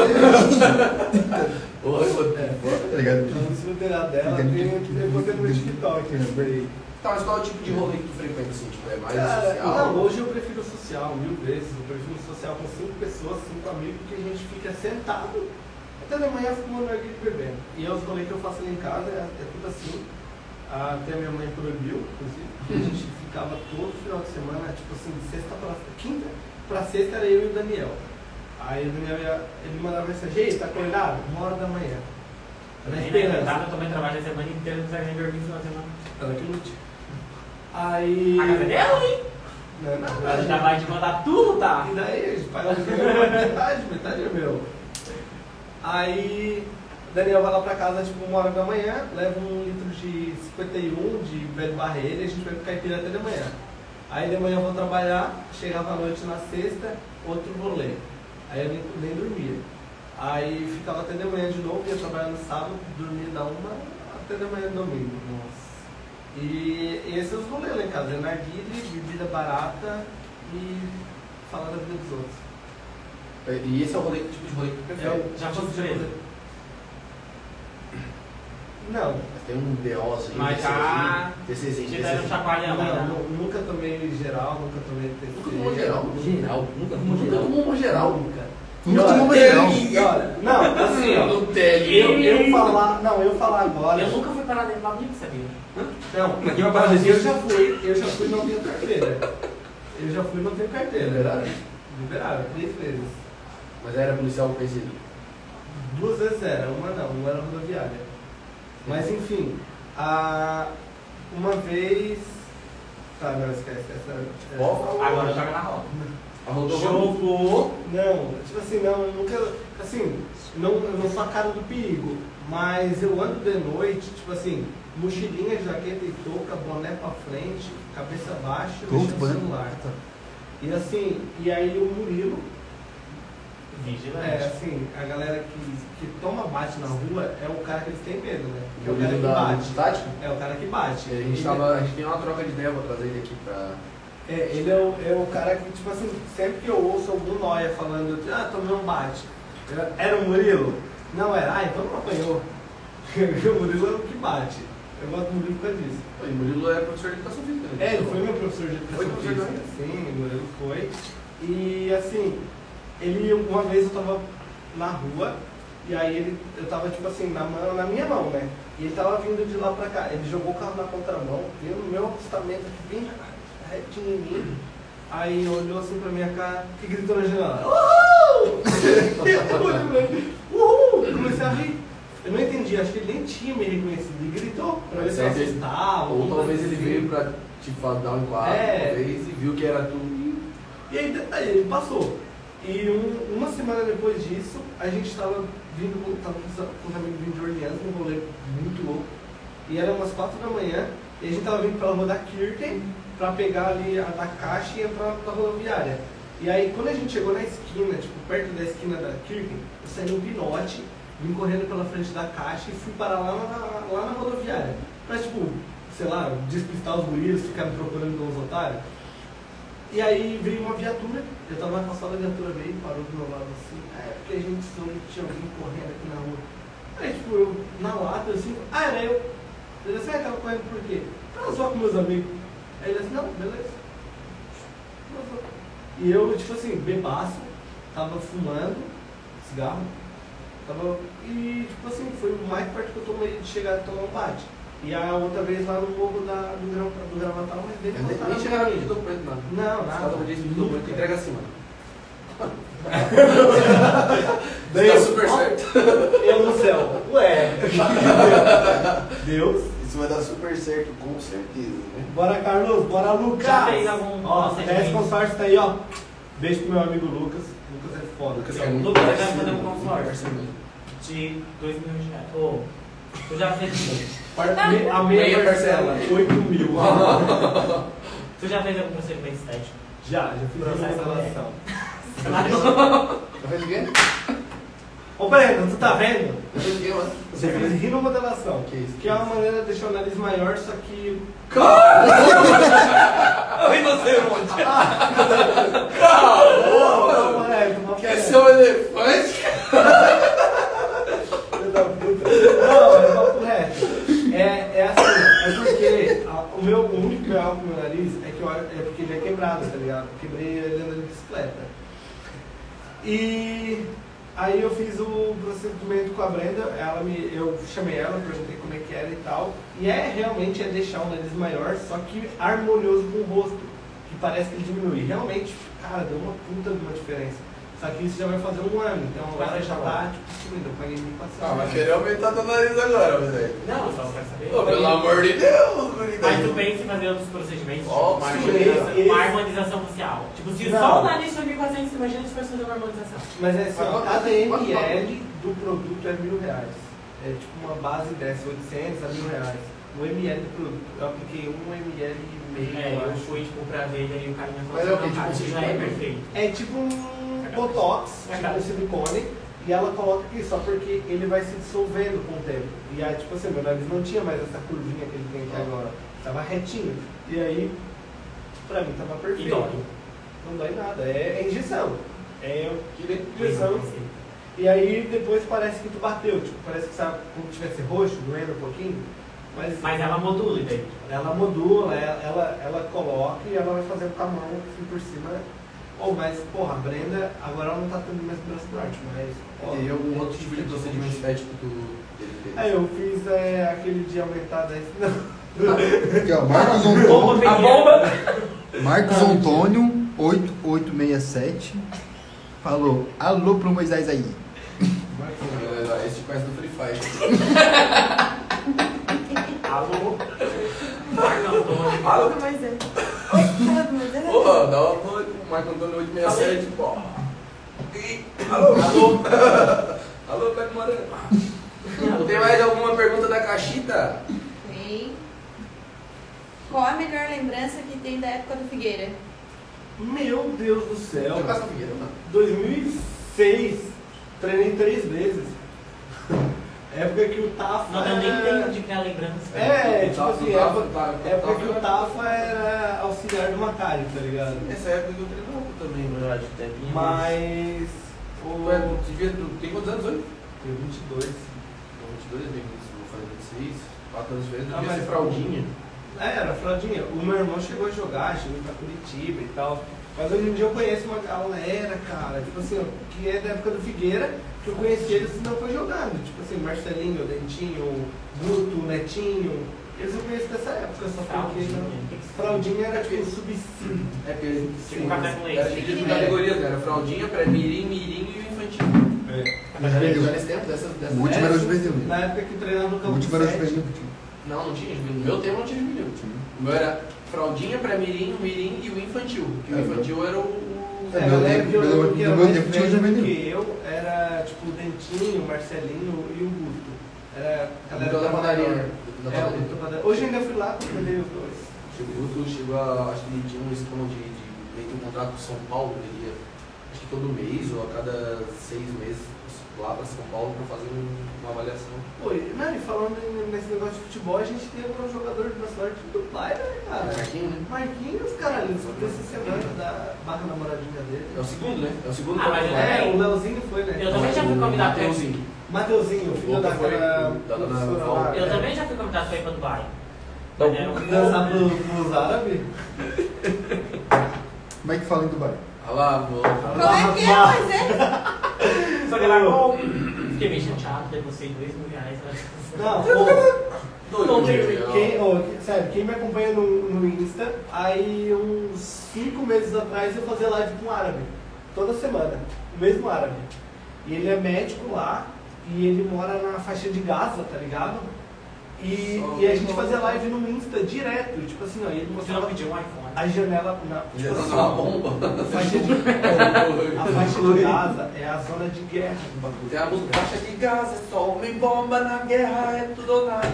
Speaker 2: Oi, ô, é.
Speaker 4: Tá ligado?
Speaker 3: Eu tava em cima do telhado dela,
Speaker 4: Entendo.
Speaker 3: tem, eu botei no meu TikTok. né?
Speaker 4: Lembrei.
Speaker 2: Tá, mas qual é o tipo de rolê que tu frequenta, assim? Tipo, é mais
Speaker 5: então,
Speaker 3: Cara,
Speaker 2: social?
Speaker 3: não, hoje eu prefiro social, mil vezes. Eu prefiro social com cinco pessoas, cinco amigos, que a gente fica sentado até de manhã fumando aqui bebendo. E eu falei que eu faço lá em casa, é, é tudo assim. Ah, Até minha mãe proibiu, inclusive, porque a gente ficava todo final de semana, tipo assim, de sexta pra quinta pra sexta era eu e o Daniel. Aí o Daniel ia, ele mandava mensagem, ei, tá acordado? Uma hora da manhã. Era a
Speaker 5: Também Tá na
Speaker 3: esperança.
Speaker 5: verdade, é eu também trabalho a semana inteira, não precisa nem dormir no final de semana.
Speaker 3: Ela que lute. Aí.
Speaker 5: A "É,
Speaker 3: né,
Speaker 5: casa dela, hein?
Speaker 3: Não, não, não,
Speaker 5: Ela já tá vai te mandar tudo, tá?
Speaker 3: E daí, um os pais metade, metade é meu. Aí, Daniel vai lá pra casa, tipo, uma hora da manhã, leva um litro de 51 de velho barreira e a gente vai pro caipira até de manhã. Aí de manhã eu vou trabalhar, chegava à noite na sexta, outro rolê. Aí eu nem, nem dormia. Aí ficava até de manhã de novo, ia trabalhar no sábado, dormia da uma até de manhã domingo. Nossa. E, e esses rolês lá em casa, é narguile, bebida barata e falar da vida dos outros.
Speaker 2: E esse é o rolê, tipo de rolê que tu prefere?
Speaker 3: Eu
Speaker 5: Já fosse preso.
Speaker 3: Não,
Speaker 2: Mas tem um BO, assim,
Speaker 5: Mas já-
Speaker 2: TCzinho,
Speaker 5: Te deram um
Speaker 2: TCzinho.
Speaker 5: chacoalhão, vai
Speaker 3: não,
Speaker 5: dar.
Speaker 3: nu- nunca tomei geral, nunca tomei TC.
Speaker 2: Nunca tomou geral?
Speaker 7: Geral, nunca tomou
Speaker 2: Nunca
Speaker 7: geral.
Speaker 2: tomou uma geral.
Speaker 3: Nunca.
Speaker 4: Nunca
Speaker 3: Olha,
Speaker 4: tomou uma geral.
Speaker 3: e olha, Não, assim, ó.
Speaker 2: No tele.
Speaker 3: Eu, eu falar, não, eu falar agora.
Speaker 5: Eu nunca fui parar dentro lá, ninguém sabia.
Speaker 3: Não,
Speaker 7: Aqui vai parar de
Speaker 3: eu já fui, eu já fui não tenho carteira. Eu já fui não tenho
Speaker 2: É
Speaker 3: carteira.
Speaker 2: verdade.
Speaker 3: Liberaram, três vezes.
Speaker 2: Mas era policial conhecido.
Speaker 3: Duas vezes era, uma não, uma era rodoviária. Mas enfim, a, uma vez. Tá, não, esquece, essa. é. essa-
Speaker 2: Ó,
Speaker 5: Agora joga na roda.
Speaker 2: A rodovia.
Speaker 5: Jogou.
Speaker 3: Não, tipo assim, não, eu nunca. Assim, não, eu não sou a cara do perigo, mas eu ando de noite, tipo assim, mochilinha, jaqueta e touca, boné pra frente, cabeça baixa,
Speaker 4: Touca,
Speaker 3: deixando o
Speaker 4: boné?
Speaker 3: celular. E assim, e aí o Murilo, é
Speaker 5: Vigilante.
Speaker 3: assim, a galera que, que toma bate na rua é o cara que eles têm medo, né? É o cara
Speaker 2: Rodovia
Speaker 3: que
Speaker 2: da
Speaker 3: bate.
Speaker 2: do Tático.
Speaker 3: É o cara que bate.
Speaker 2: A gente
Speaker 3: Ele-
Speaker 2: tava. A gente tem uma troca de ideia, vou trazer ele aqui pra.
Speaker 3: É, ele é o, é o cara que, tipo assim, sempre que eu ouço algum noia falando, ah, tomei um bate. Eu, Era o Murilo? Não era, ah, então não apanhou. o Murilo é o que bate. Eu gosto do Murilo por causa disso.
Speaker 2: Pô, E Murilo é professor de educação física. né?
Speaker 3: É, ele foi meu professor de
Speaker 2: Foi
Speaker 3: educação
Speaker 2: professor
Speaker 3: física. Sim, o Murilo foi. E assim, Ele, uma vez eu tava na rua, e aí ele, eu tava tipo assim, na, mão, na minha mão, né? E ele tava vindo de lá pra cá. Ele jogou o carro na contramão, veio no meu acostamento, aqui, bem retinho em mim. Aí olhou assim pra minha cara e gritou na janela, Uhul! eu olhei pra ele, Uhul! Eu comecei a rir. Eu não entendi, acho que ele nem tinha me reconhecido. Ele gritou pra ver se eu
Speaker 2: Mas aí ele-
Speaker 3: assustava.
Speaker 2: Ou
Speaker 3: alguma
Speaker 2: talvez
Speaker 3: coisa
Speaker 2: ele
Speaker 3: assim.
Speaker 2: veio pra te fa- dar um enquadro,
Speaker 3: É.
Speaker 2: talvez, e viu que era tu. e-
Speaker 3: E aí, aí ele passou. E um- uma semana depois disso, a gente tava vindo, com- tava com os amigos vindo de Orleans, num rolê muito louco. E era umas 4 da manhã, e a gente tava vindo pela rua da Kirten pra pegar ali a da caixa e entrar pra rodoviária. E aí quando a gente chegou na esquina, tipo, perto da esquina da Kirten, eu saí no pinote, vim correndo pela frente da caixa e fui parar lá na, lá na rodoviária. Pra tipo, sei lá, despistar os guris, ficar me procurando pelos otários. E aí veio uma viatura, eu tava na calçada, a viatura veio, parou do meu lado assim, é porque a gente soube que tinha alguém correndo aqui na rua. Aí tipo, eu na lata assim, ah, era eu. Ele disse, ah, tava correndo por quê? Tava só com meus amigos. Aí ele disse, não, beleza. Tava só. E eu, tipo assim, bebaço, tava fumando, cigarro, tava. E tipo assim, foi o mais perto que eu tomei de chegar a tomar um bate. E a outra vez lá no morro da, do, gra, do gravatal, mas "Tá, bem
Speaker 2: Nem-
Speaker 3: encostado
Speaker 2: Nem
Speaker 3: na
Speaker 2: chegaram
Speaker 3: minha.
Speaker 2: aqui de documento, nada.
Speaker 3: Não,
Speaker 2: Os caras
Speaker 3: nada.
Speaker 2: vão dizer de documento, entrega assim, mano.
Speaker 3: Daí
Speaker 2: Tá
Speaker 3: eu-
Speaker 2: super certo.
Speaker 3: Eu no céu. Ué. Deus.
Speaker 9: Isso vai dar super certo, com certeza, né?
Speaker 3: Bora, Carlos. Bora, Lucas.
Speaker 5: Já fez algum
Speaker 3: Ó,
Speaker 5: procedimento?
Speaker 3: 10 consórcio tá aí, ó. Beijo pro meu amigo Lucas. Lucas é foda.
Speaker 2: Lucas
Speaker 3: Lucas
Speaker 2: é muito
Speaker 5: Lucas, vai
Speaker 2: parecido,
Speaker 5: fazer um
Speaker 2: muito
Speaker 5: consórcio.
Speaker 2: parecido.
Speaker 5: de 2 milhões de reais. Ô, eu já fiz.
Speaker 3: A
Speaker 2: Meia
Speaker 3: meia
Speaker 2: parcela.
Speaker 3: parcela. 8 mil.
Speaker 5: Tu já fez algum procedimento estético?
Speaker 3: Já, já fiz
Speaker 5: Processo
Speaker 3: uma instalação.
Speaker 2: Já fez Tá o quê?
Speaker 3: Ô, Breno, tu tá vendo?
Speaker 2: Já fez o quê, mano?
Speaker 3: Você fez rinomodelação,
Speaker 2: Que isso?
Speaker 3: que é uma maneira de deixar o nariz maior, só que
Speaker 7: Eu e você, irmão.
Speaker 3: Não, não, Ah, é, não
Speaker 2: Quer ser um elefante?
Speaker 3: Filho da puta. Não, é papo reto. É, é assim, é porque a- o meu o único grau pro meu nariz é que eu, acho- é porque ele é quebrado, tá ligado? Eu Quebrei ele andando de bicicleta. E aí eu fiz o procedimento com a Brenda, ela me, eu chamei ela, perguntei como é que era e tal. E é realmente é deixar o nariz maior, só que harmonioso com o rosto, que parece que ele diminui. Realmente, cara, deu uma puta de uma diferença. Só que isso já vai fazer um ano, então agora já tá, tipo, sumida, eu paguei mil
Speaker 2: Ah, mas
Speaker 3: passagens.
Speaker 2: querer aumentar teu nariz agora, velho.
Speaker 5: Não, só quero saber.
Speaker 2: Ô, pelo amor de Deus,
Speaker 5: Mas tu
Speaker 2: bonitão.
Speaker 5: pensa em fazer outros procedimentos?
Speaker 2: Ó,
Speaker 5: Tipo,
Speaker 2: mas
Speaker 5: uma
Speaker 3: esse-
Speaker 5: harmonização- uma
Speaker 3: esse-
Speaker 5: harmonização facial. Tipo, se
Speaker 3: Não.
Speaker 5: só o nariz for 1.400, imagina se fosse fazer uma harmonização.
Speaker 3: Mas é assim, ó,
Speaker 2: Mas
Speaker 3: cada
Speaker 2: quanto- quanto-
Speaker 3: ml do produto é mil reais. É tipo uma base dessa, 800 a mil reais. O ml do produto, eu apliquei um ml e meio,
Speaker 5: É,
Speaker 3: eu
Speaker 5: eu
Speaker 3: acho.
Speaker 5: fui, tipo, pra ver, daí o cara me
Speaker 2: Mas é o quê?
Speaker 5: "Não,
Speaker 2: Tipo,
Speaker 5: cara, isso
Speaker 2: um
Speaker 5: já é
Speaker 2: silicone?
Speaker 5: perfeito.
Speaker 3: É tipo um botox,
Speaker 5: É
Speaker 3: tipo
Speaker 5: caro.
Speaker 3: um silicone, e ela coloca aqui só porque ele vai se dissolvendo com o tempo. E aí, tipo assim, meu nariz não tinha mais essa curvinha que ele tem aqui agora. Tava retinho. E aí, pra mim tava
Speaker 5: E
Speaker 3: perfeito.
Speaker 5: dói.
Speaker 3: Não dói nada, é, é injeção. É injeção.
Speaker 5: Sim.
Speaker 3: E aí depois parece que tu bateu, tipo, parece que sabe como tivesse roxo, doendo um pouquinho, mas,
Speaker 5: Mas ela modula, e daí?
Speaker 3: ela modula, ela, ela, ela coloca e ela vai fazendo com a mão assim por cima. Ou mas, porra, a Brenda agora ela não tá tendo mais braço de arte, mas. ó,
Speaker 2: E algum outro tipo de procedimento estético tu ele fez?
Speaker 3: É, eu fiz é, aquele de aumentar 10. Não.
Speaker 4: Aqui, ó, Marcos
Speaker 5: Bomba
Speaker 4: Antônio,
Speaker 7: A
Speaker 5: peniana.
Speaker 7: bomba.
Speaker 4: Marcos Antônio 8867 falou: Alô pro Moisés aí.
Speaker 2: Esse te conhece do Free Fire.
Speaker 5: Alô? Marco Antônio.
Speaker 2: Fala,
Speaker 8: Mas é.
Speaker 6: é.
Speaker 2: porra, dá uma boa com o Marco Antônio 867, pô. Ih, Alô? Alô? Alô, Pepe Moreno. Tem mais alguma pergunta da Caxita?
Speaker 6: Ok. Qual a melhor lembrança que tem da época do Figueira?
Speaker 3: Meu Deus do céu!
Speaker 2: Não passa Figueira, mano.
Speaker 3: 2006, treinei três vezes. Época que o Tafa.
Speaker 5: Não deu nem
Speaker 3: era-
Speaker 5: tempo de criar lembranças.
Speaker 3: É,
Speaker 2: Tu
Speaker 3: tipo
Speaker 2: tá-
Speaker 3: assim,
Speaker 2: tu tá-
Speaker 3: época,
Speaker 2: tá- tu
Speaker 3: época
Speaker 2: tá-
Speaker 3: que o Tafa era auxiliar do Macari, tá ligado?
Speaker 2: Nessa é época eu treinava também, mano. eu acho, Tepinha.
Speaker 3: Mas. O.
Speaker 2: Tu é- tu devia- tu tem quantos anos hoje?
Speaker 3: Tem 22.
Speaker 2: 22, 20, vou fazer 26. 4 anos de
Speaker 3: Ah,
Speaker 2: devia
Speaker 3: mas-
Speaker 2: ser Tá fraldinha.
Speaker 3: É, era fraldinha. O meu irmão chegou a jogar, chegou pra Curitiba e tal. Mas hoje em dia eu conheço uma galera, cara, tipo assim, ó, que é da época do Figueira, que eu conheci eles e não foi jogando. Tipo assim, Marcelinho, Dentinho, Bruto, Netinho. Eles eu conheço dessa época, só porque não. Fraldinha era tipo sub-5.
Speaker 2: É porque ele
Speaker 5: Tipo café com leite.
Speaker 2: era dividido em categorias, né? Era fraldinha, pré-mirim, mirim e o infantil. É. Mas era já nesse tempo dessas. dessas
Speaker 4: O último era o juvenil.
Speaker 3: Na época que treinava no campo.
Speaker 4: O último era o
Speaker 3: sete.
Speaker 4: juvenil.
Speaker 2: Não, não tinha juvenil. No meu tempo não tinha juvenil. O meu era fraldinha, pré-mirim, o mirim e o infantil. Que o
Speaker 4: É,
Speaker 2: infantil era o. o-
Speaker 3: É,
Speaker 4: Meu
Speaker 3: eu lembro,
Speaker 4: tempo-
Speaker 3: eu lembro que
Speaker 4: meu
Speaker 3: era
Speaker 4: tempo
Speaker 3: mais
Speaker 4: tinha
Speaker 3: velho
Speaker 4: juvenil.
Speaker 3: que eu, era tipo o Dentinho, o Marcelinho e o Guto. Era a galera
Speaker 2: da padaria, né? Da
Speaker 3: É, o
Speaker 2: padaria.
Speaker 3: Guto padaria. Hoje eu ainda fui lá pra perder os dois.
Speaker 2: Chegou, tu chegou a, acho que ele tinha um esquema de, de meio que um contrato com São Paulo, ele ia, acho que todo mês ou a cada seis meses lá para São Paulo para fazer um- uma avaliação.
Speaker 3: Pô, e, mano, e falando em- nesse negócio de futebol, a gente teve um jogador do nosso lado do Bayern, né, cara?
Speaker 2: Marquinhos, né?
Speaker 3: Marquinhos, caralho, só dessa semana da barra namoradinha
Speaker 2: É
Speaker 3: dele.
Speaker 2: o segundo, né? É o segundo
Speaker 5: Ah,
Speaker 2: contrato
Speaker 5: mas
Speaker 2: lá.
Speaker 5: é-
Speaker 3: É, o Leozinho foi, né?
Speaker 5: Eu também já fui convidado pra isso.
Speaker 2: Mateuzinho.
Speaker 3: Mateuzinho, filho
Speaker 2: Outro
Speaker 3: da
Speaker 2: foi
Speaker 3: cara.
Speaker 2: o- da dona
Speaker 3: professora
Speaker 2: Val.
Speaker 3: lá,
Speaker 5: Eu
Speaker 3: né?
Speaker 5: também já fui convidado pra ir pra Dubai.
Speaker 7: Tá
Speaker 5: Mas era um-
Speaker 3: Dançar pro, pros árabes?
Speaker 4: Como é que fala em Dubai?
Speaker 2: Olha lá, vou.
Speaker 6: Como é que é, mas é?
Speaker 5: Só que lá, eu fiquei meio chateado, debocei dois mil reais. né?
Speaker 3: Não, pô.
Speaker 2: Doido,
Speaker 3: Quem, ó, sério, quem me acompanha no, no Insta, aí uns 5 meses atrás eu fazia live com um árabe. Toda semana. O mesmo árabe. E ele é médico lá e ele mora na faixa de Gaza, tá ligado? E,
Speaker 2: Só
Speaker 3: e a
Speaker 2: um
Speaker 3: gente
Speaker 2: pouco.
Speaker 3: fazia live no Insta direto. Tipo assim, ó, e ele
Speaker 5: Você não
Speaker 3: mostrava
Speaker 5: pediu um iPhone.
Speaker 3: a janela. Na, tipo assim,
Speaker 2: uma bomba.
Speaker 3: a faixa de, a faixa de Gaza é a zona de guerra do bagulho.
Speaker 2: Tem a música Faixa de Gaza, é só homem bomba na guerra, é tudo ou nada.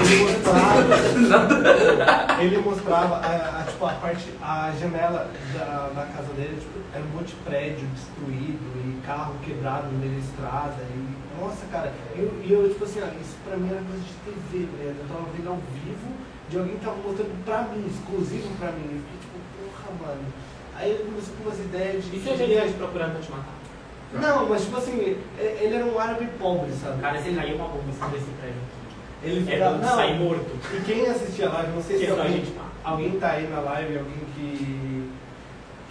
Speaker 3: Ele mostrava, ele mostrava a, a, tipo, a parte, a janela da, da casa dele, tipo, era um monte de prédio destruído e carro quebrado no meio da estrada. E, nossa, cara, eu, e eu, tipo assim, ó, isso pra mim era coisa de TV, tá ligado? Eu tava vendo ao vivo de alguém que tava mostrando pra mim, exclusivo pra mim. Eu fiquei tipo, porra, mano. Aí ele começou com umas ideias de.
Speaker 5: E se eu cheguei te procurando pra te matar?
Speaker 3: Não, mas tipo assim, ele ele era um árabe pobre, sabe?
Speaker 5: Cara, você caiu uma bomba em cima desse prédio aqui.
Speaker 3: ele
Speaker 5: É
Speaker 3: ficava-
Speaker 5: pra
Speaker 3: não,
Speaker 5: sair morto.
Speaker 3: E quem assistia a live, não sei
Speaker 5: Porque
Speaker 3: se
Speaker 5: senão a
Speaker 3: alguém,
Speaker 5: é gente mata.
Speaker 3: alguém tá aí na live, alguém que,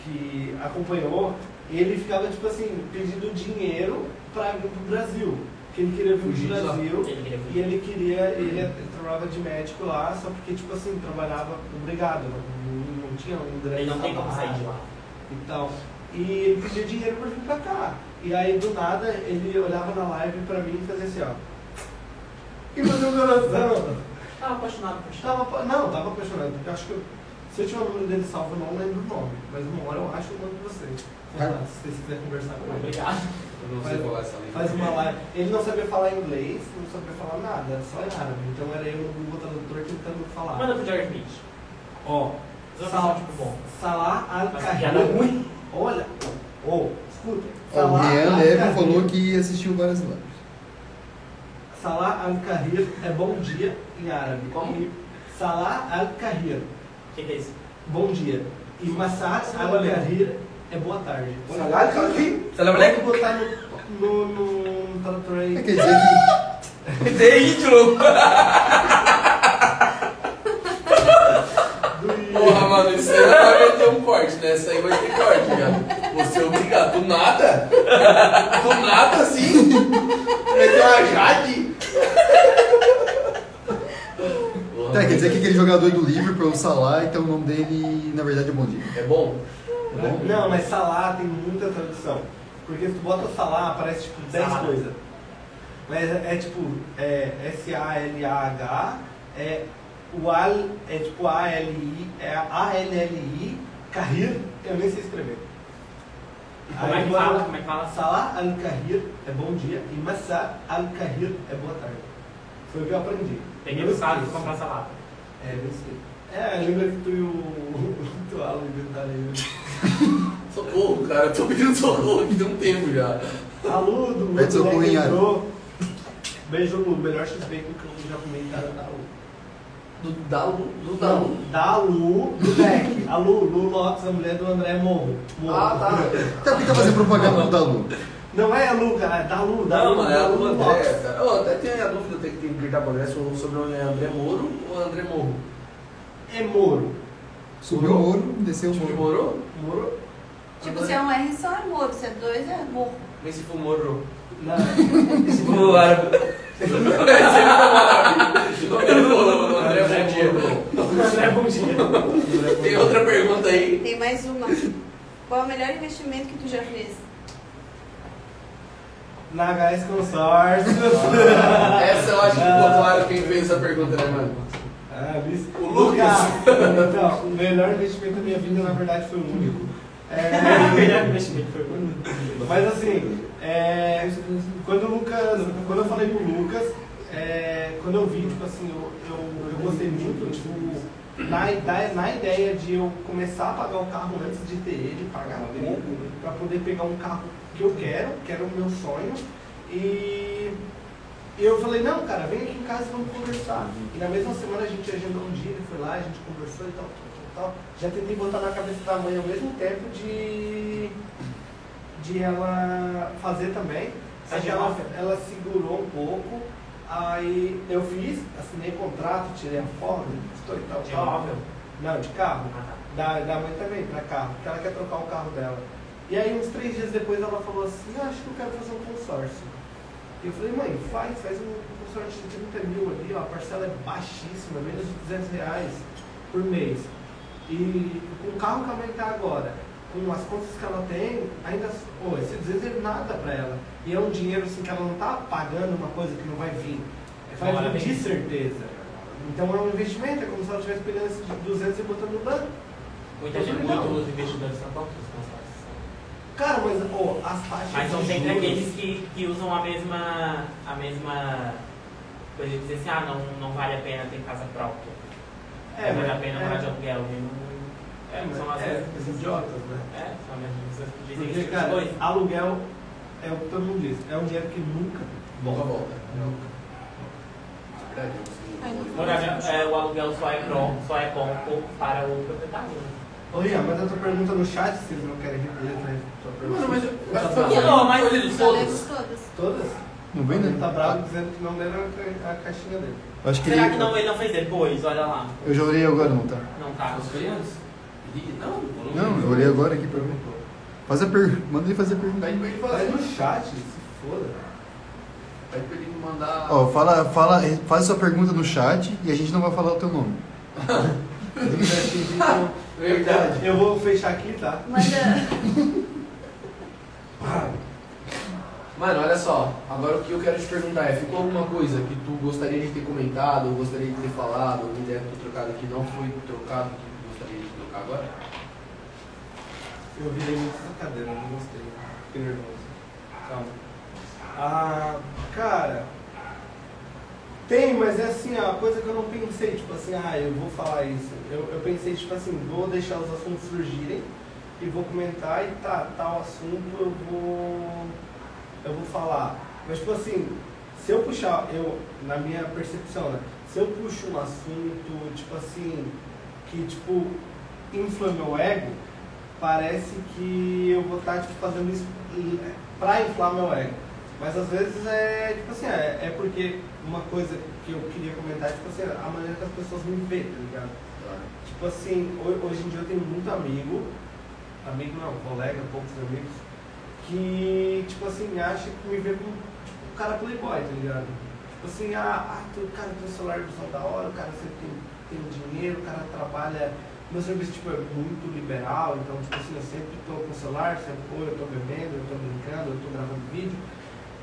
Speaker 3: que acompanhou, ele ficava, tipo assim, pedindo dinheiro pra vir pro Brasil. Porque ele queria vir
Speaker 2: Fugir de
Speaker 3: pro
Speaker 2: lá.
Speaker 3: Brasil
Speaker 5: Ele queria
Speaker 3: e
Speaker 5: fugir.
Speaker 3: ele queria, ele, ele trabalhava de médico lá, só porque, tipo assim, trabalhava obrigado, não, não tinha um grande
Speaker 5: Ele não tem como
Speaker 3: salário
Speaker 5: sair de lá.
Speaker 3: então, e ele pedia dinheiro pra vir pra cá. E aí do nada ele olhava na live pra mim e fazia assim, ó. E meu coração.
Speaker 5: Tava apaixonado por
Speaker 3: Tava, apa- não, tava apaixonado, porque eu acho que eu- se eu tiver o número dele salvo, eu não lembro o nome. Mas uma hora eu acho o nome de vocês. Sei lá, Se vocês quiserem conversar com ele.
Speaker 5: Obrigado.
Speaker 2: Eu não sei falar essa língua.
Speaker 3: Faz uma live. Ele não sabia falar inglês, não sabia falar nada, era só em árabe. Então era eu no Google Tradutor tentando falar.
Speaker 5: Manda pro Jared Smith.
Speaker 3: Ó,
Speaker 5: Só
Speaker 3: Sal-
Speaker 5: um tipo bom.
Speaker 3: Salah
Speaker 5: Mas piada
Speaker 3: Al-Kahir.
Speaker 5: ruim.
Speaker 3: Olha, ou, escuta.
Speaker 4: Ó, O
Speaker 3: Salah
Speaker 4: Rian
Speaker 3: Al-Kahir.
Speaker 4: Leve falou que assistiu várias lives.
Speaker 3: Salah Al-Kahir é bom dia em árabe.
Speaker 2: Como?
Speaker 3: E Salah Al-Kahir,
Speaker 5: O que que é isso?
Speaker 3: bom dia. E Massar Al-Kahir é boa tarde.
Speaker 2: Salário tá aqui.
Speaker 7: Salam
Speaker 3: Pode
Speaker 7: aleikum.
Speaker 3: botar no, no, no, no tradutor aí.
Speaker 4: É, Quer dizer que
Speaker 7: Tem ídolo.
Speaker 3: né?
Speaker 2: Porra, mano, isso aí vai meter um corte, né? Isso aí vai ter corte, viado. Você é obrigado. Do nada? Do nada, assim? Meter uma Jade? Porra,
Speaker 4: tá, quer dizer que aquele jogador do Liverpool, o Salah, então o nome dele, na verdade, é Bom Dia.
Speaker 2: É bom? É bom?
Speaker 3: Não, mas Salah tem muita tradução. Porque se tu bota Salah, aparece tipo 10
Speaker 5: Salah.
Speaker 3: coisas. Mas é, é, tipo é, S-A-L-A-H, é, o Al é tipo A-L-I, é A-L-L-I, Carrir, eu nem sei escrever.
Speaker 5: Como é que
Speaker 3: bota-
Speaker 5: fala? Como é que fala?
Speaker 3: Salah Al-Kahir é bom dia e Massa Al-Kahir é boa tarde. Foi o que eu aprendi.
Speaker 5: Peguei
Speaker 3: Eu
Speaker 5: o sábado e
Speaker 3: esqueço.
Speaker 5: comprar salada.
Speaker 3: É, eu esqueço. É, lembra que tu e o, tu Alan inventaram aí.
Speaker 2: Socorro, cara. Eu tô pedindo socorro aqui tem um tempo já.
Speaker 3: Alô, do
Speaker 4: Pede socorro, hein, Ari?
Speaker 3: entrou. Beijo, Lu. Melhor x-bacon que eu já comi, cara, da Lu.
Speaker 2: Do Dalu. Do Dalu.
Speaker 3: Não, da Lu, do Beck. A Lu, Lu Lopes, a mulher do André Morro. Morro.
Speaker 2: Ah, tá.
Speaker 4: Tá, por que tá fazendo propaganda do Dalu?
Speaker 3: Não é a Lu, cara, é da Lu, da
Speaker 2: Não,
Speaker 3: Lu,
Speaker 2: mano, é
Speaker 3: da
Speaker 2: a
Speaker 3: Lu
Speaker 2: do
Speaker 3: Lopes.
Speaker 2: André, cara. Eu até tenho a dúvida, tem que tem que gritar pra André se o sobrenome é André Moro ou André Morro.
Speaker 3: É Moro.
Speaker 4: Subiu o ouro, desceu o
Speaker 2: Tipo,
Speaker 4: ouro.
Speaker 2: Moro?
Speaker 3: Moro?
Speaker 6: Tipo, se é um R só é morro, se é dois é morro.
Speaker 2: Mas se for morro.
Speaker 7: Tipo, árabe.
Speaker 5: Não
Speaker 2: é André, bom dia.
Speaker 5: é bom dia.
Speaker 2: Tem outra pergunta aí.
Speaker 6: Tem mais uma. Qual é o melhor investimento que tu já fez?
Speaker 3: Na Gás Consórcio.
Speaker 2: Essa eu acho que ficou claro quem fez essa pergunta, né, mano?
Speaker 3: Ah, bis-
Speaker 2: O Lucas.
Speaker 3: Então, o melhor investimento da minha vida, na verdade, foi o único.
Speaker 5: Na
Speaker 3: É,
Speaker 5: verdade, o investimento foi por mim.
Speaker 3: Mas assim, é, quando, o Lucas, quando eu falei pro Lucas, é, quando eu vi, tipo assim, eu, eu, eu gostei muito, tipo, na ideia, na ideia de eu começar a pagar o carro antes de ter ele, pagar pouco, pra poder pegar um carro que eu quero, que era o meu sonho. E eu falei, não, cara, vem aqui em casa e vamos conversar. E na mesma semana a gente agendou um dia, ele foi lá, a gente conversou e tal, tal, tal, tal. Já tentei botar na cabeça da mãe ao mesmo tempo de de ela fazer também. Só que ela, ela segurou um pouco. Aí eu fiz, assinei contrato, tirei a foto, estou e tal,
Speaker 5: De
Speaker 3: tal.
Speaker 5: imóvel?
Speaker 3: Não, de carro.
Speaker 5: Ah, tá.
Speaker 3: Da, da mãe também, pra carro, porque ela quer trocar o carro dela. E aí, uns três dias depois, ela falou assim: "Ah, Acho que eu quero fazer um consórcio. E eu falei: Mãe, faz, faz um consórcio de 30 mil ali, ó, a parcela é baixíssima, menos de 200 reais por mês. E com o carro que ela vai estar agora, com as contas que ela tem, ainda, pô, esse 200 é nada pra ela. E é um dinheiro assim que ela não tá pagando uma coisa que não vai vir. É, Vai
Speaker 5: Agora
Speaker 3: vir de
Speaker 5: vem.
Speaker 3: certeza. Então é um investimento, é como se ela estivesse pegando esses 200 e botando no banco.
Speaker 5: Muita gente, muitos investidores são contra os consórcios.
Speaker 3: Cara, mas ó, as taxas.
Speaker 5: Mas são
Speaker 3: de
Speaker 5: sempre
Speaker 3: juros-
Speaker 5: aqueles que, que usam a mesma. a mesma. coisa de dizer assim, ah, não, não vale a pena ter casa própria.
Speaker 3: É,
Speaker 5: não vale a
Speaker 3: mas-
Speaker 5: pena
Speaker 3: é.
Speaker 5: morar de aluguel. e não- É, são as mesmas
Speaker 3: mas
Speaker 5: pessoas.
Speaker 3: idiotas, né?
Speaker 5: É, são as mesmas pessoas que dizem esse
Speaker 3: Porque,
Speaker 5: tipo de
Speaker 3: cara,
Speaker 5: coisa.
Speaker 3: aluguel é o que todo mundo diz. É um dinheiro que nunca.
Speaker 2: Bom, volta.
Speaker 3: Nunca.
Speaker 5: Morar- é, o aluguel só é bom, só é bom pouco para o proprietário. né?
Speaker 3: Ô, Rian, mas a tua pergunta no chat, se eles não querem repetir a tua pergunta.
Speaker 2: Mano, mas eu acho que
Speaker 5: Que
Speaker 2: foi
Speaker 5: não, mas-
Speaker 2: lido
Speaker 6: Só
Speaker 2: todos.
Speaker 6: lemos todas.
Speaker 3: Todas?
Speaker 4: Não vem,
Speaker 3: Ele tá
Speaker 4: né?
Speaker 3: bravo dizendo que não deram a ca- a caixinha dele.
Speaker 4: Eu acho que
Speaker 5: Será
Speaker 4: ele-
Speaker 5: que não, é? ele não fez depois? Olha lá.
Speaker 4: Eu já olhei agora, não tá?
Speaker 5: Não tá.
Speaker 2: Os crianças? Ih, Não,
Speaker 4: Não, eu olhei agora aqui pra ver. Faz a per... Manda ele fazer a pergunta.
Speaker 2: Pede pra ele
Speaker 3: Mas
Speaker 2: fazer.
Speaker 3: Tá no chat, se foda.
Speaker 2: Pede pra ele mandar.
Speaker 4: Ó, fala, fala, faz sua pergunta no chat e a gente não vai falar o teu nome.
Speaker 2: Verdade.
Speaker 3: Eu vou fechar aqui, tá?
Speaker 6: Manda.
Speaker 2: Mano, olha só, agora o que eu quero te perguntar é, ficou alguma coisa que tu gostaria de ter comentado, ou gostaria de ter falado, alguma ideia que tu trocado que não foi trocado, que tu gostaria de trocar agora?
Speaker 3: Eu virei muito essa cadeira, não gostei. Fiquei nervoso. Calma. Ah, cara. Tem, mas é assim, a coisa que eu não pensei, tipo assim, ah, eu vou falar isso. Eu, eu pensei, tipo assim, vou deixar os assuntos surgirem e vou comentar e tá, tal assunto eu vou. eu vou falar. Mas tipo assim, se eu puxar, eu, na minha percepção, né? Se eu puxo um assunto, tipo assim, que tipo, infla meu ego, parece que eu vou estar tipo, fazendo isso para inflar meu ego. Mas às vezes é tipo assim, é, é porque uma coisa que eu queria comentar é tipo assim, a maneira que as pessoas me veem, tá ligado? Tipo assim, ho- hoje em dia eu tenho muito amigo, amigo não, colega, poucos amigos, que tipo assim, acha que me vê como tipo, um cara playboy, tá ligado? Tipo assim, ah, ah tu, cara tem um celular do som da hora, o cara sempre tem, tem dinheiro, o cara trabalha. Meu serviço tipo, é muito liberal, então tipo assim, eu sempre tô com o celular, sempre ou eu tô bebendo, eu tô brincando, eu tô gravando vídeo.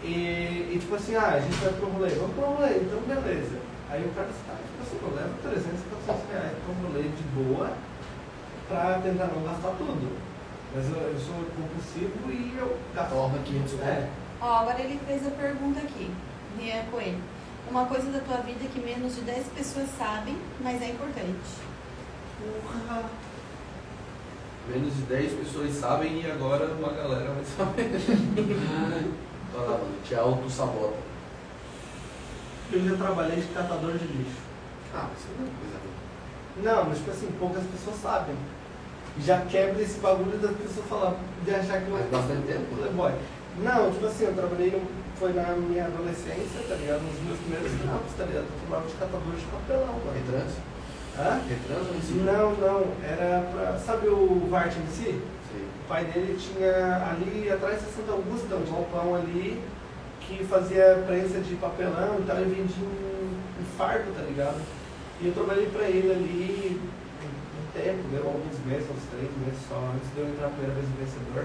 Speaker 3: E, e, tipo assim, ah, a gente vai pro rolê, vamos pro rolê, então beleza. Aí o cara está, tipo assim, eu levo 300, 400 reais pra um rolê de boa pra tentar não gastar tudo. Mas eu, eu sou compulsivo e eu gasto.
Speaker 2: Torna 500 reais.
Speaker 3: É,
Speaker 6: Ó, agora ele fez a pergunta aqui. Rian Coelho. Uma coisa da tua vida que menos de 10 pessoas sabem, mas é importante.
Speaker 3: porra.
Speaker 2: Menos de 10 pessoas sabem e agora uma galera vai saber. Olha lá, mano, te auto-sabota.
Speaker 3: Eu já trabalhei de catador de lixo.
Speaker 9: Ah, mas isso não é uma coisa ruim.
Speaker 3: Não, mas tipo assim, poucas pessoas sabem. Já quebra esse bagulho das pessoas falar, de achar que eu.
Speaker 2: Faz bastante tempo, né?
Speaker 3: Playboy. Não, tipo assim, eu trabalhei, foi na minha adolescência, tá ligado? Nos meus primeiros trampos, tá ligado? Eu trabalhava de catador de papelão, mano.
Speaker 2: É Retrans?
Speaker 3: Hã?
Speaker 2: Retrans É ou não?
Speaker 3: Não, não, era pra. Sabe o Vart em si?
Speaker 9: Sei.
Speaker 3: O pai dele tinha ali atrás da Santa Augusta, um galpão ali, que fazia prensa de papelão e tal, e vendia um, um fardo, tá ligado? E eu trabalhei pra ele ali um tempo, deu alguns meses, uns três meses só, antes de eu entrar a primeira vez no vencedor.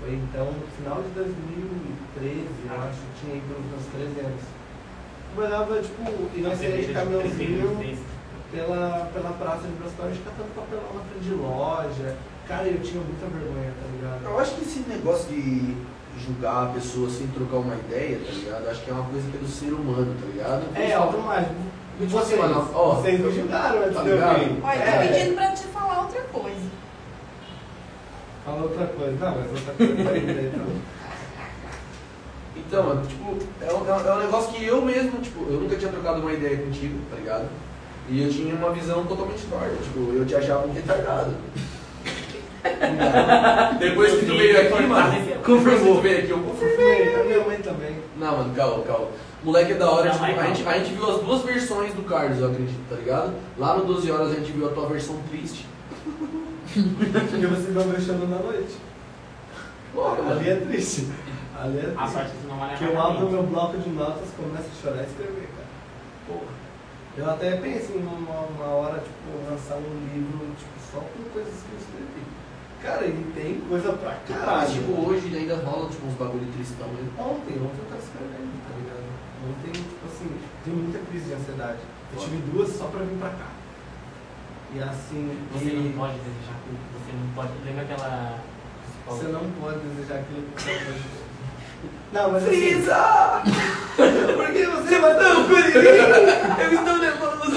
Speaker 3: Foi então no final de 2013, eu acho, eu tinha aí pelos meus 13 anos. Trabalhava, tipo, e nós saía de caminhãozinho pela, pela praça de Brasília, catando papelão na frente de loja. Cara, eu tinha muita vergonha, tá ligado?
Speaker 2: Eu acho que esse negócio de julgar a pessoa sem trocar uma ideia, tá ligado? Acho que é uma coisa que é do ser humano, tá ligado?
Speaker 3: É, automático.
Speaker 2: E você, Tipo assim, mano? Ó,
Speaker 3: vocês me julgaram antes
Speaker 2: tá
Speaker 3: de eu
Speaker 2: ligado?
Speaker 3: vir.
Speaker 6: Olha,
Speaker 3: É.
Speaker 6: tô pedindo pra te falar outra coisa.
Speaker 3: Fala outra coisa. Não, mas outra coisa tá aí, né, então.
Speaker 2: Então, mano, tipo, é um, é um- é um negócio que eu mesmo, tipo, eu nunca tinha trocado uma ideia contigo, tá ligado? E eu tinha uma visão totalmente torta, tipo, eu te achava um retardado. Depois que tu veio aqui, mano, confirmou. Tu veio aqui, eu confirmei.
Speaker 3: Confirmei, a minha mãe também.
Speaker 2: Não, mano, calma, calma. Moleque é da hora,
Speaker 5: Não,
Speaker 2: tipo,
Speaker 5: vai,
Speaker 2: a,
Speaker 5: calma.
Speaker 2: gente, a gente viu as duas versões do Carlos, eu acredito, tá ligado? Lá no 12 horas a gente viu a tua versão triste.
Speaker 3: Porque vocês vão mexendo na noite.
Speaker 2: Louca, mano.
Speaker 3: Ali é triste. Ali é
Speaker 5: A
Speaker 3: triste.
Speaker 5: sorte que não vale a
Speaker 3: Que eu abro meu bloco de notas, começo a chorar e escrever, cara. Porra. Eu até penso em uma, uma hora, tipo, lançar um livro, tipo, só com coisas que eu escrevi. Cara, e tem coisa pra
Speaker 2: Cara,
Speaker 3: caralho.
Speaker 2: tipo, hoje ainda rola, tipo, uns bagulho tristão né? mesmo.
Speaker 3: Ontem, ontem eu tava escrevendo, tá ligado? Ontem, tipo assim, tem muita crise de ansiedade. Eu tive duas só pra vir pra cá. E assim,
Speaker 5: Você
Speaker 3: e
Speaker 5: não pode desejar culpa, você não pode. Lembra aquela.
Speaker 3: você não pode desejar aquilo que você pode. Não, mas assim,
Speaker 2: Frisa!
Speaker 3: por que você matou o perigo?
Speaker 2: Eu estou nervoso!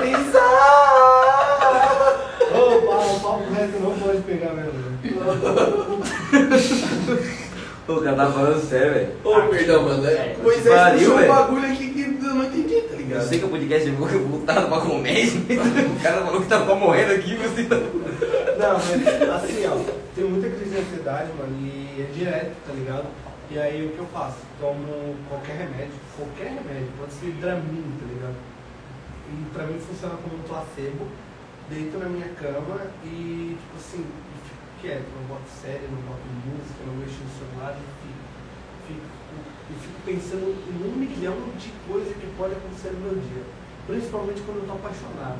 Speaker 3: Frisa! Ô, Paulo, Paulo Reto não pode pegar mesmo. né?
Speaker 7: O cara tá falando sério, velho.
Speaker 2: Ô, perdão, mano. É,
Speaker 5: É,
Speaker 2: pois é,
Speaker 7: pariu,
Speaker 2: puxou um
Speaker 7: velho.
Speaker 2: bagulho aqui que eu não entendi, tá
Speaker 7: Eu
Speaker 2: ligado?
Speaker 7: sei que o podcast é voltado pra comédia, o cara falou que tava morrendo aqui, você tá...
Speaker 3: Não, mas assim, ó, tem muita crise de ansiedade, mano, e é direto, tá ligado? E aí o que eu faço? Tomo qualquer remédio, qualquer remédio, pode ser Dramin, tá ligado? E pra mim funciona como um placebo, deito na minha cama e, tipo assim, e fico quieto, não boto série, não boto música, não mexo no celular, e fico, fico, e fico pensando em um milhão de coisas que pode acontecer no meu dia. Principalmente quando eu tô apaixonado,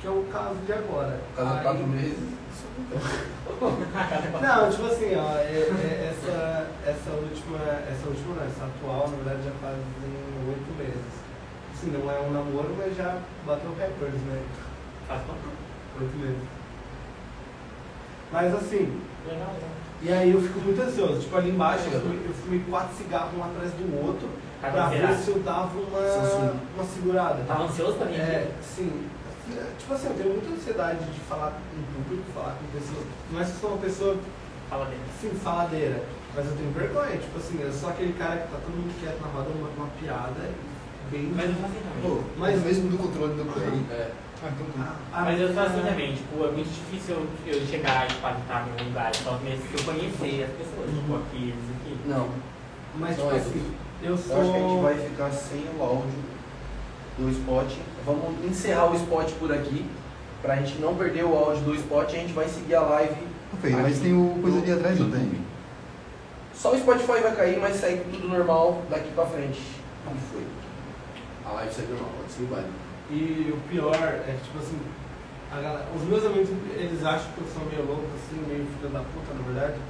Speaker 3: que é o caso de agora.
Speaker 2: Cada
Speaker 3: Aí-
Speaker 2: quatro meses. né?
Speaker 3: não, tipo assim, ó, é- é- essa, essa última, essa última não, essa atual, na verdade, já fazem oito meses. Assim, não é um namoro, mas já bateu recordes, né?
Speaker 5: Faz com-
Speaker 3: Oito meses. Mas assim,
Speaker 5: Legal, né?
Speaker 3: e aí eu fico muito ansioso. Tipo, ali embaixo eu fumei, eu fumei quatro cigarros um atrás do outro
Speaker 5: Pra
Speaker 3: pra ver
Speaker 5: temperar.
Speaker 3: se eu dava uma,
Speaker 2: Samsung.
Speaker 3: uma segurada.
Speaker 5: Eu tava ansioso também.
Speaker 3: É, sim. Tipo assim, eu tenho muita ansiedade de falar em público, falar com pessoas. Não é que eu sou uma pessoa
Speaker 5: Fala dele.
Speaker 3: Sim, faladeira. Mas eu tenho vergonha. Tipo assim, eu sou aquele cara que tá todo mundo quieto na roda, uma, uma piada, bem.
Speaker 5: Mas eu sou assim também.
Speaker 4: Pô, mas mesmo do controle do play.
Speaker 2: É.
Speaker 4: Ah, então tá.
Speaker 3: Ah,
Speaker 5: Mas eu sou assim
Speaker 3: ah,
Speaker 5: também, tipo, é muito difícil eu- eu chegar e palitar em um lugar, só mesmo que eu conhecer as pessoas, tipo, aqui, isso aqui.
Speaker 2: Não,
Speaker 3: Mas
Speaker 2: Não
Speaker 3: tipo
Speaker 2: é
Speaker 3: assim, eu sou.
Speaker 2: eu acho que a gente vai ficar sem o áudio do spot. Vamos encerrar o spot por aqui. Pra gente não perder o áudio do spot, a gente vai seguir a live.
Speaker 4: Ô, Fê, mas tem o coisa ali atrás, não tem?
Speaker 2: Só o Spotify vai cair, mas segue tudo normal daqui pra frente. Como foi? A live segue normal, pode seguir o baile.
Speaker 3: E o pior é que, tipo assim, a galera- os meus amigos, eles acham que eu sou meio louco, assim, meio filho da puta, na verdade,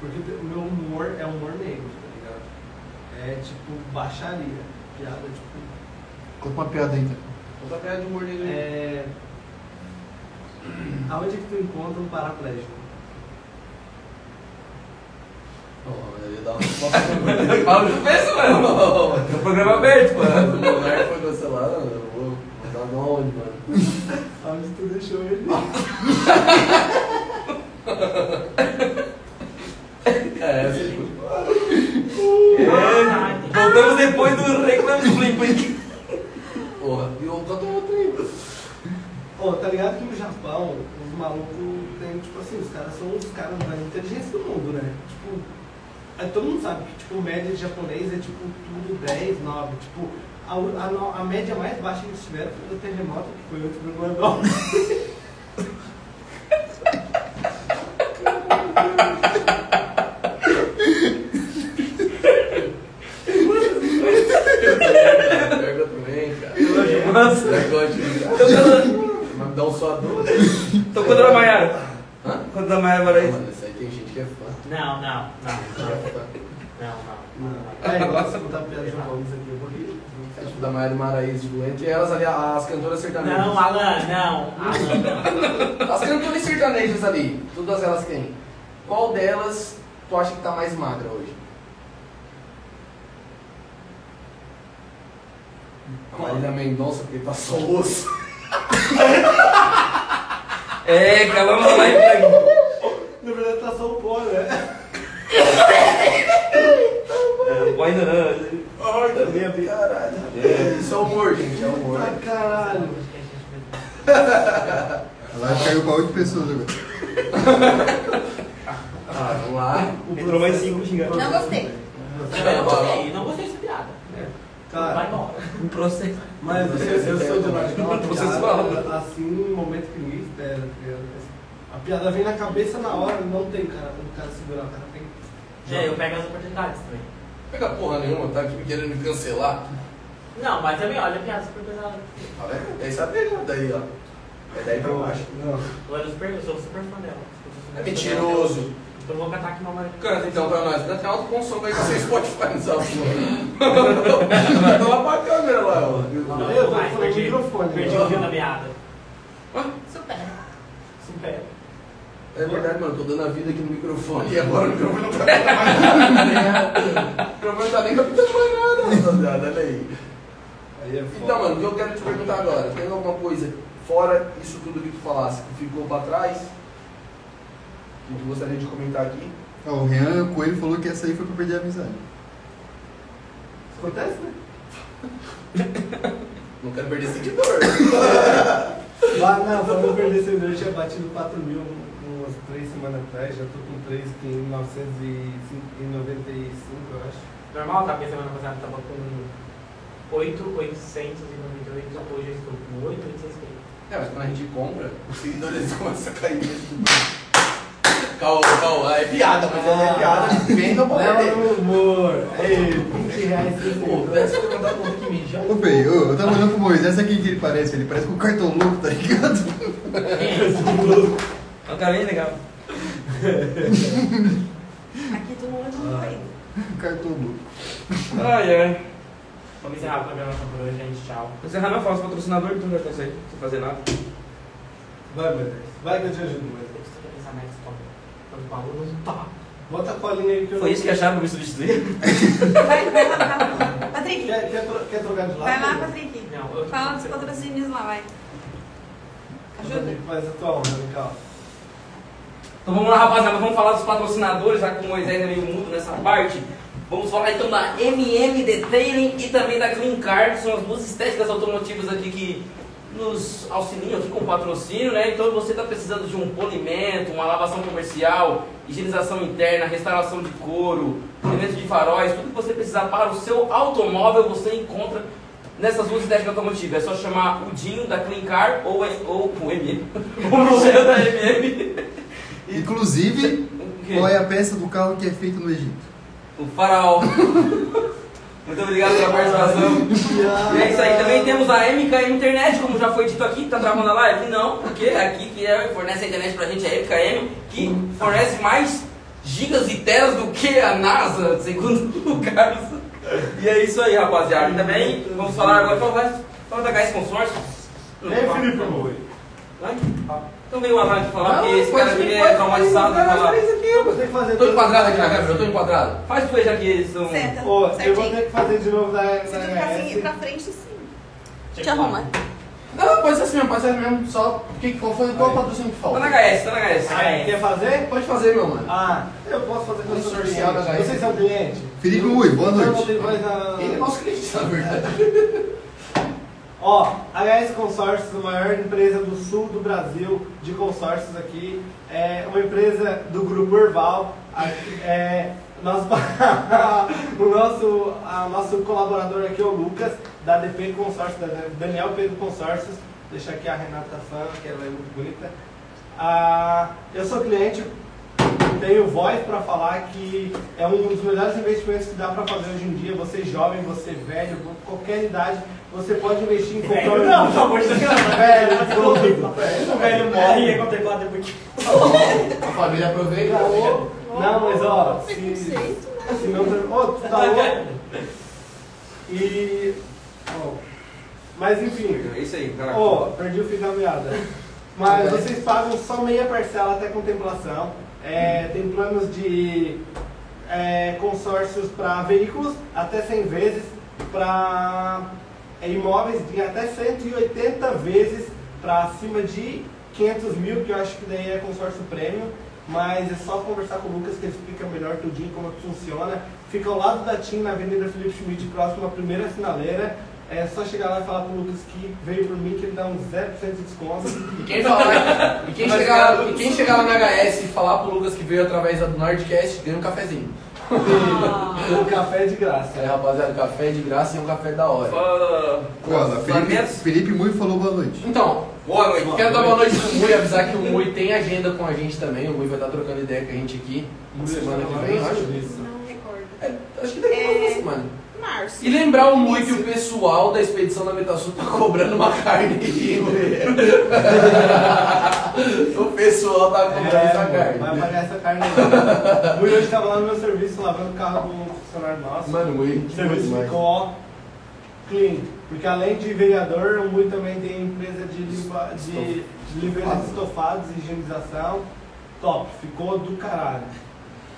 Speaker 3: porque o meu humor é humor negro, tá ligado? É tipo baixaria, piada, tipo.
Speaker 4: Conta uma piada aí, então.
Speaker 2: Outra piada de humor negro aí.
Speaker 3: É... Aonde é que tu encontra um paraplégico?
Speaker 2: Não, eu ia dar uma Fala de peso, mano.
Speaker 7: É um programa aberto, mano.
Speaker 2: O Monark foi cancelado, mano. eu vou mandar no onde, mano.
Speaker 3: Aonde tu deixou ele?
Speaker 2: É, essa tipo.
Speaker 5: Ah,
Speaker 7: Voltamos depois do Reclame Flim.
Speaker 2: Porra, e o quanto eu tenho?
Speaker 3: Ó, tá ligado que no Japão, os malucos têm, tipo assim, os caras são os caras mais inteligentes do mundo, né? Tipo, aí todo mundo sabe que, tipo, média de japonês é, tipo, tudo 10, 9. Tipo, a, u- a, no- a média mais baixa que eles tiveram foi do terremoto, que foi 8,9.
Speaker 2: sou adulto.
Speaker 7: Então quando era Maiara?
Speaker 2: Hã?
Speaker 7: Quando era Maiara agora
Speaker 2: Não,
Speaker 7: aí?
Speaker 2: Mano, isso aí tem gente que é fã.
Speaker 5: Não, não, não,
Speaker 2: Gente que é fã.
Speaker 5: não, não, não. não.
Speaker 3: É, eu gosto de contar piada de João aqui, eu vou rir.
Speaker 2: É tipo da Maiara Maraís, tipo, entre elas ali, as cantoras sertanejas.
Speaker 5: Não, Alan, não, Alan.
Speaker 2: As cantoras sertanejas ali, todas elas quem? Qual delas tu acha que tá mais magra hoje? A Marília Mendonça, porque tá só osso.
Speaker 7: É, calma lá, emprego.
Speaker 3: Na verdade, tá só o pó, né?
Speaker 7: Vai não.
Speaker 2: Ai, caralho. Isso é humor, gente, é humor.
Speaker 3: Ah, caralho.
Speaker 4: A live caiu pra 8 pessoas agora.
Speaker 2: Ah, vamos lá.
Speaker 7: Entrou mais cinco xingando.
Speaker 6: Não gostei.
Speaker 5: Não gostei, não gostei dessa piada. Vai
Speaker 3: É, Cara,
Speaker 5: embora.
Speaker 7: Um processo.
Speaker 3: mas eu, eu sou de uma de uma
Speaker 7: Vocês falam.
Speaker 3: piada, assim, no momento que ninguém espera, tá ligado? A piada vem na cabeça na hora, não tem cara, o cara segurar, o cara tem
Speaker 5: É, eu pego as oportunidades também.
Speaker 2: Pega porra nenhuma, tá aqui me querendo me cancelar.
Speaker 5: Não, mas também olha piada super pesada.
Speaker 2: Tá vendo? É isso aí, daí, ó. É daí pra baixo.
Speaker 3: Não.
Speaker 5: Eu era super, eu sou super fã dela. Eu sou super
Speaker 2: É
Speaker 5: fã
Speaker 2: mentiroso.
Speaker 5: dela. Então eu vou cantar aqui uma maneira.
Speaker 2: Canta então pra nós, canta em alto com som aí que você Spotify nos ajuda. Tá Lá pra câmera lá, ó.
Speaker 5: Não,
Speaker 3: Eu
Speaker 5: eu
Speaker 3: vou
Speaker 5: vai,
Speaker 3: falar no
Speaker 5: perdi,
Speaker 3: microfone.
Speaker 5: perdi o fio da meada.
Speaker 6: Supera.
Speaker 5: Super.
Speaker 2: É verdade, mano, tô dando a vida aqui no microfone e agora o microfone não tá captando mais nada. O microfone não tá nem captando mais nada, rapaziada, olha aí.
Speaker 3: Aí é foda.
Speaker 2: Então, mano, o que eu quero te perguntar agora, tem alguma coisa fora isso tudo que tu falasse que ficou pra trás? Que tu gostaria de comentar aqui?
Speaker 4: Ó, o Renan Coelho falou que essa aí foi pra perder a amizade.
Speaker 3: Acontece, né?
Speaker 2: Não quero perder seguidor.
Speaker 3: Lá na pra não perder seguidor, eu tinha batido 4 mil um, umas 3 semanas atrás, já tô com 3,995, eu acho.
Speaker 5: Normal, tá? Porque semana passada eu tava com 8,898, hoje eu estou com 8,850.
Speaker 2: É, mas quando a gente compra, os seguidores começam a cair. Calma, calma, é piada, mas é
Speaker 7: Ah.
Speaker 2: piada. Venda pra
Speaker 3: Leva
Speaker 2: perder.
Speaker 3: no humor! Ei, 20 reais sem
Speaker 2: Pô,
Speaker 3: seguidor.
Speaker 2: deve ser levantar um pouquinho de já.
Speaker 4: Ô, Pei, ô, eu tava olhando pro Moisés, sabe quem que ele parece? Ele parece com o cartão louco, tá ligado?
Speaker 5: É.
Speaker 2: É um
Speaker 7: Uma cara bem legal.
Speaker 6: Aqui todo mundo é muito doido.
Speaker 4: cartão louco.
Speaker 7: Ai, ai.
Speaker 5: Vamos encerrar o programa por hoje, gente. Tchau.
Speaker 7: Vou encerrar meu falso patrocinador, tu não vai conseguir sem fazer nada.
Speaker 3: Vai, meu Deus. Vai que eu te ajudo, meu
Speaker 5: Eu
Speaker 3: Deus.
Speaker 5: preciso pensar mais como. Quando o Paulo não tá.
Speaker 3: Bota a colinha aí que eu
Speaker 7: Foi isso que acharam pra me substituir?
Speaker 6: Vai, vai lá, vai lá. Patrick,
Speaker 3: Quer, quer, tro- quer trocar de lado?
Speaker 6: vai lá, Patrick.
Speaker 5: Não, eu
Speaker 6: Fala dos patrocínios lá, vai. Ajuda.
Speaker 3: Faz a tua honra, Cal.
Speaker 7: Então vamos lá, rapaziada, vamos falar dos patrocinadores, já que o Moisés é meio mudo nessa parte. Vamos falar então da MM Detailing e também da Clean Car, que são as duas estéticas automotivas aqui que nos auxiliam aqui com patrocínio, né? Então você está precisando de um polimento, uma lavação comercial, higienização interna, restauração de couro, polimento de faróis, tudo que você precisar para o seu automóvel você encontra nessas duas estéticas automotivas. É só chamar o Dinho da Clean Car ou, ou o MM, ou o Museu da MM.
Speaker 4: Inclusive,
Speaker 7: O quê?
Speaker 4: qual é a peça do carro que é feita no Egito?
Speaker 7: O faraó. Muito obrigado pela participação. E é isso aí. Também temos a MKM Internet, como já foi dito aqui. Tá travando a live? Não, porque aqui que é, fornece a internet pra gente é a MKM, que fornece mais gigas e telas do que a NASA, segundo o Carlos. E é isso aí, rapaziada. E também vamos falar agora. Fala, fala da Gás Consórcio.
Speaker 3: Ei, Felipe Amor.
Speaker 7: Vai. Então veio o Alan aqui falar, porque esse cara
Speaker 2: pode
Speaker 7: aqui
Speaker 2: vir,
Speaker 7: é
Speaker 2: pode
Speaker 7: traumatizado.
Speaker 2: vir,
Speaker 7: vai falar.
Speaker 2: faz isso aqui,
Speaker 3: Eu
Speaker 2: mano.
Speaker 3: vou ter que fazer.
Speaker 2: Eu tô enquadrado aqui na câmera, eu tô enquadrado.
Speaker 7: Faz tu aí, já que eles são.
Speaker 6: Senta.
Speaker 3: Ô, eu vou
Speaker 6: certinho.
Speaker 3: ter que fazer de novo na
Speaker 6: Se tu ficar assim,
Speaker 3: HS.
Speaker 6: pra frente, sim. Te arruma.
Speaker 2: Não, pode ser assim mesmo, pode ser assim mesmo. Só que, qual foi qual patrocínio que
Speaker 7: Tá
Speaker 2: falta?
Speaker 7: na HS, tá na
Speaker 2: É
Speaker 7: HS.
Speaker 3: Aí, quer fazer?
Speaker 2: Pode fazer, meu mano.
Speaker 3: Ah, eu posso fazer com o seu
Speaker 2: Consorcial
Speaker 3: cliente.
Speaker 2: da HS.
Speaker 3: Vocês são é cliente?
Speaker 4: Felipe Ui, boa
Speaker 3: Então,
Speaker 4: noite.
Speaker 3: tem mais a-
Speaker 2: Ele é nosso cliente, na verdade.
Speaker 3: Ó, HS Consórcios, a maior empresa do sul do Brasil de consórcios aqui, é uma empresa do grupo Urval. Aqui, é, nosso, o nosso, a, nosso colaborador aqui é o Lucas, da DP Consórcios, da Daniel Pedro Consórcios. Deixa aqui a Renata Fan, que ela é muito bonita. Ah, eu sou cliente, tenho voz para falar que é um dos melhores investimentos que dá para fazer hoje em dia. Você é jovem, você velho, qualquer idade, você pode investir em comprar
Speaker 5: Velho, não, pelo amor de Deus.
Speaker 3: Velho, gordo,
Speaker 5: O velho morre e é contemplado depois que.
Speaker 2: A família aproveita.
Speaker 3: Ô, Não, mas ó, se,
Speaker 6: Preconceito, né?
Speaker 3: se não. Ô, tu tá louco? E. ó, mas enfim.
Speaker 7: É isso aí, cara.
Speaker 3: Ô, perdi o fio da meada. Mas vocês pagam só meia parcela até contemplação. É, tem planos de é, consórcios para veículos até 100 vezes, para imóveis de até 180 vezes para acima de 500 mil, que eu acho que daí é consórcio prêmio. Mas é só conversar com o Lucas que ele explica melhor tudinho como é que funciona. Fica ao lado da TIM, na Avenida Felipe Schmidt, próximo à primeira sinaleira. É só chegar lá e falar pro Lucas que veio por mim que ele dá um 0% de desconto.
Speaker 2: E quem, falar, e, quem chegar, e quem chegar lá na HS e falar pro Lucas que veio através da Nordcast, ganha um cafezinho.
Speaker 3: um café de graça.
Speaker 2: É, rapaziada, café de graça e um café da hora.
Speaker 7: Fala.
Speaker 4: Olha, Felipe,
Speaker 7: Ah, Flamengo.
Speaker 4: Felipe Mui falou boa noite.
Speaker 2: Então,
Speaker 7: Boa noite.
Speaker 2: quero dar boa noite pro Mui, avisar que o Mui tem agenda com a gente também. O Mui vai estar trocando ideia com a gente aqui semana que vem, eu acho.
Speaker 6: Não recordo.
Speaker 2: É, acho que daqui a pouco, semana.
Speaker 6: Março.
Speaker 2: E lembrar o Mui que o pessoal da expedição da Metasul tá cobrando uma carne aqui, Mui. O pessoal tá cobrando
Speaker 3: É,
Speaker 2: essa
Speaker 3: mano,
Speaker 2: carne.
Speaker 3: vai pagar essa carne lá. O Will hoje tava lá no meu serviço lavando o carro do funcionário nosso.
Speaker 2: Mano, o Mui.
Speaker 3: o serviço ficou ó, clean. Porque além de vereador, o Mui também tem empresa de, limpa, de, de limpeza de estofados e higienização. Top, ficou do caralho.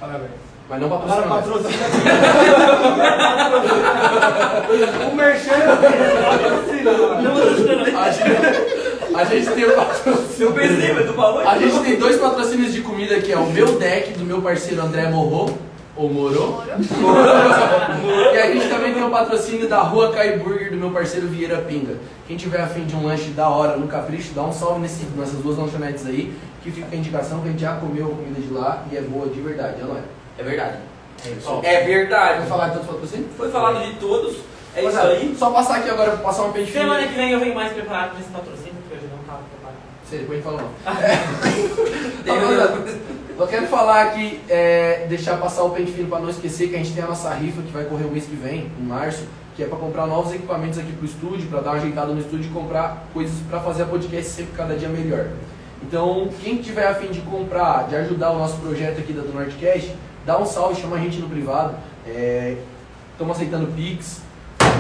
Speaker 3: Parabéns.
Speaker 2: Mas não
Speaker 3: Agora
Speaker 2: patrocinar. nós.
Speaker 3: patrocina. o merchan patrocina.
Speaker 5: Não, não, não.
Speaker 2: A gente- A gente tem o patrocínio.
Speaker 7: Eu pensei, mas tu falou
Speaker 2: A gente tem dois patrocínios de comida que é o meu deck do meu parceiro André Morro, ou Moro. e a gente também tem o patrocínio da Rua Kai Burger do meu parceiro Vieira Pinga. Quem tiver afim de um lanche da hora, no capricho, dá um salve nesse- nessas duas lanchonetes aí, que fica a indicação que a gente já comeu a comida de lá e é boa de verdade, não é?
Speaker 7: É verdade.
Speaker 2: É isso.
Speaker 7: É
Speaker 2: Quer
Speaker 7: verdade.
Speaker 2: falar de todos os patrocínios?
Speaker 7: Foi falado de todos. É isso
Speaker 2: Rapaziada,
Speaker 7: aí.
Speaker 2: Só passar aqui agora, passar um uma pente fina.
Speaker 5: Semana que vem eu venho mais preparado pra esse patrocínio, porque hoje eu não tava preparado.
Speaker 2: Sei, depois a gente fala não.
Speaker 7: Tem
Speaker 2: Rapaziada, Eu quero falar aqui, é, deixar passar o pente fino pra não esquecer que a gente tem a nossa rifa que vai correr o mês que vem, em março, que é pra comprar novos equipamentos aqui pro estúdio, pra dar uma ajeitada no estúdio e comprar coisas pra fazer a podcast sempre cada dia melhor. Então, quem tiver a fim de comprar, de ajudar o nosso projeto aqui da do Nordcast, dá um salve, chama a gente no privado. Estamos aceitando Pix.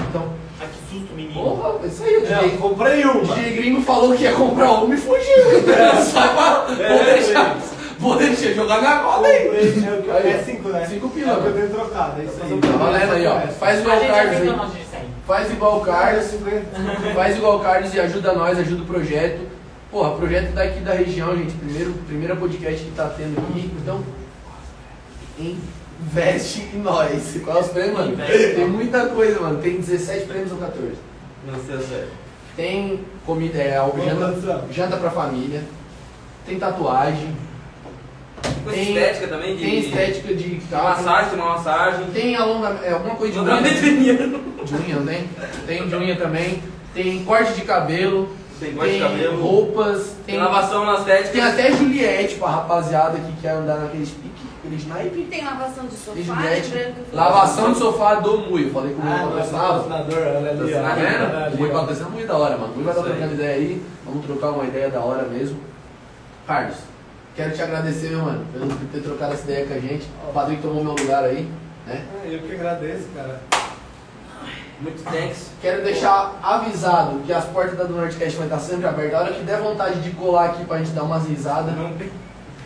Speaker 2: Então,
Speaker 5: Ai, que susto, menino.
Speaker 2: porra, isso aí, eu
Speaker 3: Não, comprei
Speaker 2: o
Speaker 3: uma.
Speaker 2: Gringo falou que ia comprar uma e fugiu. Sai pra-
Speaker 3: É,
Speaker 2: vou, deixar, vou deixar jogar na roda aí.
Speaker 3: Comprei, É 5, né?
Speaker 2: Cinco pila,
Speaker 3: É o que eu
Speaker 2: mano.
Speaker 3: tenho trocado, é isso aí. É.
Speaker 2: Tá valendo aí, ó. Faz
Speaker 5: A
Speaker 2: igual é o
Speaker 5: gente
Speaker 2: Carlos
Speaker 5: aceita o
Speaker 2: aí.
Speaker 5: nosso de 100.
Speaker 2: Faz igual o
Speaker 3: Cara,
Speaker 2: Carlos.
Speaker 3: 50.
Speaker 2: Faz igual o Carlos e ajuda nós, ajuda o projeto. Porra, projeto daqui da região, gente. Primeiro, primeira podcast que tá tendo aqui. Então, investe em nós. Qual é os prêmios, mano?
Speaker 5: Investe.
Speaker 2: Tem muita coisa, mano. Tem 17 prêmios ou 14.
Speaker 7: Não sei, velho.
Speaker 2: Tem comida, é,
Speaker 3: Boa
Speaker 2: janta,
Speaker 3: produção.
Speaker 2: janta pra família. Tem tatuagem.
Speaker 7: Coisa
Speaker 2: Tem-
Speaker 7: estética também. De,
Speaker 2: Tem estética de
Speaker 7: de massagem, uma massagem.
Speaker 2: Tem alongamento, é, alguma coisa de
Speaker 7: Mandamento
Speaker 2: unha.
Speaker 7: menino.
Speaker 2: De unha, né? Tem de unha também. Tem corte de cabelo.
Speaker 7: Tem corte de
Speaker 2: tem
Speaker 7: cabelo.
Speaker 2: roupas.
Speaker 7: Tem lavação na estética.
Speaker 2: Tem até Juliette pra rapaziada que quer andar naqueles pique, aqueles naipe.
Speaker 8: Tem lavação de sofá,
Speaker 2: Tem Juliette.
Speaker 8: lembrando que eu
Speaker 2: Lavação de sofá do Mui. Eu falei que o Mui
Speaker 3: Ah, não, é
Speaker 2: patrocinava.
Speaker 3: patrocinador, olha ali, ó.
Speaker 2: Tá
Speaker 3: Olha
Speaker 2: vendo?
Speaker 3: ali,
Speaker 2: O Mui
Speaker 3: ó.
Speaker 2: patrocina é muito da hora, mano. O Mui vai estar
Speaker 7: Isso aí.
Speaker 2: trocando ideia aí. Vamos trocar uma ideia da hora mesmo. Carlos, quero te agradecer, meu mano, pelo por ter trocado essa ideia com a gente. O Patrick tomou meu lugar aí, né?
Speaker 3: Ah, Eu que agradeço, cara.
Speaker 7: Muito thanks.
Speaker 2: Quero deixar avisado que as portas da do Nordcast vai estar sempre abertas. A hora que der vontade de colar aqui pra gente dar umas risadas.
Speaker 7: Não tem-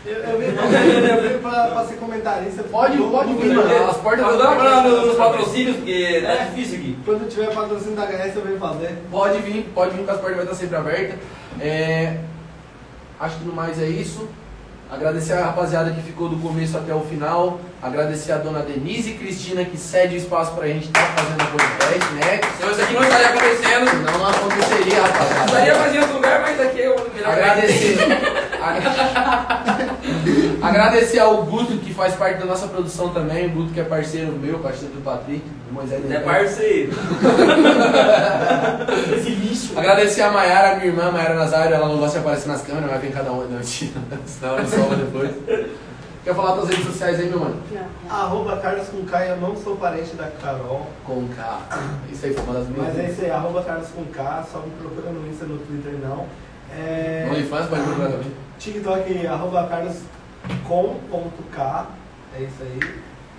Speaker 3: Eu, eu vim eu vim pra, pra ser comentarista.
Speaker 2: Pode, pode vir, mano. As portas
Speaker 7: Mas
Speaker 2: da
Speaker 7: dá
Speaker 2: do
Speaker 7: pra dar nos nos
Speaker 2: Nordcast.
Speaker 7: patrocínios, porque tá
Speaker 3: É.
Speaker 7: difícil aqui.
Speaker 3: Quando tiver patrocínio da HS, eu venho fazer.
Speaker 2: Pode vir, pode vir que as portas vai estar sempre abertas. É, Acho que no mais é isso. Agradecer a rapaziada que ficou do começo até o final. Agradecer a dona Denise e Cristina que cede o espaço pra gente estar fazendo o podcast, né?
Speaker 7: Senão isso aqui não estaria acontecendo.
Speaker 2: Senão não aconteceria,
Speaker 7: Estaria
Speaker 2: rapaziada.
Speaker 7: mais em outro lugar, mas aqui é o melhor lugar que tem.
Speaker 2: Agradecer. Agra- Agradecer ao Guto, que faz parte da nossa produção também. O Guto, que é parceiro meu, parceiro do Patrick, do Moisés
Speaker 7: É
Speaker 2: Neto.
Speaker 7: parceiro.
Speaker 5: Esse lixo.
Speaker 2: Agradecer a Mayara, minha irmã, Mayara Nazário. Ela não gosta de aparecer nas câmeras, mas vem cada um. Não, tira. Senão eu solto depois. Quer falar das redes sociais aí, meu mano?
Speaker 8: Não.
Speaker 3: Arroba Carlos com K, eu não sou parente da Carol.
Speaker 2: Com K. Isso aí foi uma das minhas.
Speaker 3: Mas é isso aí, arroba Carlos com K, só me procura no Insta, no Twitter não. É,
Speaker 2: No OnlyFans pode procurar também.
Speaker 3: TikTok, arroba Carlos com ponto K, é isso aí.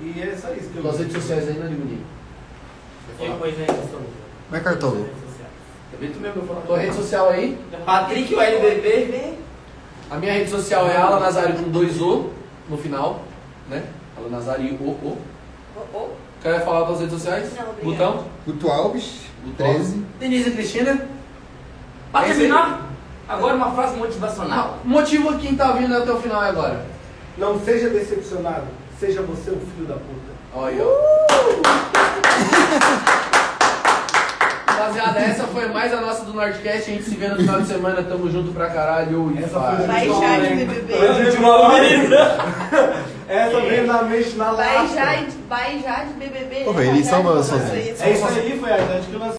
Speaker 3: E é só isso que eu
Speaker 2: Suas redes sociais aí, não digo ninguém.
Speaker 5: Eu coisa aí, eu
Speaker 4: Vai, Cartolo.
Speaker 2: Acredito mesmo que eu falo. Tua rede social aí?
Speaker 7: Patrick, o LBB.
Speaker 2: A minha rede social é Ala Nazário com dois O no final, né? Ala Nazário O O.
Speaker 8: Oh,
Speaker 2: Quer falar das redes sociais?
Speaker 6: Não, obrigada.
Speaker 2: Botão?
Speaker 4: Guto Alves,
Speaker 2: Guto
Speaker 4: 13.
Speaker 2: Denise e Cristina.
Speaker 7: Pra
Speaker 2: É isso aí.
Speaker 7: terminar, agora uma frase motivacional.
Speaker 2: Motivo quem tá vindo até o final aí agora.
Speaker 3: Não seja decepcionado, seja você o filho da puta.
Speaker 2: Olha aí, ó. Rapaziada, essa foi mais a nossa do Nordcast. A gente se vê no final de semana. Tamo junto pra caralho. E
Speaker 3: Essa é
Speaker 2: faz.
Speaker 3: foi-
Speaker 6: Baixar de
Speaker 3: é
Speaker 6: BBB.
Speaker 3: Essa é veio na mente, na lata.
Speaker 6: Baixar de BBB.
Speaker 4: Pô, velho, eles são
Speaker 6: Baixar de
Speaker 4: sozinhos.
Speaker 6: BBB.
Speaker 3: É isso É aí, foi a gente que lançou.